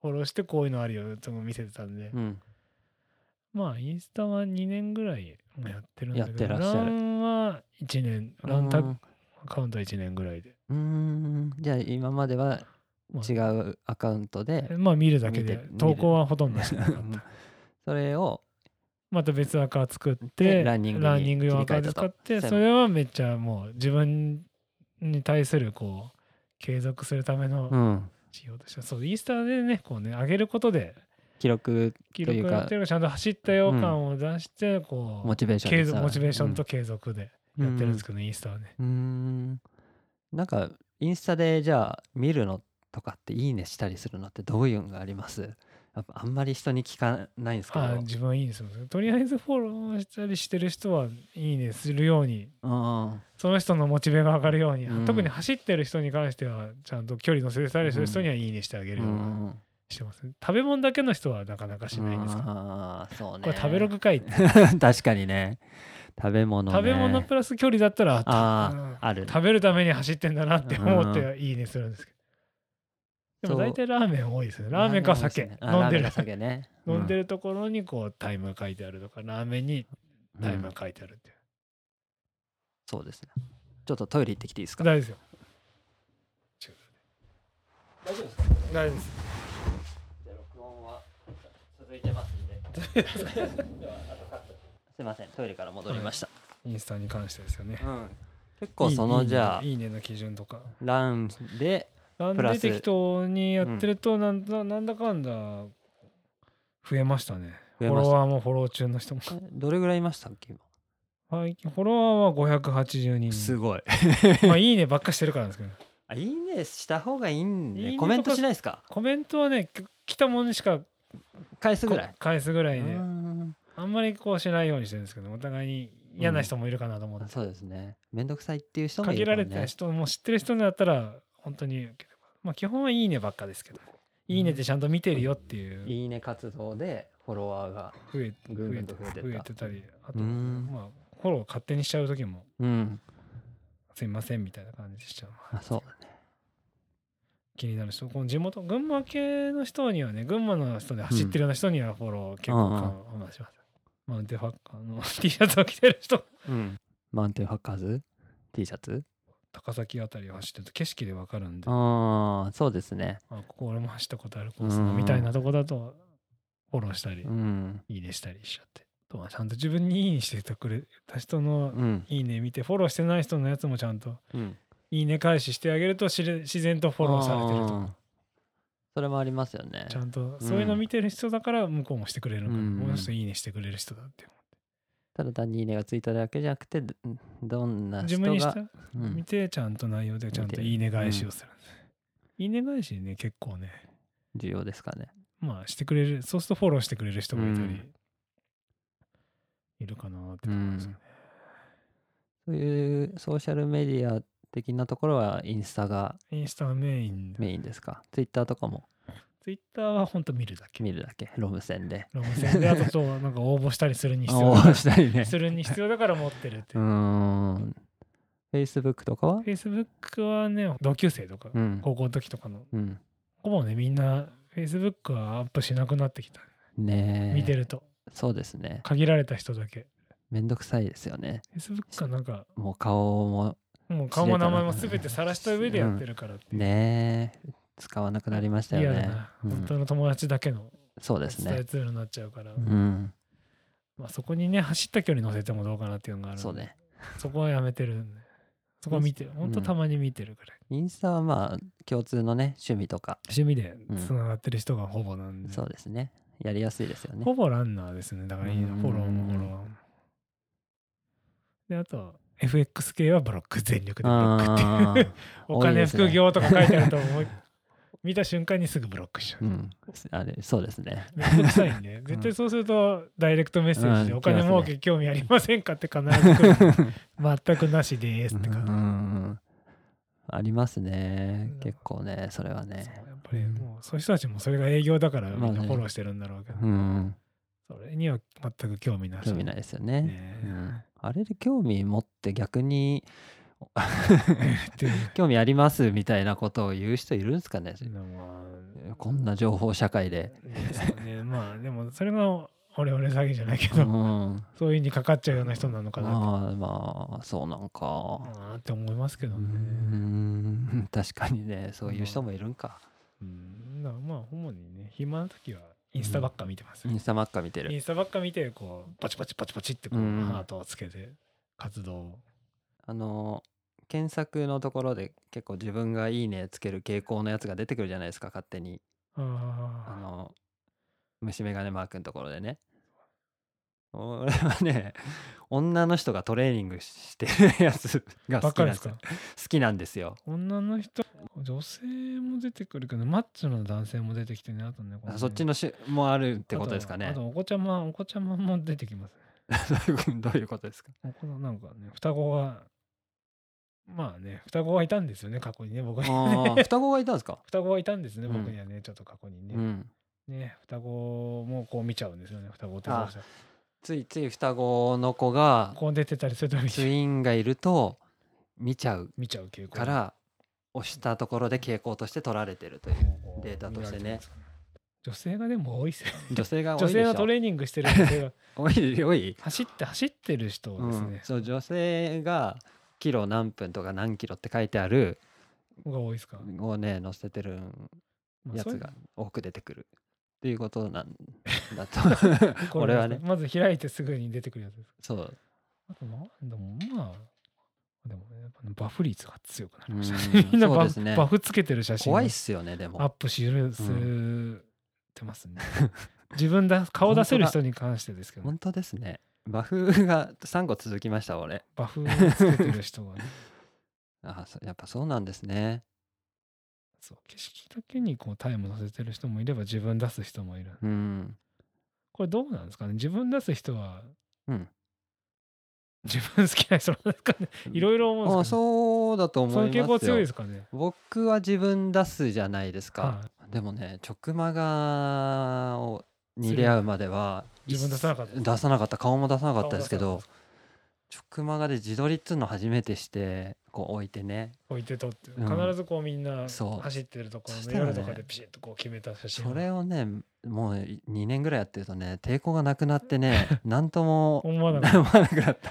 Speaker 2: フォローしてこういうのあるよとも見せてたんで、
Speaker 1: うん、
Speaker 2: まあインスタは2年ぐらいもやってるんだけど
Speaker 1: やってらっしゃる
Speaker 2: LAN は1年ランタグアカウントは1年ぐらいで、
Speaker 1: うんじゃあ今までは
Speaker 2: まあ
Speaker 1: 違うアカウントで
Speaker 2: まあ見るだけで
Speaker 1: 見て
Speaker 2: 投稿はほとんどしてなかっ
Speaker 1: うん
Speaker 2: た
Speaker 1: それを
Speaker 2: また別アカ作っ
Speaker 1: で
Speaker 2: て
Speaker 1: ランニングに
Speaker 2: ランニング用アカ使っ
Speaker 1: 切り替えた
Speaker 2: て
Speaker 1: と
Speaker 2: それはめっちゃもう自分に対するこう継続するための
Speaker 1: うん
Speaker 2: しようとしたそうインスタでねこうね上げることで
Speaker 1: 記録
Speaker 2: 記録
Speaker 1: というか
Speaker 2: やってるからちゃんと走ったよ感を出して、こう
Speaker 1: モチベーション
Speaker 2: 継
Speaker 1: につな
Speaker 2: 続
Speaker 1: がる
Speaker 2: モチベーションと継続で
Speaker 1: うん
Speaker 2: やってるんですけどね、インスタはね
Speaker 1: うーんなんかインスタでじゃあ見るのとかっていいねしたりするのってどういうのがありますやっぱあんまり人に聞かないんですけど
Speaker 2: あ自分はいいんですよとりあえずフォローしたりしてる人はいいねするように
Speaker 1: うん
Speaker 2: その人のモチベが上がるように、
Speaker 1: うん
Speaker 2: 特に走ってる人に関してはちゃんと距離のせたりする人にはいいねしてあげる
Speaker 1: う
Speaker 2: ように
Speaker 1: ん
Speaker 2: してます、ね食べ物だけの人はなかなかしないんですけど
Speaker 1: あーそうね
Speaker 2: これ食べログかいって
Speaker 1: 確かにね食べ物ね
Speaker 2: 食べ物プラス距離だったら
Speaker 1: あ
Speaker 2: た
Speaker 1: ー
Speaker 2: うん
Speaker 1: あるね
Speaker 2: 食べるために走ってんだなって思っ
Speaker 1: う
Speaker 2: ていいねするんですけどで
Speaker 1: そう
Speaker 2: も大体ラーメン多いですねラーメンか酒、
Speaker 1: ラー
Speaker 2: 飲ん
Speaker 1: メ
Speaker 2: で
Speaker 1: ン
Speaker 2: る
Speaker 1: か酒ねあ
Speaker 2: 飲んで
Speaker 1: る
Speaker 2: るところにこうタイム書いてあるとかラーメンにタイム書いてあるっていう、
Speaker 1: そうですねちょっとトイレ行ってきていいですか
Speaker 2: 大丈夫ですよ大丈夫です
Speaker 1: じゃあ録音は続いてますん で。ではあとカットすいません、トイレから戻りました。
Speaker 2: インスタに関してですよね
Speaker 1: うん、結構その
Speaker 2: いい
Speaker 1: じゃあ
Speaker 2: いいねいいねの基準とか
Speaker 1: ランで、
Speaker 2: なん
Speaker 1: プラ
Speaker 2: で
Speaker 1: ス
Speaker 2: 適当にやってるとなんだ,、なんだかんだ増えましたね
Speaker 1: 増
Speaker 2: フ
Speaker 1: え
Speaker 2: ォ
Speaker 1: ました
Speaker 2: ロワーもフォロー中の人も
Speaker 1: えどれぐらいいましたっけ今
Speaker 2: はいフォロワーは580人
Speaker 1: ごい。
Speaker 2: まあいいねばっかしてるからなんですけど
Speaker 1: あいいねした方がいいん
Speaker 2: いい
Speaker 1: で、
Speaker 2: ね
Speaker 1: コメントしないですか
Speaker 2: コメントはねき来たものにしか
Speaker 1: 返すぐらい
Speaker 2: こ。返すぐらいで、
Speaker 1: うん
Speaker 2: あんまりこうしないようにしてるんですけどお互いに嫌な人もいるかなと思って、
Speaker 1: そうですね。めんどくさいっていう人もい
Speaker 2: 限
Speaker 1: る
Speaker 2: ら
Speaker 1: か
Speaker 2: れ
Speaker 1: も
Speaker 2: た
Speaker 1: ね。
Speaker 2: 人も知ってる人だったら本当に受ければまあ基本はいいねばっかですけど、いいねってちゃんと見てるよっていう
Speaker 1: いいね活動でフォロワーが。
Speaker 2: 増え
Speaker 1: ぐんぐんと
Speaker 2: 増
Speaker 1: 増え
Speaker 2: え
Speaker 1: てった
Speaker 2: て増えてたりあと、
Speaker 1: うん
Speaker 2: まあフォロー勝手にしちゃう時も
Speaker 1: うん。
Speaker 2: すいませんみたいな感じでしちゃう
Speaker 1: あ、そうだね。
Speaker 2: 気になる人この地元群馬系の人にはね群馬の人で走ってるような人にはフォロー結構かお願いします、マウンテンファッカーの T シャツを着てる人
Speaker 1: うん。マウンテンハッカーズ T シャツ
Speaker 2: 高崎あたりを走ってると景色でわかるんであ
Speaker 1: ああ、そうですね。
Speaker 2: ここ俺も走ったことあるコースだなみたいなとこだとフォローしたり、
Speaker 1: うん。
Speaker 2: いいねしたりしちゃってあとはちゃんと自分にいいにしてくれた人の
Speaker 1: うん。
Speaker 2: いいね見てフォローしてない人のやつもちゃんと
Speaker 1: うん。
Speaker 2: いいね返ししてあげるとしれ自然とフォローされてると
Speaker 1: うんそれもありますよね
Speaker 2: ちゃんとそういうの見てる人だから向こうもしてくれるのかな、
Speaker 1: うん
Speaker 2: もう人いいねしてくれる人だって
Speaker 1: ただ単に「いいね」がついただけじゃなくてどどんな
Speaker 2: 自
Speaker 1: 人
Speaker 2: 分にし
Speaker 1: が
Speaker 2: た、
Speaker 1: う
Speaker 2: 見
Speaker 1: ん、
Speaker 2: てちゃんと内容でちゃんといいね返しをする、いいね返しね結構ね
Speaker 1: 重要ですかね
Speaker 2: まあしてくれるそうするとフォローしてくれる人もいたり、
Speaker 1: うん
Speaker 2: いるかなってところですよね、
Speaker 1: そういうソーシャルメディア的なところはインスタが
Speaker 2: インスタはメイン
Speaker 1: メインですかツイッターとかも
Speaker 2: ツイッターはほんと見るだけ
Speaker 1: 見るだけロム線で
Speaker 2: ロム 線であととなんか応募したりするに必要
Speaker 1: 応
Speaker 2: だ
Speaker 1: 募したりね
Speaker 2: するに必要だから持ってるって
Speaker 1: うーん Facebook とかは
Speaker 2: Facebook はね同級生とか
Speaker 1: うん、
Speaker 2: 高校の時とかの
Speaker 1: うん、
Speaker 2: ほぼねみんな Facebook はアップしなくなってきた、
Speaker 1: ねえ
Speaker 2: 見てると
Speaker 1: そうですね
Speaker 2: 限られた人だけ
Speaker 1: めんどくさいですよね
Speaker 2: Facebook はなんか
Speaker 1: もう顔も
Speaker 2: もう顔も名前も全て晒した上でやってるからっていう、
Speaker 1: ねえ使わなくなりました
Speaker 2: リ
Speaker 1: よ
Speaker 2: アル
Speaker 1: ね
Speaker 2: な、
Speaker 1: うん
Speaker 2: 本当の友達だけの
Speaker 1: そうです
Speaker 2: 伝え
Speaker 1: ね
Speaker 2: ツールになっちゃうから、
Speaker 1: うん
Speaker 2: まあ、そこにね走った距離乗せてもどうかなっていうのがあるんで
Speaker 1: そうね
Speaker 2: そこはやめてるんでそこは見てる
Speaker 1: うん
Speaker 2: ほんとたまに見てるぐらい、
Speaker 1: インスタはまあ共通のね趣味とか、
Speaker 2: 趣味で
Speaker 1: うん
Speaker 2: つながってる人がほぼなんで、
Speaker 1: そうですねやりやすいですよね
Speaker 2: ほぼランナーですね。だからいいな、
Speaker 1: うん
Speaker 2: フォローもフォローも。で、あと、FX 系はブロック、全力でブロックっていう。
Speaker 1: あー
Speaker 2: お
Speaker 1: 多い
Speaker 2: 金、
Speaker 1: ですね
Speaker 2: 副業とか書いてあると思い、見た瞬間にすぐブロックしちゃ
Speaker 1: う
Speaker 2: う。
Speaker 1: んあれそうですね
Speaker 2: めんどくさい んで、絶対そうすると、ダイレクトメッセージで、
Speaker 1: うん
Speaker 2: お金
Speaker 1: 来ますね
Speaker 2: 儲け興味ありませんかって必ず 来るんで。全くなしですって
Speaker 1: うんう
Speaker 2: 感
Speaker 1: んありますね
Speaker 2: うん
Speaker 1: 結構ねそれは
Speaker 2: じ。そう
Speaker 1: ね
Speaker 2: やっぱりもう、そういう人たちもそれが営業だから、みん
Speaker 1: ま
Speaker 2: な
Speaker 1: あね
Speaker 2: フォローしてるんだろうけど、
Speaker 1: うん
Speaker 2: それには全く興味なし。
Speaker 1: 興味ないですよね
Speaker 2: ね
Speaker 1: う ん、あれで興味持って逆に
Speaker 2: っていう
Speaker 1: 興味ありますみたいなことを言う人いるんですかね
Speaker 2: のも。
Speaker 1: こんな情報社会で、
Speaker 2: ですよねまあでもそれが俺俺詐欺じゃ ないけ
Speaker 1: う
Speaker 2: ど、
Speaker 1: ん、
Speaker 2: そういうにかかっちゃうような人なのかな
Speaker 1: まあまあそうなんか
Speaker 2: って,、うんって思いますけど
Speaker 1: うー
Speaker 2: ね。
Speaker 1: ん 確かにねそういう人もいるんか、
Speaker 2: うん、だからまあ主にね暇な時はインスタばっか見てます、
Speaker 1: インスタばっか見て
Speaker 2: イ
Speaker 1: る
Speaker 2: ンスタばっか見てこうパチパチパチパチってこう
Speaker 1: うん
Speaker 2: ハートをつけて活動を
Speaker 1: あの検索のところで結構自分が「いいね」つける傾向のやつが出てくるじゃないですか勝手にあ
Speaker 2: あ
Speaker 1: の虫眼鏡マークのところでね俺はね女の人がトレーニングしてるやつが
Speaker 2: あ。ば
Speaker 1: 好
Speaker 2: っ
Speaker 1: きなん
Speaker 2: かり
Speaker 1: で
Speaker 2: です
Speaker 1: すよ
Speaker 2: か
Speaker 1: 好きなんですよ
Speaker 2: 女の人、女性も出てくるけど、マッチョな男性も出てきてね、あとね。この
Speaker 1: あ
Speaker 2: ね
Speaker 1: そっちの種もあるってことですか
Speaker 2: あ
Speaker 1: ね
Speaker 2: と、あとお子ちゃま、お子ちゃまも出てきますね。
Speaker 1: どういうことですか
Speaker 2: お子のなんかね、双子が、まあね、双子がいたんですよね、過去にね、僕には
Speaker 1: あ
Speaker 2: ね。
Speaker 1: ー双子がいたんですか、
Speaker 2: 双子がいたんですね、
Speaker 1: うん
Speaker 2: 僕にはね、ちょっと過去にね。
Speaker 1: うん、
Speaker 2: ね、双子もこう見ちゃうんですよね、双子ってそうしたら
Speaker 1: ついつい双子の子が
Speaker 2: こう出てたりすると見
Speaker 1: ツ
Speaker 2: ちゃう
Speaker 1: インがいると見ちゃう
Speaker 2: 見ちゃう傾向
Speaker 1: か、ら押したところで傾向として取られてるという
Speaker 2: こう
Speaker 1: データとしてね。
Speaker 2: 見られるんですか女性がでも多いですよ。
Speaker 1: 女性 が多い
Speaker 2: 女
Speaker 1: で
Speaker 2: 性
Speaker 1: し
Speaker 2: はト
Speaker 1: ょ
Speaker 2: レーニングしてる女性が
Speaker 1: 多い多い
Speaker 2: 走って走ってる人をです
Speaker 1: うん
Speaker 2: ね、
Speaker 1: そう女性がキロ何分とか何キロって書いてある
Speaker 2: が多いですか。
Speaker 1: をね載せてる
Speaker 2: まあ
Speaker 1: やつ
Speaker 2: そういう
Speaker 1: が多く出てくるっていうこと なんだと
Speaker 2: こ
Speaker 1: 俺
Speaker 2: れな
Speaker 1: は
Speaker 2: んです
Speaker 1: ね
Speaker 2: かまず開いてすぐに出てくるやつです。
Speaker 1: そう
Speaker 2: あとまあでもまあでもねやっぱねバフ率が強くなりました
Speaker 1: う
Speaker 2: ね
Speaker 1: ん。
Speaker 2: みんな
Speaker 1: そう
Speaker 2: バ
Speaker 1: です
Speaker 2: フ,、
Speaker 1: ね
Speaker 2: バフつけてる写真
Speaker 1: 怖いっ
Speaker 2: を
Speaker 1: すよねでも
Speaker 2: アップしるす
Speaker 1: う
Speaker 2: るってます ね。自分だ顔出せる人に関してですけどね、
Speaker 1: 本当ですねバフが3個続きました俺
Speaker 2: バフつけてる人がね。
Speaker 1: あそやっぱそうなんですね
Speaker 2: そう景色だけにこうタイム載せてる人もいれば自分出す人もいる。
Speaker 1: うん
Speaker 2: これどうなんですかね自分出す人は、
Speaker 1: うん
Speaker 2: 自分好きな人なんですかねいろいろ思うん
Speaker 1: あ
Speaker 2: ですか、ね、
Speaker 1: そうだと思
Speaker 2: その
Speaker 1: い
Speaker 2: 傾
Speaker 1: ま
Speaker 2: 向
Speaker 1: す
Speaker 2: 強いで
Speaker 1: よ
Speaker 2: すかね
Speaker 1: 僕は自分出すじゃないですか、
Speaker 2: は
Speaker 1: でもね直マガをに出会うまでは
Speaker 2: 自分出さなかった
Speaker 1: 一切出さなかった顔も出さなかったですけど
Speaker 2: 顔出さ
Speaker 1: 直マガで自撮りっつうの初めてしてこう置いてね
Speaker 2: 置いてとって、
Speaker 1: うん
Speaker 2: 必ずこうみんな
Speaker 1: そう
Speaker 2: 走ってるところ
Speaker 1: そし
Speaker 2: の
Speaker 1: たらね
Speaker 2: 夜とかでピシッとこう決めた写真
Speaker 1: それをねもう2年ぐらいやってるとね抵抗がなくなって ねなんとも
Speaker 2: 思わなかっ
Speaker 1: 思わなくなった
Speaker 2: た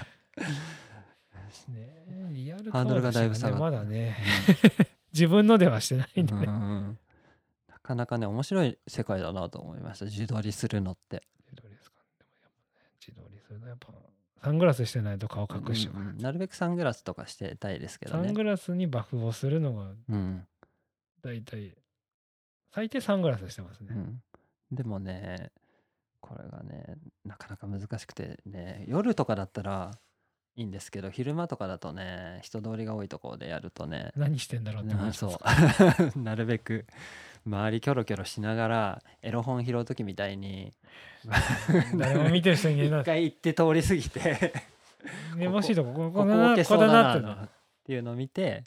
Speaker 2: ですねリアル
Speaker 1: ハードルがだいぶ
Speaker 2: 顔出し
Speaker 1: 下
Speaker 2: ね
Speaker 1: が
Speaker 2: ま
Speaker 1: っ
Speaker 2: だね 自分のではしてないんでね、
Speaker 1: うんうんうんなかなかね面白い世界だなと思いました自撮りするのって
Speaker 2: 自撮りですかねでもやっぱね自撮りするとやっぱサングラスしてないと顔隠しちゃう、
Speaker 1: うんうんなるべくサングラスとかしてたいですけど
Speaker 2: サン
Speaker 1: ね
Speaker 2: グラスにバフをするのが
Speaker 1: うん
Speaker 2: 大体最低サングラスしてますね、
Speaker 1: うん、でもねこれがねなかなか難しくてね夜とかだったらいいんですけど昼間とかだとね人通りが多いところでやるとね
Speaker 2: 何してんだろうって
Speaker 1: な
Speaker 2: 話
Speaker 1: そう なるべく周りキョロキョロしながらエロ本拾う時みたいに
Speaker 2: 誰も見てる人にいな
Speaker 1: 一
Speaker 2: い
Speaker 1: 回行って通り過ぎて
Speaker 2: めぼしいとこここ
Speaker 1: ここ
Speaker 2: こだ
Speaker 1: 置
Speaker 2: な
Speaker 1: け
Speaker 2: こ
Speaker 1: そ
Speaker 2: こ
Speaker 1: う
Speaker 2: だ
Speaker 1: だ
Speaker 2: なっ
Speaker 1: な
Speaker 2: て
Speaker 1: のっていうのを見て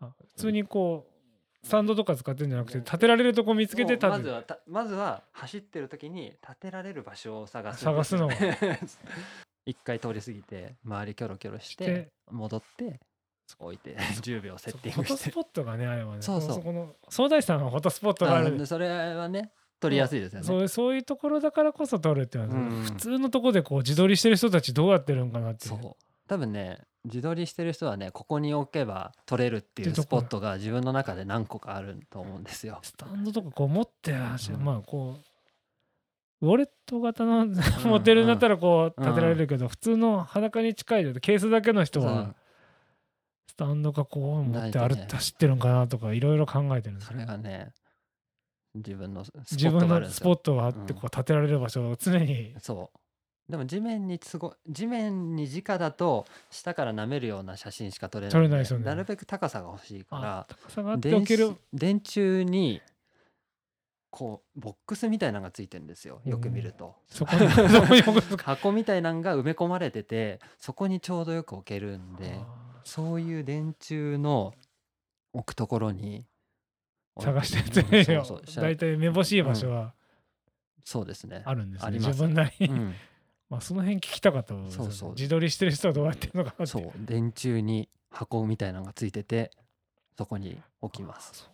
Speaker 2: あ普通にこうスタンドとか使ってるんじゃなくて立てられるとこ見つけて立
Speaker 1: もうま
Speaker 2: て
Speaker 1: ずはたまずは走ってる時に立てられる場所を探すんで
Speaker 2: 探
Speaker 1: す
Speaker 2: す
Speaker 1: よ
Speaker 2: のが
Speaker 1: 一回通り過ぎて周りキョロキョロし
Speaker 2: して
Speaker 1: て戻って置いて10秒セッティン
Speaker 2: フ
Speaker 1: グ
Speaker 2: ォト
Speaker 1: し
Speaker 2: ス
Speaker 1: て
Speaker 2: ポットがねあれはね
Speaker 1: そうそう
Speaker 2: このこの総大さんのフォトスポットがあ
Speaker 1: あ
Speaker 2: る
Speaker 1: でそれはね取りやすいですよね
Speaker 2: そうそういうところだからこそ撮るっていうのはね、
Speaker 1: うん
Speaker 2: 普通のとこでこう自撮りしてる人たちどうやってるんかなってい
Speaker 1: そうう多分ね自撮りしてる人はねここに置けば取れるってい
Speaker 2: っ
Speaker 1: う
Speaker 2: てと
Speaker 1: ス
Speaker 2: こ
Speaker 1: ポットが自分の中で何個かあると思うんですよ。
Speaker 2: スタンドとかこう持って走る、
Speaker 1: うん
Speaker 2: まあこうウォレット型のモデルだったらこう立てられるけど、普通の裸に近いケースだけの人はスタンドがこう持って
Speaker 1: ない
Speaker 2: 歩
Speaker 1: と
Speaker 2: っ
Speaker 1: ね
Speaker 2: て走ってるんかなとかいろいろ考えてる
Speaker 1: う
Speaker 2: ん
Speaker 1: ん
Speaker 2: です
Speaker 1: そ
Speaker 2: よ
Speaker 1: れがね自分のスポ
Speaker 2: 自
Speaker 1: ット
Speaker 2: 分
Speaker 1: がある
Speaker 2: の
Speaker 1: んです
Speaker 2: ス
Speaker 1: よ
Speaker 2: ポットがあってこう立てられる場所を常に
Speaker 1: そうでも地面につご地面に直だと下から舐めるような写真しか撮れない
Speaker 2: 撮れ
Speaker 1: ん
Speaker 2: ないですよね
Speaker 1: なるべく高さが欲しい
Speaker 2: あ
Speaker 1: か
Speaker 2: 高さがあ
Speaker 1: ら
Speaker 2: っておける
Speaker 1: 電子電柱にこうボックスみたいなのがついてるんですよよく見ると、
Speaker 2: そこにそこに置くとか
Speaker 1: 箱みたいなのが埋め込まれててそこにちょうどよく置けるんで
Speaker 2: あ
Speaker 1: そういう電柱の置くところに
Speaker 2: ー探してやつ
Speaker 1: そう
Speaker 2: よ
Speaker 1: そう
Speaker 2: 大体めぼしい場所は
Speaker 1: そうですね
Speaker 2: あるんです
Speaker 1: あ
Speaker 2: ね
Speaker 1: ります
Speaker 2: 自分なりに
Speaker 1: うん
Speaker 2: まあその辺聞きたかったもんですよね
Speaker 1: そうそう
Speaker 2: 自撮りしてる人はどうやってるのかなって
Speaker 1: そ
Speaker 2: いう
Speaker 1: う電柱に箱みたいなのがついててそこに置きます
Speaker 2: あそうそう
Speaker 1: う
Speaker 2: か、
Speaker 1: ん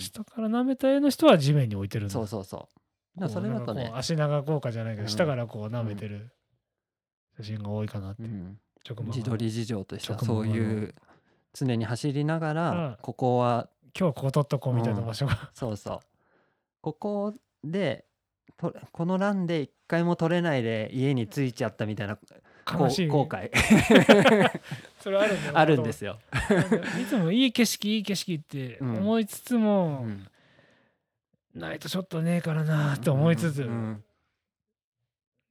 Speaker 2: 下から舐めた絵の人は地面に置いてるんだ
Speaker 1: そうそうそうで
Speaker 2: こ
Speaker 1: も
Speaker 2: う
Speaker 1: それだと
Speaker 2: なんか
Speaker 1: ね
Speaker 2: こう足長効果じゃないけど、
Speaker 1: うん
Speaker 2: 下からこう舐めてる写真が多いかなって、
Speaker 1: うん
Speaker 2: 直毛
Speaker 1: 自撮り事情としては
Speaker 2: 直
Speaker 1: そ
Speaker 2: 毛
Speaker 1: う
Speaker 2: の
Speaker 1: いう常に走りなが
Speaker 2: あ
Speaker 1: らここは
Speaker 2: 今日こう撮っとこうみたいな場所が、
Speaker 1: そうそうここでとこの欄で一回も取れないで家に着いちゃったみたいなこう
Speaker 2: 悲しい
Speaker 1: 後悔
Speaker 2: それあるんだよ
Speaker 1: あるんですよ。
Speaker 2: なんかいつもいい景色いい景色って
Speaker 1: うん
Speaker 2: 思いつつも、
Speaker 1: うん
Speaker 2: ないとちょっとねえからなと思いつつ、
Speaker 1: うん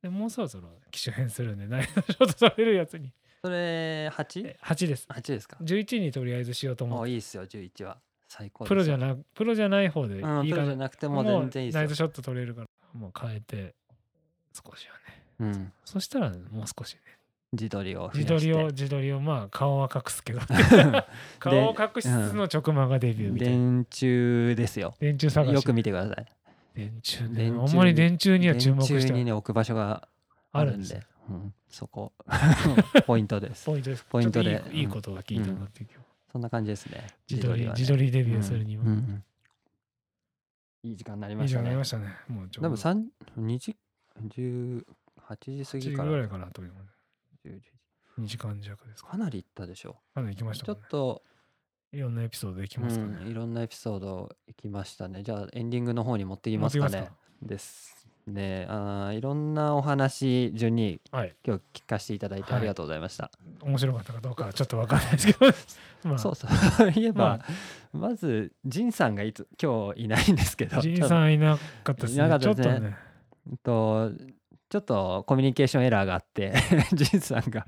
Speaker 2: でもうそろそろ機種変するんでないとちょっと取れるやつに
Speaker 1: それ 8?8
Speaker 2: 8です
Speaker 1: ですか
Speaker 2: 11にとりあえずしようと思
Speaker 1: も
Speaker 2: っ
Speaker 1: う
Speaker 2: て
Speaker 1: いいですよ11は最高です
Speaker 2: プロじゃ
Speaker 1: な
Speaker 2: なプロじゃない方でいいか
Speaker 1: うん、プロじゃ
Speaker 2: な、
Speaker 1: なくても全然いい
Speaker 2: ナイ
Speaker 1: で
Speaker 2: ト
Speaker 1: す
Speaker 2: ショット取れるからもう変えて少しはね
Speaker 1: よ、うん、
Speaker 2: そしたらもう少しね
Speaker 1: 自撮りを増
Speaker 2: 自
Speaker 1: や
Speaker 2: 撮りを
Speaker 1: し
Speaker 2: 自撮りをまあ顔は隠す けど
Speaker 1: て
Speaker 2: 顔を隠しつつの直マがデビューみたい な
Speaker 1: 電柱ですよ
Speaker 2: 電柱探し
Speaker 1: よく見てください
Speaker 2: 電柱ね
Speaker 1: 電柱に
Speaker 2: あんまり電柱には注目
Speaker 1: 電
Speaker 2: して
Speaker 1: 柱に
Speaker 2: は
Speaker 1: ね置く場所が
Speaker 2: あ
Speaker 1: あ
Speaker 2: る
Speaker 1: る
Speaker 2: ん
Speaker 1: ん
Speaker 2: で
Speaker 1: ですうんそこ ポイント です
Speaker 2: ポイントです
Speaker 1: ポイントで
Speaker 2: ちょっといいいいことが聞いたなっていう、
Speaker 1: そんな感じですね
Speaker 2: 自撮り
Speaker 1: はね
Speaker 2: 自撮りデビューするには、
Speaker 1: うんうんいい時間になり
Speaker 2: い
Speaker 1: ま
Speaker 2: い
Speaker 1: し
Speaker 2: じ
Speaker 1: た
Speaker 2: ゃな
Speaker 1: ね
Speaker 2: りましたねもうちょう
Speaker 1: 多
Speaker 2: ど
Speaker 1: 分3 2時18時過ぎ
Speaker 2: 時
Speaker 1: か
Speaker 2: ぐら
Speaker 1: ら
Speaker 2: いかなと思います
Speaker 1: 10時
Speaker 2: 2時間弱ですか
Speaker 1: かなり行ったでしょ
Speaker 2: まだ行きまし
Speaker 1: ち
Speaker 2: た
Speaker 1: ょ
Speaker 2: も
Speaker 1: っ
Speaker 2: んね
Speaker 1: と
Speaker 2: いろんなエピソードできますかね、
Speaker 1: うんいろんなエピソードいきましたねじゃあエンディングの方に持っていきます
Speaker 2: 持
Speaker 1: か
Speaker 2: ってき
Speaker 1: ねですねあーいろんなお話順に
Speaker 2: はい
Speaker 1: 今日聞かせていただいてありがとうございました、
Speaker 2: 面白かったかどうかはちょっとわかんないですけどまあ
Speaker 1: そうそう いえば、
Speaker 2: ま
Speaker 1: まずジンさんがいつ今日いないんですけど
Speaker 2: ジ
Speaker 1: ちょっ
Speaker 2: ン
Speaker 1: と
Speaker 2: さんいなかったですね
Speaker 1: いなかったですね
Speaker 2: ちょっとね
Speaker 1: えっとちょっとコミュニケーションエラーがあって ジンさんが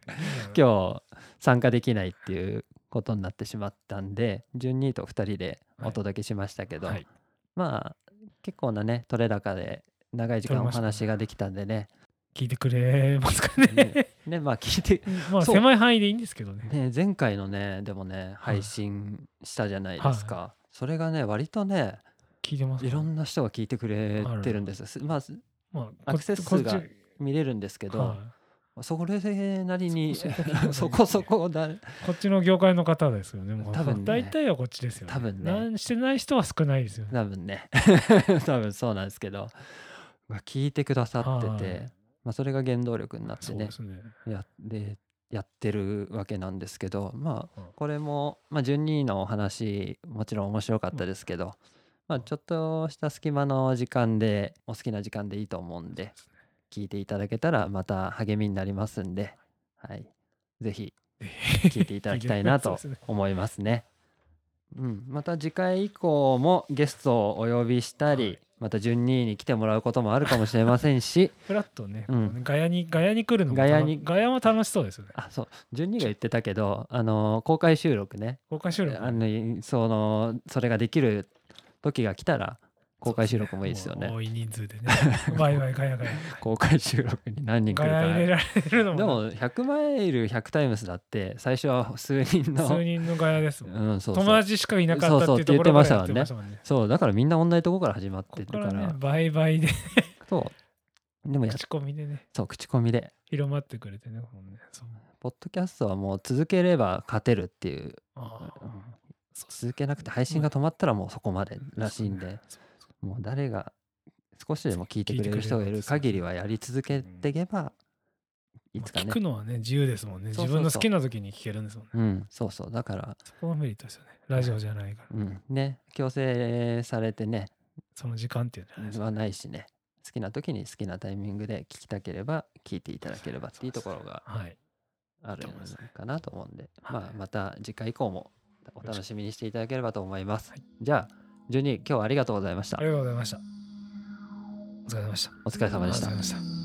Speaker 1: 今日参加できないっていうことになってしまったんで順にと2人でお届けしましたけど、
Speaker 2: はい
Speaker 1: まあ結構なね取れ高で長い時間お話ができたんでね
Speaker 2: 聞いてくれますかね
Speaker 1: ねねまあ聞いて、
Speaker 2: まあ
Speaker 1: そう
Speaker 2: 狭い範囲でいいんですけどね
Speaker 1: ね、前回のねでもね
Speaker 2: はい
Speaker 1: 配信したじゃないですか、それがね割とね
Speaker 2: 聞いてます
Speaker 1: いろんな人が聞いてくれてるんですすまあす
Speaker 2: まあ
Speaker 1: アクセス
Speaker 2: こっち
Speaker 1: 数が
Speaker 2: こっ
Speaker 1: 見れるんですけ
Speaker 2: ち
Speaker 1: ど、
Speaker 2: は
Speaker 1: そこれなりに
Speaker 2: そこそこ聞いてます ね
Speaker 1: そこそこだ
Speaker 2: いこっちの業界の方ですよねもう
Speaker 1: 多分ね
Speaker 2: 大体はこっちですよね
Speaker 1: 多分ね
Speaker 2: なんしてない人は少ないですよね
Speaker 1: 多分ね 多分そうなんですけどまあ聞いてくださって
Speaker 2: はい
Speaker 1: て、まあ、それが原動力になって
Speaker 2: そう
Speaker 1: ね
Speaker 2: ですね
Speaker 1: やでやってるわけなんですけどまあ
Speaker 2: うん
Speaker 1: これも、まあ、順にのお話もちろん面白かったですけど、まあ、ちょっとした隙間の時間でお好きな時間でいいと思うんで
Speaker 2: そうですね
Speaker 1: 聞いていただけたらまた励みになりますんで、はい、ぜひ聞いていただきたいな
Speaker 2: そう
Speaker 1: と
Speaker 2: ですね
Speaker 1: 思いますね。うん、また次回以降もゲストをお呼びしたり、
Speaker 2: はい
Speaker 1: また順にに来てもらうこともあるかもしれません し
Speaker 2: フラットね、
Speaker 1: うん
Speaker 2: こうねガヤにガヤに来るのも
Speaker 1: ガヤ
Speaker 2: 楽
Speaker 1: に
Speaker 2: ガヤも楽しそうですよね
Speaker 1: あそう順にが言ってたけど、あの公開収録ね
Speaker 2: 公開収 録
Speaker 1: あのそのそれができる時が来たら公開収録もいいですよね
Speaker 2: もう多い人数 でねワイワイガヤガヤ
Speaker 1: 公開収録に何人来
Speaker 2: ガ
Speaker 1: る
Speaker 2: ヤ入れ
Speaker 1: から
Speaker 2: れるの
Speaker 1: で
Speaker 2: も
Speaker 1: も100マイル100タイムスだって最初は数人の
Speaker 2: 数人のガヤですもん
Speaker 1: うん、そうそう
Speaker 2: 友達しかいなかったっていうところからやってましたもんね
Speaker 1: そうだからみんな同じとこから始まっ
Speaker 2: こ
Speaker 1: てる
Speaker 2: こ
Speaker 1: か
Speaker 2: から
Speaker 1: ら
Speaker 2: ねバイ バイで
Speaker 1: そうでもやっ
Speaker 2: 口コミでね
Speaker 1: そう口コミで
Speaker 2: 広まってくれてねこのねそう
Speaker 1: ポッドキャストはもう続ければ勝てるっていう、
Speaker 2: あ
Speaker 1: う
Speaker 2: あ
Speaker 1: ん続けなくて配信が止まったらもうそこまでらしいんで
Speaker 2: そうそう
Speaker 1: もう誰が少しでも聞いてくれる人がいる限りはやり続けていけばいつか
Speaker 2: ま
Speaker 1: ね
Speaker 2: あ聞くのはね自由ですもんね
Speaker 1: そ
Speaker 2: 自
Speaker 1: うそうそう
Speaker 2: 分の好きな時に聞けるんですもんね
Speaker 1: うんそうそうだから、
Speaker 2: そこがメリットですよねラジオじゃないから
Speaker 1: うん、ね強制されてね
Speaker 2: その時間っていうのはね
Speaker 1: はないしね好きな時に好きなタイミングで聞きたければ聞いていただければっていうところが
Speaker 2: はい
Speaker 1: ある
Speaker 2: そうですね
Speaker 1: かなと思うんで、
Speaker 2: はい
Speaker 1: まあ、また次回以降もお楽しみにしていただければと思います。
Speaker 2: はい
Speaker 1: じゃあ、ジュニー、今日はありがとうございました
Speaker 2: あり。がとうございましたお疲れ様でした
Speaker 1: お疲れ様でした
Speaker 2: ありがとうござい。ました